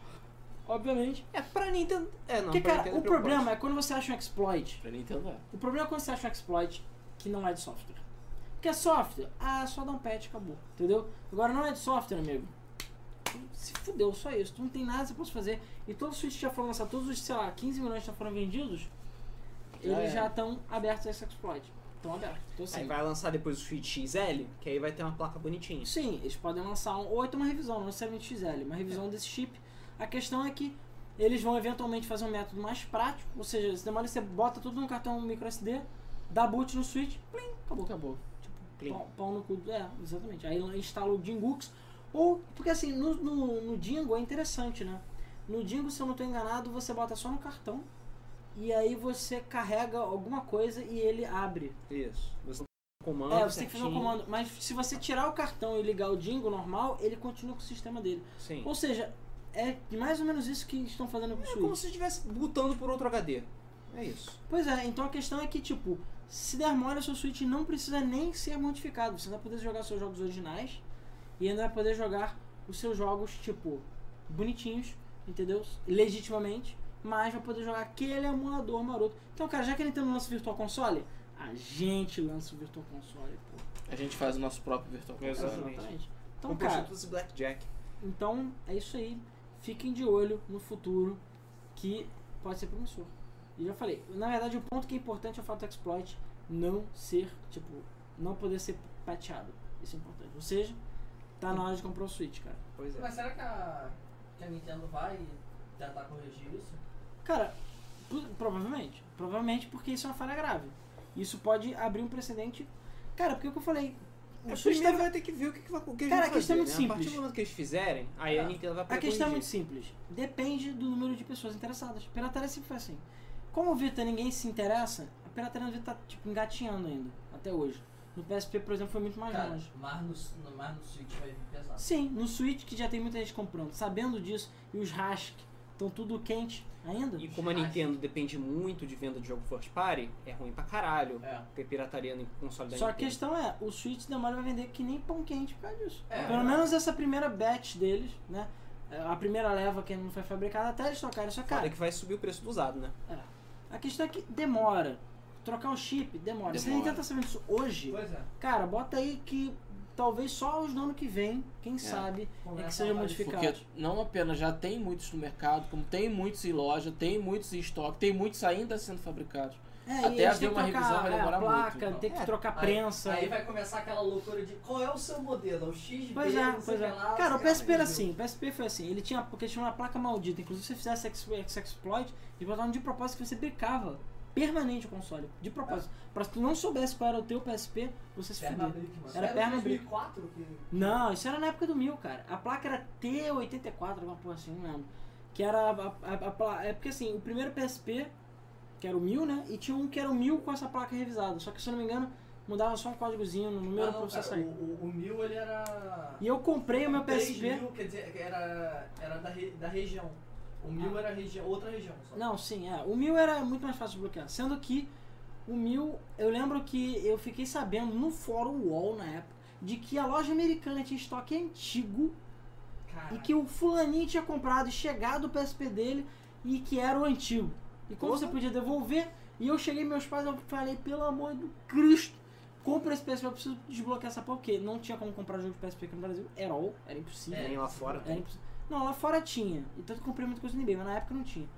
[SPEAKER 1] obviamente.
[SPEAKER 3] é pra Nintendo. É, não,
[SPEAKER 1] Porque,
[SPEAKER 3] pra
[SPEAKER 1] cara,
[SPEAKER 3] Nintendo
[SPEAKER 1] o problema é quando você acha um exploit.
[SPEAKER 2] Pra Nintendo é.
[SPEAKER 1] O problema é quando você acha um exploit que não é de software. Porque é software, ah, só dá um patch e acabou, entendeu? Agora não é de software, amigo. Se fudeu, só isso. Tu não tem nada que você possa fazer. E todos os Switch já foram lançados, todos os, sei lá, 15 milhões que já foram vendidos,
[SPEAKER 2] Já
[SPEAKER 1] eles
[SPEAKER 2] é.
[SPEAKER 1] já estão abertos a esse exploit. Estão abertos. Então,
[SPEAKER 3] Aí
[SPEAKER 1] assim,
[SPEAKER 3] vai lançar depois o Switch XL, que aí vai ter uma placa bonitinha.
[SPEAKER 1] Sim, eles podem lançar um, ou então uma revisão, não necessariamente XL, uma revisão desse chip. A questão é que eles vão eventualmente fazer um método mais prático, ou seja, você demora, você bota tudo num cartão micro SD, dá boot no switch, plim, acabou.
[SPEAKER 2] Acabou.
[SPEAKER 3] Plim.
[SPEAKER 1] Pau, pau no cu. do- É, exatamente. Aí instala o Dingux. Ou, porque assim, no, no, no Dingo é interessante, né? No Dingo, se eu não tô enganado, você bota só no cartão e aí você carrega alguma coisa e ele abre.
[SPEAKER 3] Isso. Você tem um comando.
[SPEAKER 1] É, você tem que fazer um
[SPEAKER 3] certinho.
[SPEAKER 1] comando. Mas se você tirar o cartão e ligar o Dingo normal, ele continua com o sistema dele.
[SPEAKER 3] Sim.
[SPEAKER 1] Ou seja, é mais ou menos isso que estão fazendo com o
[SPEAKER 3] É como
[SPEAKER 1] Switch.
[SPEAKER 3] se estivesse botando por outro HD. É isso.
[SPEAKER 1] Pois é, então a questão é que, tipo, se der mole, o seu Switch não precisa nem ser modificado. Você vai poder jogar seus jogos originais e ainda vai poder jogar os seus jogos, tipo, bonitinhos, entendeu? Legitimamente, mas vai poder jogar aquele emulador maroto. Então, cara, já que ele tem um lance Virtual Console, a gente lança o Virtual Console, pô.
[SPEAKER 2] A gente faz o nosso próprio virtual console.
[SPEAKER 3] Exatamente.
[SPEAKER 1] Então,
[SPEAKER 3] um
[SPEAKER 1] cara,
[SPEAKER 3] projeto desse Blackjack.
[SPEAKER 1] então é isso aí. Fiquem de olho no futuro que pode ser promissor. E já falei, na verdade o ponto que é importante é o fato do exploit não ser, tipo, não poder ser pateado. Isso é importante. Ou seja, tá na hora de comprar o Switch, cara.
[SPEAKER 3] Pois é.
[SPEAKER 4] Mas será que a, que a Nintendo vai tentar corrigir isso?
[SPEAKER 1] Cara, Pro- Provavelmente. Provavelmente porque isso é uma falha grave. Isso pode abrir um precedente. Cara, porque é o que eu falei.
[SPEAKER 3] A
[SPEAKER 1] a
[SPEAKER 3] gente
[SPEAKER 1] questão- é
[SPEAKER 3] vai ter que ver o que, que vai o que
[SPEAKER 1] Cara,
[SPEAKER 3] eles vão
[SPEAKER 1] a questão é
[SPEAKER 3] fazer,
[SPEAKER 1] muito
[SPEAKER 3] né? A partir
[SPEAKER 1] simples.
[SPEAKER 3] do momento que eles fizerem, aí a Nintendo vai
[SPEAKER 1] A
[SPEAKER 3] poder
[SPEAKER 1] questão é muito
[SPEAKER 3] corrigir.
[SPEAKER 1] simples. Depende do número de pessoas interessadas. Pirataria sempre foi assim. Como o Vita ninguém se interessa, a pirataria no Vita tá tipo, engatinhando ainda, até hoje. No PSP, por exemplo, foi muito mais
[SPEAKER 4] Cara,
[SPEAKER 1] longe.
[SPEAKER 4] mas no, no- mas no Switch vai vir pesado.
[SPEAKER 1] Sim, no Switch que já tem muita gente comprando. Sabendo disso, e os hash estão tudo quente ainda.
[SPEAKER 3] E como a Nintendo depende muito de venda de jogo first party, é ruim pra caralho
[SPEAKER 4] É.
[SPEAKER 3] ter pirataria no console da
[SPEAKER 1] Só que a
[SPEAKER 3] Nintendo.
[SPEAKER 1] questão é, o Switch demora vai vender que nem pão quente por causa disso.
[SPEAKER 4] É,
[SPEAKER 1] Pelo
[SPEAKER 4] verdade.
[SPEAKER 1] menos essa primeira batch deles, né? A primeira leva que não foi fabricada, até eles trocarem. Só,
[SPEAKER 3] Cara,
[SPEAKER 1] cara,
[SPEAKER 3] que vai subir o preço do usado, né?
[SPEAKER 1] a questão é que demora. Trocar o chip demora. Se a
[SPEAKER 2] Demora.
[SPEAKER 1] Nintendo tá sabendo isso hoje,
[SPEAKER 4] Pois é.
[SPEAKER 1] cara, bota aí que talvez só os do ano que vem, quem sabe, é que
[SPEAKER 4] Começa
[SPEAKER 1] seja
[SPEAKER 4] lá de
[SPEAKER 1] modificado.
[SPEAKER 2] Porque não apenas já tem muitos no mercado, como tem muitos em loja, tem muitos em estoque, tem muitos ainda sendo fabricados.
[SPEAKER 1] É,
[SPEAKER 2] Até
[SPEAKER 1] e eles
[SPEAKER 2] haver
[SPEAKER 1] têm que
[SPEAKER 2] uma
[SPEAKER 1] trocar
[SPEAKER 2] revisão vai
[SPEAKER 1] é,
[SPEAKER 2] demorar
[SPEAKER 1] a placa,
[SPEAKER 2] muito, então.
[SPEAKER 1] tem que trocar
[SPEAKER 4] Aí-
[SPEAKER 1] prensa.
[SPEAKER 4] Aí vai começar aquela loucura de qual é o seu modelo? É o XB?
[SPEAKER 1] Pois é,
[SPEAKER 4] não sei
[SPEAKER 1] pois
[SPEAKER 4] o
[SPEAKER 1] é.
[SPEAKER 4] que lá,
[SPEAKER 1] Cara, o
[SPEAKER 4] sei lá,
[SPEAKER 1] PSP era
[SPEAKER 4] entendeu?
[SPEAKER 1] assim, o PSP foi assim, ele tinha, porque tinha uma placa maldita, inclusive se você fizesse ex- ex- exploit, eles botavam de propósito que você brincava permanente o console, de propósito. Pra se tu não soubesse qual era o teu PSP, você se
[SPEAKER 4] Perna
[SPEAKER 1] fudia.
[SPEAKER 4] Brick, mano.
[SPEAKER 1] Era perna
[SPEAKER 4] de
[SPEAKER 1] Brick.
[SPEAKER 4] 2004 que...
[SPEAKER 1] Não, isso era na época do mil, cara. A placa era T84, alguma porra assim, não lembro. Que era a, a, a, pla- É porque assim, o primeiro PSP, que era o mil, né? E tinha um que era o mil com essa placa revisada. Só que se eu não me engano, mudava só um códigozinho no número
[SPEAKER 4] Ah,
[SPEAKER 1] pra
[SPEAKER 4] não,
[SPEAKER 1] você
[SPEAKER 4] cara,
[SPEAKER 1] sair.
[SPEAKER 4] o, o, o mil ele era...
[SPEAKER 1] E eu comprei o meu PSP.
[SPEAKER 4] 3.000, quer dizer, era, era da, re- da região. O mil era região, outra região só.
[SPEAKER 1] Ah. Não, sim, é. O mil era muito mais fácil de bloquear. Sendo que o mil, eu lembro que eu fiquei sabendo no fórum UOL na época de que a loja americana tinha estoque antigo
[SPEAKER 4] Caraca.
[SPEAKER 1] e que o fulaninho tinha comprado e chegado o PSP dele e que era o antigo. E como você podia devolver, e eu cheguei meus pais eu falei, pelo amor do Cristo, compra esse PSP, eu preciso desbloquear essa porra, porque não tinha como comprar jogo de PSP aqui no Brasil, era all, era impossível.
[SPEAKER 4] É,
[SPEAKER 3] Nem lá fora.
[SPEAKER 1] Era impossível. Não, lá fora tinha. Então eu comprei muita coisa no eBay, mas na época não tinha.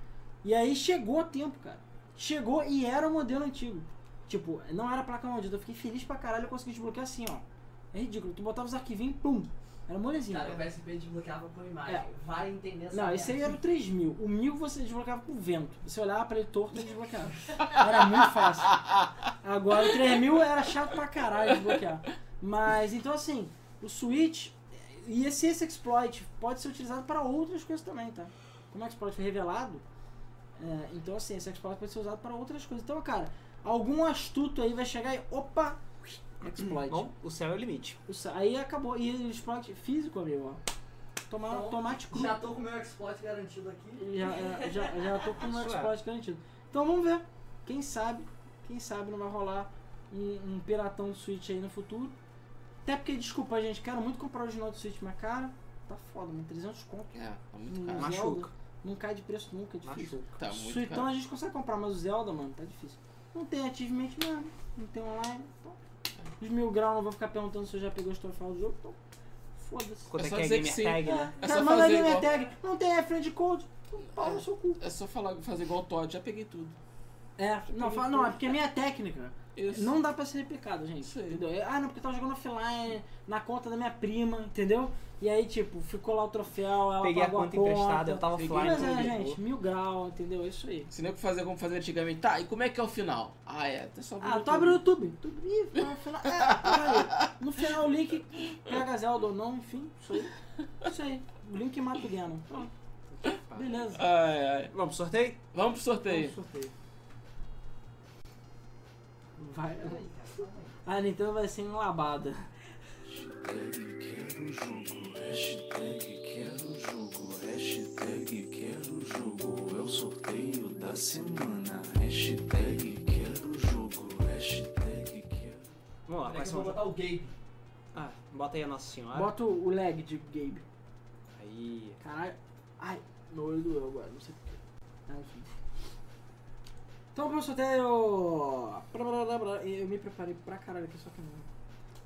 [SPEAKER 1] E aí chegou a tempo, cara. Chegou e era o modelo antigo. Tipo, não era placa maldita. Eu fiquei feliz pra caralho, eu consegui desbloquear assim, ó. É ridículo. Tu botava os arquivinhos, pum. Era molezinho.
[SPEAKER 4] Cara, o
[SPEAKER 1] cara.
[SPEAKER 4] PSP desbloqueava por imagem.
[SPEAKER 1] É.
[SPEAKER 4] Vai entender essa
[SPEAKER 1] Não, esse aí
[SPEAKER 4] merda.
[SPEAKER 1] era o 3000. O 1000 você desbloqueava com vento. Você olhava pra ele torto e desbloqueava. Era muito fácil. Agora, o 3000 era chato pra caralho desbloquear. Mas, então assim, o Switch e esse, esse exploit pode ser utilizado para outras coisas também, tá? Como o exploit foi revelado, é, então assim, esse exploit pode ser usado para outras coisas. Então, cara, algum astuto aí vai chegar e, opa, exploit.
[SPEAKER 3] Bom, o céu é o limite.
[SPEAKER 1] O sa- Aí acabou. E o exploit físico, amigo, ó. Tomar
[SPEAKER 4] Então,
[SPEAKER 1] tomate cru.
[SPEAKER 4] Já tô com o meu exploit garantido aqui.
[SPEAKER 1] Já, é, já, já tô com um
[SPEAKER 3] Isso é.
[SPEAKER 1] exploit garantido. Então vamos ver. Quem sabe, quem sabe não vai rolar um, um piratão do Switch aí no futuro. Até porque, desculpa, gente, quero muito comprar o original do Switch, mas cara, tá foda, mano. 300 conto.
[SPEAKER 2] É, tá muito
[SPEAKER 1] Hum,
[SPEAKER 2] caro.
[SPEAKER 1] Zelda
[SPEAKER 3] Machuca.
[SPEAKER 1] Não cai de preço nunca, é difícil.
[SPEAKER 3] Machuca.
[SPEAKER 2] Tá muito
[SPEAKER 1] Suitão
[SPEAKER 2] caro.
[SPEAKER 1] a gente consegue comprar, mas o Zelda, mano, tá difícil. Não tem achievement mesmo, não tem online. Então, os mil graus não vão ficar perguntando se eu já peguei os troféus do jogo, então foda-se.
[SPEAKER 3] Quanto
[SPEAKER 2] É
[SPEAKER 3] é
[SPEAKER 2] só
[SPEAKER 3] que é
[SPEAKER 2] dizer que
[SPEAKER 3] gamer
[SPEAKER 2] sim.
[SPEAKER 3] tag,
[SPEAKER 1] É,
[SPEAKER 3] né?
[SPEAKER 2] É
[SPEAKER 1] cara,
[SPEAKER 2] só
[SPEAKER 1] manda
[SPEAKER 2] fazer
[SPEAKER 1] game
[SPEAKER 2] igual-
[SPEAKER 1] tag, não tem é friend code, não pau no seu cu.
[SPEAKER 2] É só falar, fazer igual o Todd, já peguei tudo.
[SPEAKER 1] É, não, fala, não, é porque a minha técnica
[SPEAKER 2] Isso.
[SPEAKER 1] não dá pra ser replicada, gente.
[SPEAKER 2] Isso aí.
[SPEAKER 1] Entendeu? Eu- Ah, não, porque eu tava jogando offline na conta da minha prima, entendeu? E aí, tipo, ficou lá o troféu, ela
[SPEAKER 3] Peguei a
[SPEAKER 1] pagou
[SPEAKER 3] conta emprestada, eu tava então
[SPEAKER 2] Peguei.
[SPEAKER 3] offline.
[SPEAKER 1] Mas
[SPEAKER 3] tudo
[SPEAKER 1] é,
[SPEAKER 3] ligou.
[SPEAKER 1] gente, mil grau, entendeu? É isso aí.
[SPEAKER 2] Se não fazer como fazia antigamente, tá, e como é que é o final? Ah, é, tu só
[SPEAKER 1] Ah, tu abre o YouTube. YouTube. Ih, no final, é, peraí. no final o link pega Zelda ou não, enfim, isso aí. Isso aí. O link mata o Ganon. Pronto. Beleza.
[SPEAKER 2] Ai, ai.
[SPEAKER 3] Vamos pro sorteio?
[SPEAKER 2] Vamos pro sorteio.
[SPEAKER 1] Vamos pro sorteio. Vai.
[SPEAKER 4] Peraí, cara, calma aí.
[SPEAKER 1] A Nintendo vai ser enlabada.
[SPEAKER 5] Hashtag quero jogo, hashtag quero jogo, hashtag quero jogo, é o sorteio da semana. Hashtag quero jogo, hashtag quero
[SPEAKER 3] Vamos lá,
[SPEAKER 4] Peraí
[SPEAKER 3] quais
[SPEAKER 4] que
[SPEAKER 3] são
[SPEAKER 4] eu vou
[SPEAKER 3] os...
[SPEAKER 4] botar o Gabe.
[SPEAKER 3] Ah, bota aí a Nossa Senhora.
[SPEAKER 1] Bota o lag de Gabe.
[SPEAKER 3] Aí.
[SPEAKER 1] Caralho. Ai, meu olho doeu agora, não sei porquê. Ah, enfim. Então, pro sorteio. Blá, blá, blá, blá. Eu me preparei pra caralho aqui, só que não.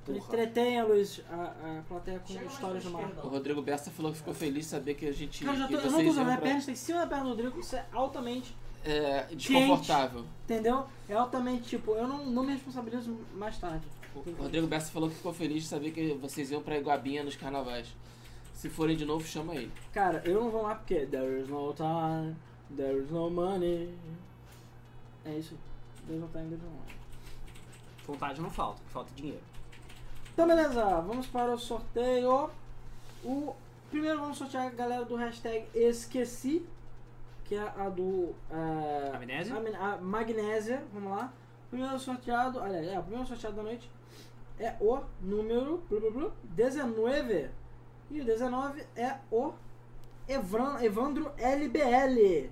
[SPEAKER 3] Porra.
[SPEAKER 1] Entretenha, Luiz, a, a plateia com
[SPEAKER 4] Chega mais
[SPEAKER 1] histórias
[SPEAKER 4] pra
[SPEAKER 1] do mar.
[SPEAKER 4] esquerda,
[SPEAKER 2] O Rodrigo Bessa falou que ficou feliz de saber que a gente.
[SPEAKER 1] Cara, eu já
[SPEAKER 2] que
[SPEAKER 1] tô, eu não
[SPEAKER 2] vocês
[SPEAKER 1] tô usando
[SPEAKER 2] iam
[SPEAKER 1] minha
[SPEAKER 2] pra-
[SPEAKER 1] perna, está em cima da perna do Rodrigo, isso é altamente,
[SPEAKER 2] É, desconfortável.
[SPEAKER 1] entendeu? É altamente, tipo, eu não, não me responsabilizo mais tarde.
[SPEAKER 2] O Rodrigo Bessa falou que ficou feliz de saber que vocês iam pra Iguabinha nos carnavais. Se forem de novo, chama ele.
[SPEAKER 1] Cara, eu não vou lá porque there is no time, there is no money, É isso. Deus não tá em livro online.
[SPEAKER 3] Vontade não falta, falta dinheiro.
[SPEAKER 1] Então beleza, vamos para o sorteio. O primeiro vamos sortear a galera do hashtag esqueci, que é a do é,
[SPEAKER 3] Amnésia?
[SPEAKER 1] a men- a magnésia, vamos lá. Primeiro sorteado, olha, é, o primeiro sorteado da noite é o número blu, blu, blu, 19. E o 19 é o Evran, Evandro LBL.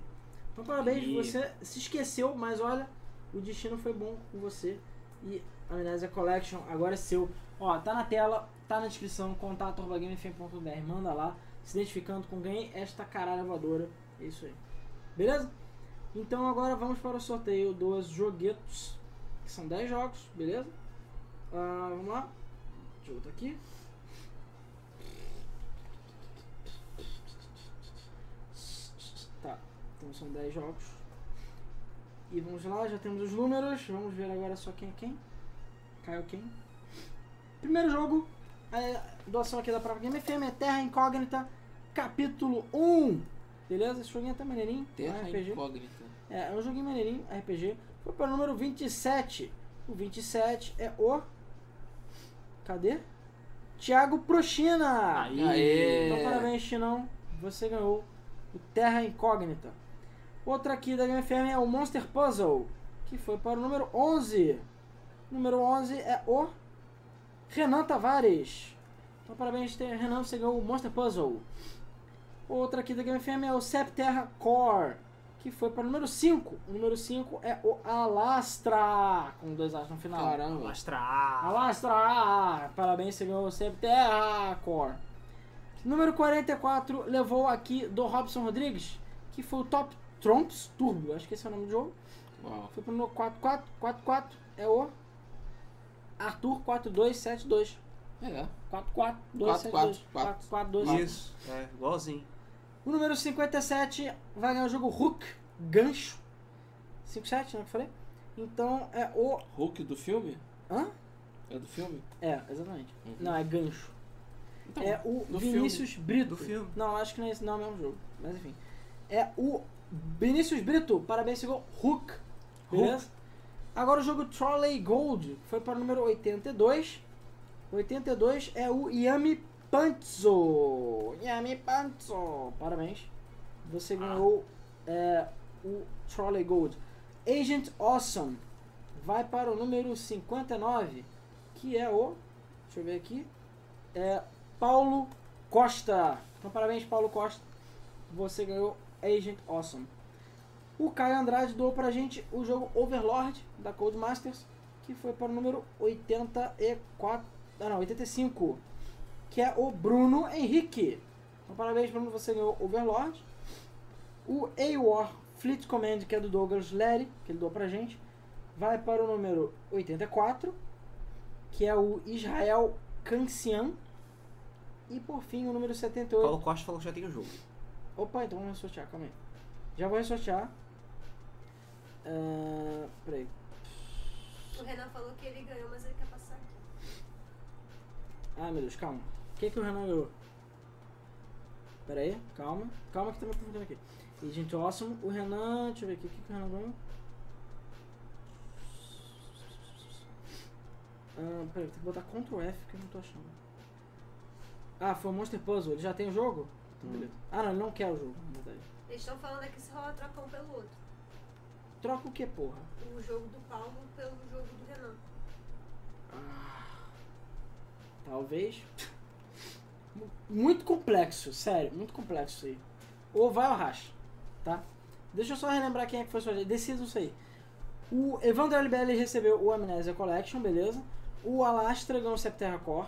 [SPEAKER 1] Então parabéns,
[SPEAKER 3] E-
[SPEAKER 1] você se esqueceu, mas olha, o destino foi bom com você. E a Amnésia Collection agora é seu. Ó, tá na tela, tá na descrição, contato arroba gamefm.br, manda lá, se identificando com quem é esta caralha voadora. É isso aí. Beleza? Então agora vamos para o sorteio dos joguetos, que são 10 jogos, beleza? Ah, vamos lá. Deixa eu botar aqui. Tá, então são 10 jogos. E vamos lá, já temos os números. Vamos ver agora só quem é quem. Caiu quem. Primeiro jogo, a doação aqui da própria Game FM é Terra Incógnita, capítulo 1. Beleza? Esse joguinho é até maneirinho. é um
[SPEAKER 2] Terra
[SPEAKER 1] RPG.
[SPEAKER 2] incógnita.
[SPEAKER 1] É, é um joguinho maneirinho, RPG. Foi para o número 27. O 27 é o. Cadê? Thiago Prochina!
[SPEAKER 3] Aí.
[SPEAKER 2] Aê.
[SPEAKER 1] Então, parabéns, Chinão. Você ganhou o Terra Incógnita. Outra aqui da Game FM é o Monster Puzzle, que foi para o número 11. Número 11 é o Renan Tavares. Então, parabéns, Te- Renan, você ganhou o Monster Puzzle. Outra aqui da Game FM é o Septerra Core, que foi para o número 5. O número 5 é o Alastra, com dois As no final.
[SPEAKER 2] Caramba.
[SPEAKER 3] Mostra a
[SPEAKER 1] Alastra! Parabéns, você ganhou o Septerra Core. Número 44 levou aqui do Robson Rodrigues, que foi o Top Trumps Turbo, acho que esse é o nome do jogo.
[SPEAKER 2] Uau.
[SPEAKER 1] Foi pro número 44, 44 é o Arthur 4272.
[SPEAKER 2] É.
[SPEAKER 1] 44272.
[SPEAKER 2] 442.
[SPEAKER 1] 44272.
[SPEAKER 3] Isso, é, igualzinho.
[SPEAKER 1] O número 57 vai ganhar o jogo Hook Gancho. 57, né, que eu falei? Então é o.
[SPEAKER 2] Hulk do filme?
[SPEAKER 1] Hã?
[SPEAKER 2] É do filme?
[SPEAKER 1] É, exatamente.
[SPEAKER 2] Uhum.
[SPEAKER 1] Não, é gancho.
[SPEAKER 2] Então,
[SPEAKER 1] é o
[SPEAKER 2] do
[SPEAKER 1] Vinícius Brito.
[SPEAKER 3] Do filme.
[SPEAKER 1] Não, acho que não é esse não é o mesmo jogo. Mas enfim. É o Vinícius Brito. Parabéns, chegou Hook. Beleza? Agora o jogo Trolley Gold foi para o número 82. 82 é o Yami Panzo. Yami Panzo. Parabéns. Você ganhou é, o Trolley Gold. Agent Awesome vai para o número 59, que é o. Deixa eu ver aqui. É Paulo Costa. Então, parabéns, Paulo Costa. Você ganhou Agent Awesome. O Caio Andrade doou pra gente o jogo Overlord da Cold Masters, que foi para o número 84. Ah, não, 85. Que é o Bruno Henrique. Então, parabéns, Bruno, você ganhou Overlord. O A-War Fleet Command, que é do Douglas Lery, que ele doou pra gente, vai para o número 84, que é o Israel Kansian. E por fim, o número 78.
[SPEAKER 3] Paulo Costa falou que já tem o jogo.
[SPEAKER 1] Opa, então vamos ressortear, calma aí. Já vou ressortear. Ah, peraí.
[SPEAKER 7] O Renan falou que ele ganhou, mas ele quer passar aqui.
[SPEAKER 1] Ah, meu Deus, calma. O que, que o Renan ganhou? Pera aí, calma. Calma que tá me confundindo aqui. E, gente, awesome. O Renan, deixa eu ver aqui. O que, que o Renan ganhou? Ah, peraí, tem que botar Ctrl F que eu não tô achando. Ah, foi o Monster Puzzle. Ele já tem o jogo? Então, beleza. Ah, não, ele não quer o jogo, na verdade.
[SPEAKER 7] Eles estão falando aqui se rola troca um pelo outro.
[SPEAKER 1] Troca o que, porra?
[SPEAKER 7] O jogo do Paulo pelo jogo do Renan.
[SPEAKER 1] Talvez. Mu- Muito complexo, sério, muito complexo isso aí. Ou vai ou racha, tá? Deixa eu só relembrar quem é que foi sorteado. Decida isso aí. O Evandro LBL recebeu o Amnesia Collection, beleza? O Alastra ganhou o Septerra Core.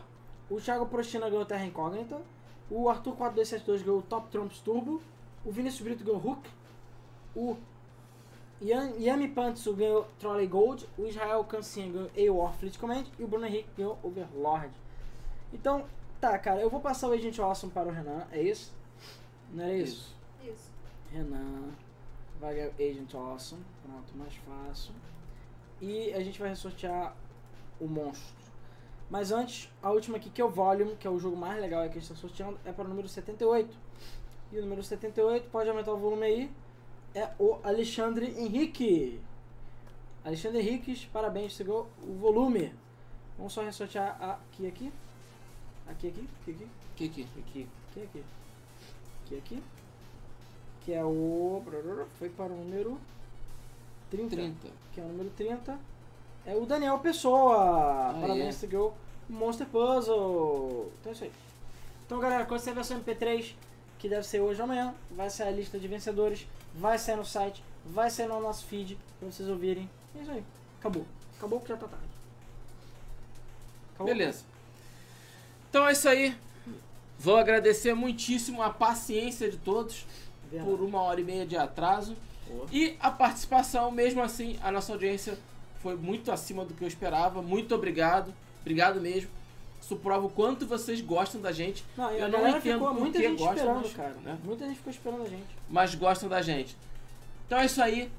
[SPEAKER 1] O Thiago Prostina ganhou Terra Incógnita. O Arthur 4272 ganhou o Top Trumps Turbo. O Vinícius Brito ganhou o Hook. O Yan- Yami Pantsu ganhou Trolley Gold. O Israel Kansin ganhou A-War Fleet Command. E o Bruno Henrique ganhou Overlord. Então, tá, cara, eu vou passar o Agent Awesome para o Renan, é isso? Não era isso?
[SPEAKER 7] Isso.
[SPEAKER 1] Renan, vai ganhar o Agent Awesome, pronto, mais fácil. E a gente vai ressortear o monstro. Mas antes, a última aqui que é o Volume, que é o jogo mais legal que a gente está sorteando, é para o número 78. E o número 78, pode aumentar o volume aí, é o Alexandre Henrique. Alexandre Henriques, parabéns, chegou o volume. Vamos só ressortear a- aqui, aqui. Aqui, aqui, aqui, aqui,
[SPEAKER 2] Que que?
[SPEAKER 1] aqui, aqui, aqui. Aqui, aqui. Que é o... Foi para o número 30
[SPEAKER 2] 30.
[SPEAKER 1] que é o número 30, é o Daniel Pessoa.
[SPEAKER 2] Ah,
[SPEAKER 1] Parabéns,
[SPEAKER 2] é.
[SPEAKER 1] seguiu Monster Puzzle. Então é isso aí. Então, galera, quando você ver seu MP3, que deve ser hoje ou amanhã, vai sair a lista de vencedores, vai sair no site, vai sair no nosso feed, pra vocês ouvirem. É isso aí. Acabou. Acabou que já tá tarde. Acabou.
[SPEAKER 2] Beleza. Então é isso aí. Vou agradecer muitíssimo a paciência de todos
[SPEAKER 1] Verdade.
[SPEAKER 2] por uma hora e meia de atraso.
[SPEAKER 1] Boa.
[SPEAKER 2] E a participação, mesmo assim, a nossa audiência foi muito acima do que eu esperava. Muito obrigado. Obrigado mesmo. Isso prova o quanto vocês gostam da gente.
[SPEAKER 1] Não,
[SPEAKER 2] eu
[SPEAKER 1] eu
[SPEAKER 2] não
[SPEAKER 1] não
[SPEAKER 2] entendo
[SPEAKER 1] ficou,
[SPEAKER 2] por
[SPEAKER 1] muita
[SPEAKER 2] que
[SPEAKER 1] gente
[SPEAKER 2] gosta,
[SPEAKER 1] esperando,
[SPEAKER 2] mas,
[SPEAKER 1] cara.
[SPEAKER 2] né?
[SPEAKER 1] Muita gente ficou esperando a gente.
[SPEAKER 2] mas gostam da gente. Então é isso aí.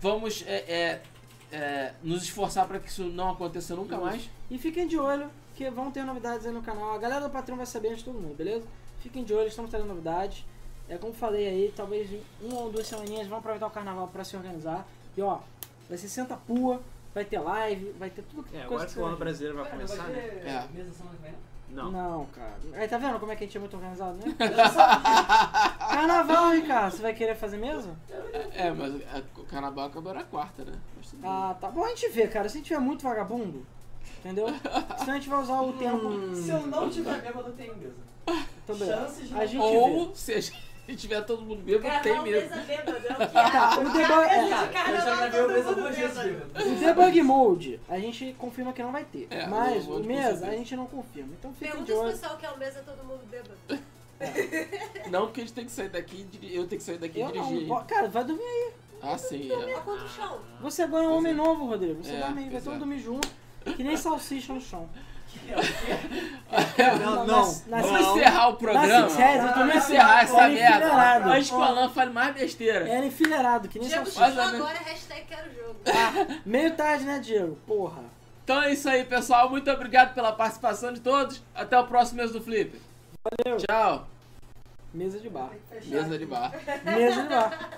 [SPEAKER 2] Vamos é, é, é, nos esforçar para que isso não aconteça nunca
[SPEAKER 1] Isso.
[SPEAKER 2] mais.
[SPEAKER 1] E fiquem de olho, que vão ter novidades aí no canal. A galera do Patreon vai saber antes de todo mundo, beleza? Fiquem de olho, estamos trazendo novidades. É como falei aí, talvez em uma ou duas semaninhas vão aproveitar o carnaval pra se organizar. E ó, vai ser senta pua, vai ter live, vai ter tudo
[SPEAKER 3] É,
[SPEAKER 1] coisa
[SPEAKER 3] agora
[SPEAKER 1] que
[SPEAKER 3] que o ano
[SPEAKER 1] você imagina.
[SPEAKER 3] brasileiro vai
[SPEAKER 4] Cara,
[SPEAKER 3] começar,
[SPEAKER 4] vai
[SPEAKER 3] né?
[SPEAKER 4] ter
[SPEAKER 2] É.
[SPEAKER 4] mesa semana que vem, não?
[SPEAKER 3] Não.
[SPEAKER 1] Não, cara. Aí tá vendo como é que a gente é muito organizado, né? carnaval, Ricardo, você vai querer fazer mesmo?
[SPEAKER 2] É, mas a- o carnaval acabou na quarta, né? Mas tudo bem.
[SPEAKER 1] Ah, tá bom, a gente vê, cara. Se a gente tiver muito vagabundo, entendeu? Senão a gente vai usar o
[SPEAKER 3] Hum.
[SPEAKER 1] tempo
[SPEAKER 4] Se eu não tiver bêbado, eu tenho mesa. Então,
[SPEAKER 1] também.
[SPEAKER 4] Chances de
[SPEAKER 1] A
[SPEAKER 4] não-
[SPEAKER 1] gente vê.
[SPEAKER 2] Ou se a gente tiver todo mundo bêbado, tem mesmo.
[SPEAKER 7] é
[SPEAKER 1] Tá, o debate é-
[SPEAKER 4] Cara, eu já gravei o mesa duas vezes bêbado.
[SPEAKER 1] O debug mode a gente confirma que não vai ter.
[SPEAKER 2] É,
[SPEAKER 1] mas
[SPEAKER 2] o
[SPEAKER 1] o
[SPEAKER 2] mode com
[SPEAKER 1] mesa
[SPEAKER 2] certeza.
[SPEAKER 1] a gente não confirma. Então fiquem de
[SPEAKER 7] Pergunta se o
[SPEAKER 1] olho.
[SPEAKER 7] pessoal quer o mesa todo mundo bêbado.
[SPEAKER 2] Não, porque a gente tem que sair daqui e diri- eu tenho que sair daqui e
[SPEAKER 1] Eu não.
[SPEAKER 2] dirigir.
[SPEAKER 1] bo- Cara, vai dormir aí.
[SPEAKER 2] ah, sim. É.
[SPEAKER 7] Eu conto Tá o chão.
[SPEAKER 1] Você agora é um
[SPEAKER 2] Pois
[SPEAKER 1] homem
[SPEAKER 2] é.
[SPEAKER 1] novo, Rodrigo. Você
[SPEAKER 2] É,
[SPEAKER 1] também. Vai
[SPEAKER 2] pois
[SPEAKER 1] todo
[SPEAKER 2] é.
[SPEAKER 1] dormir junto. Que nem salsicha no chão.
[SPEAKER 3] Não,
[SPEAKER 1] na-
[SPEAKER 3] não.
[SPEAKER 1] na-
[SPEAKER 2] É, Vamos
[SPEAKER 1] Não.
[SPEAKER 2] encerrar o programa.
[SPEAKER 1] Mas, sério, eu
[SPEAKER 2] Vamos
[SPEAKER 1] também
[SPEAKER 2] encerrar essa
[SPEAKER 1] Era
[SPEAKER 2] merda.
[SPEAKER 1] enfileirado.
[SPEAKER 2] Antes que o Alan fale mais besteira.
[SPEAKER 1] Era é enfileirado, que nem
[SPEAKER 7] Diego
[SPEAKER 1] salsicha.
[SPEAKER 7] chegou agora, é hashtag quero jogo.
[SPEAKER 1] Meio tarde, né, Diego? Porra.
[SPEAKER 2] Então é isso aí, pessoal. Muito obrigado pela participação de todos. Até o próximo mês do Flip. Valeu. Tchau.
[SPEAKER 1] Mesa de bar.
[SPEAKER 2] Mesa de bar.
[SPEAKER 1] Mesa de bar.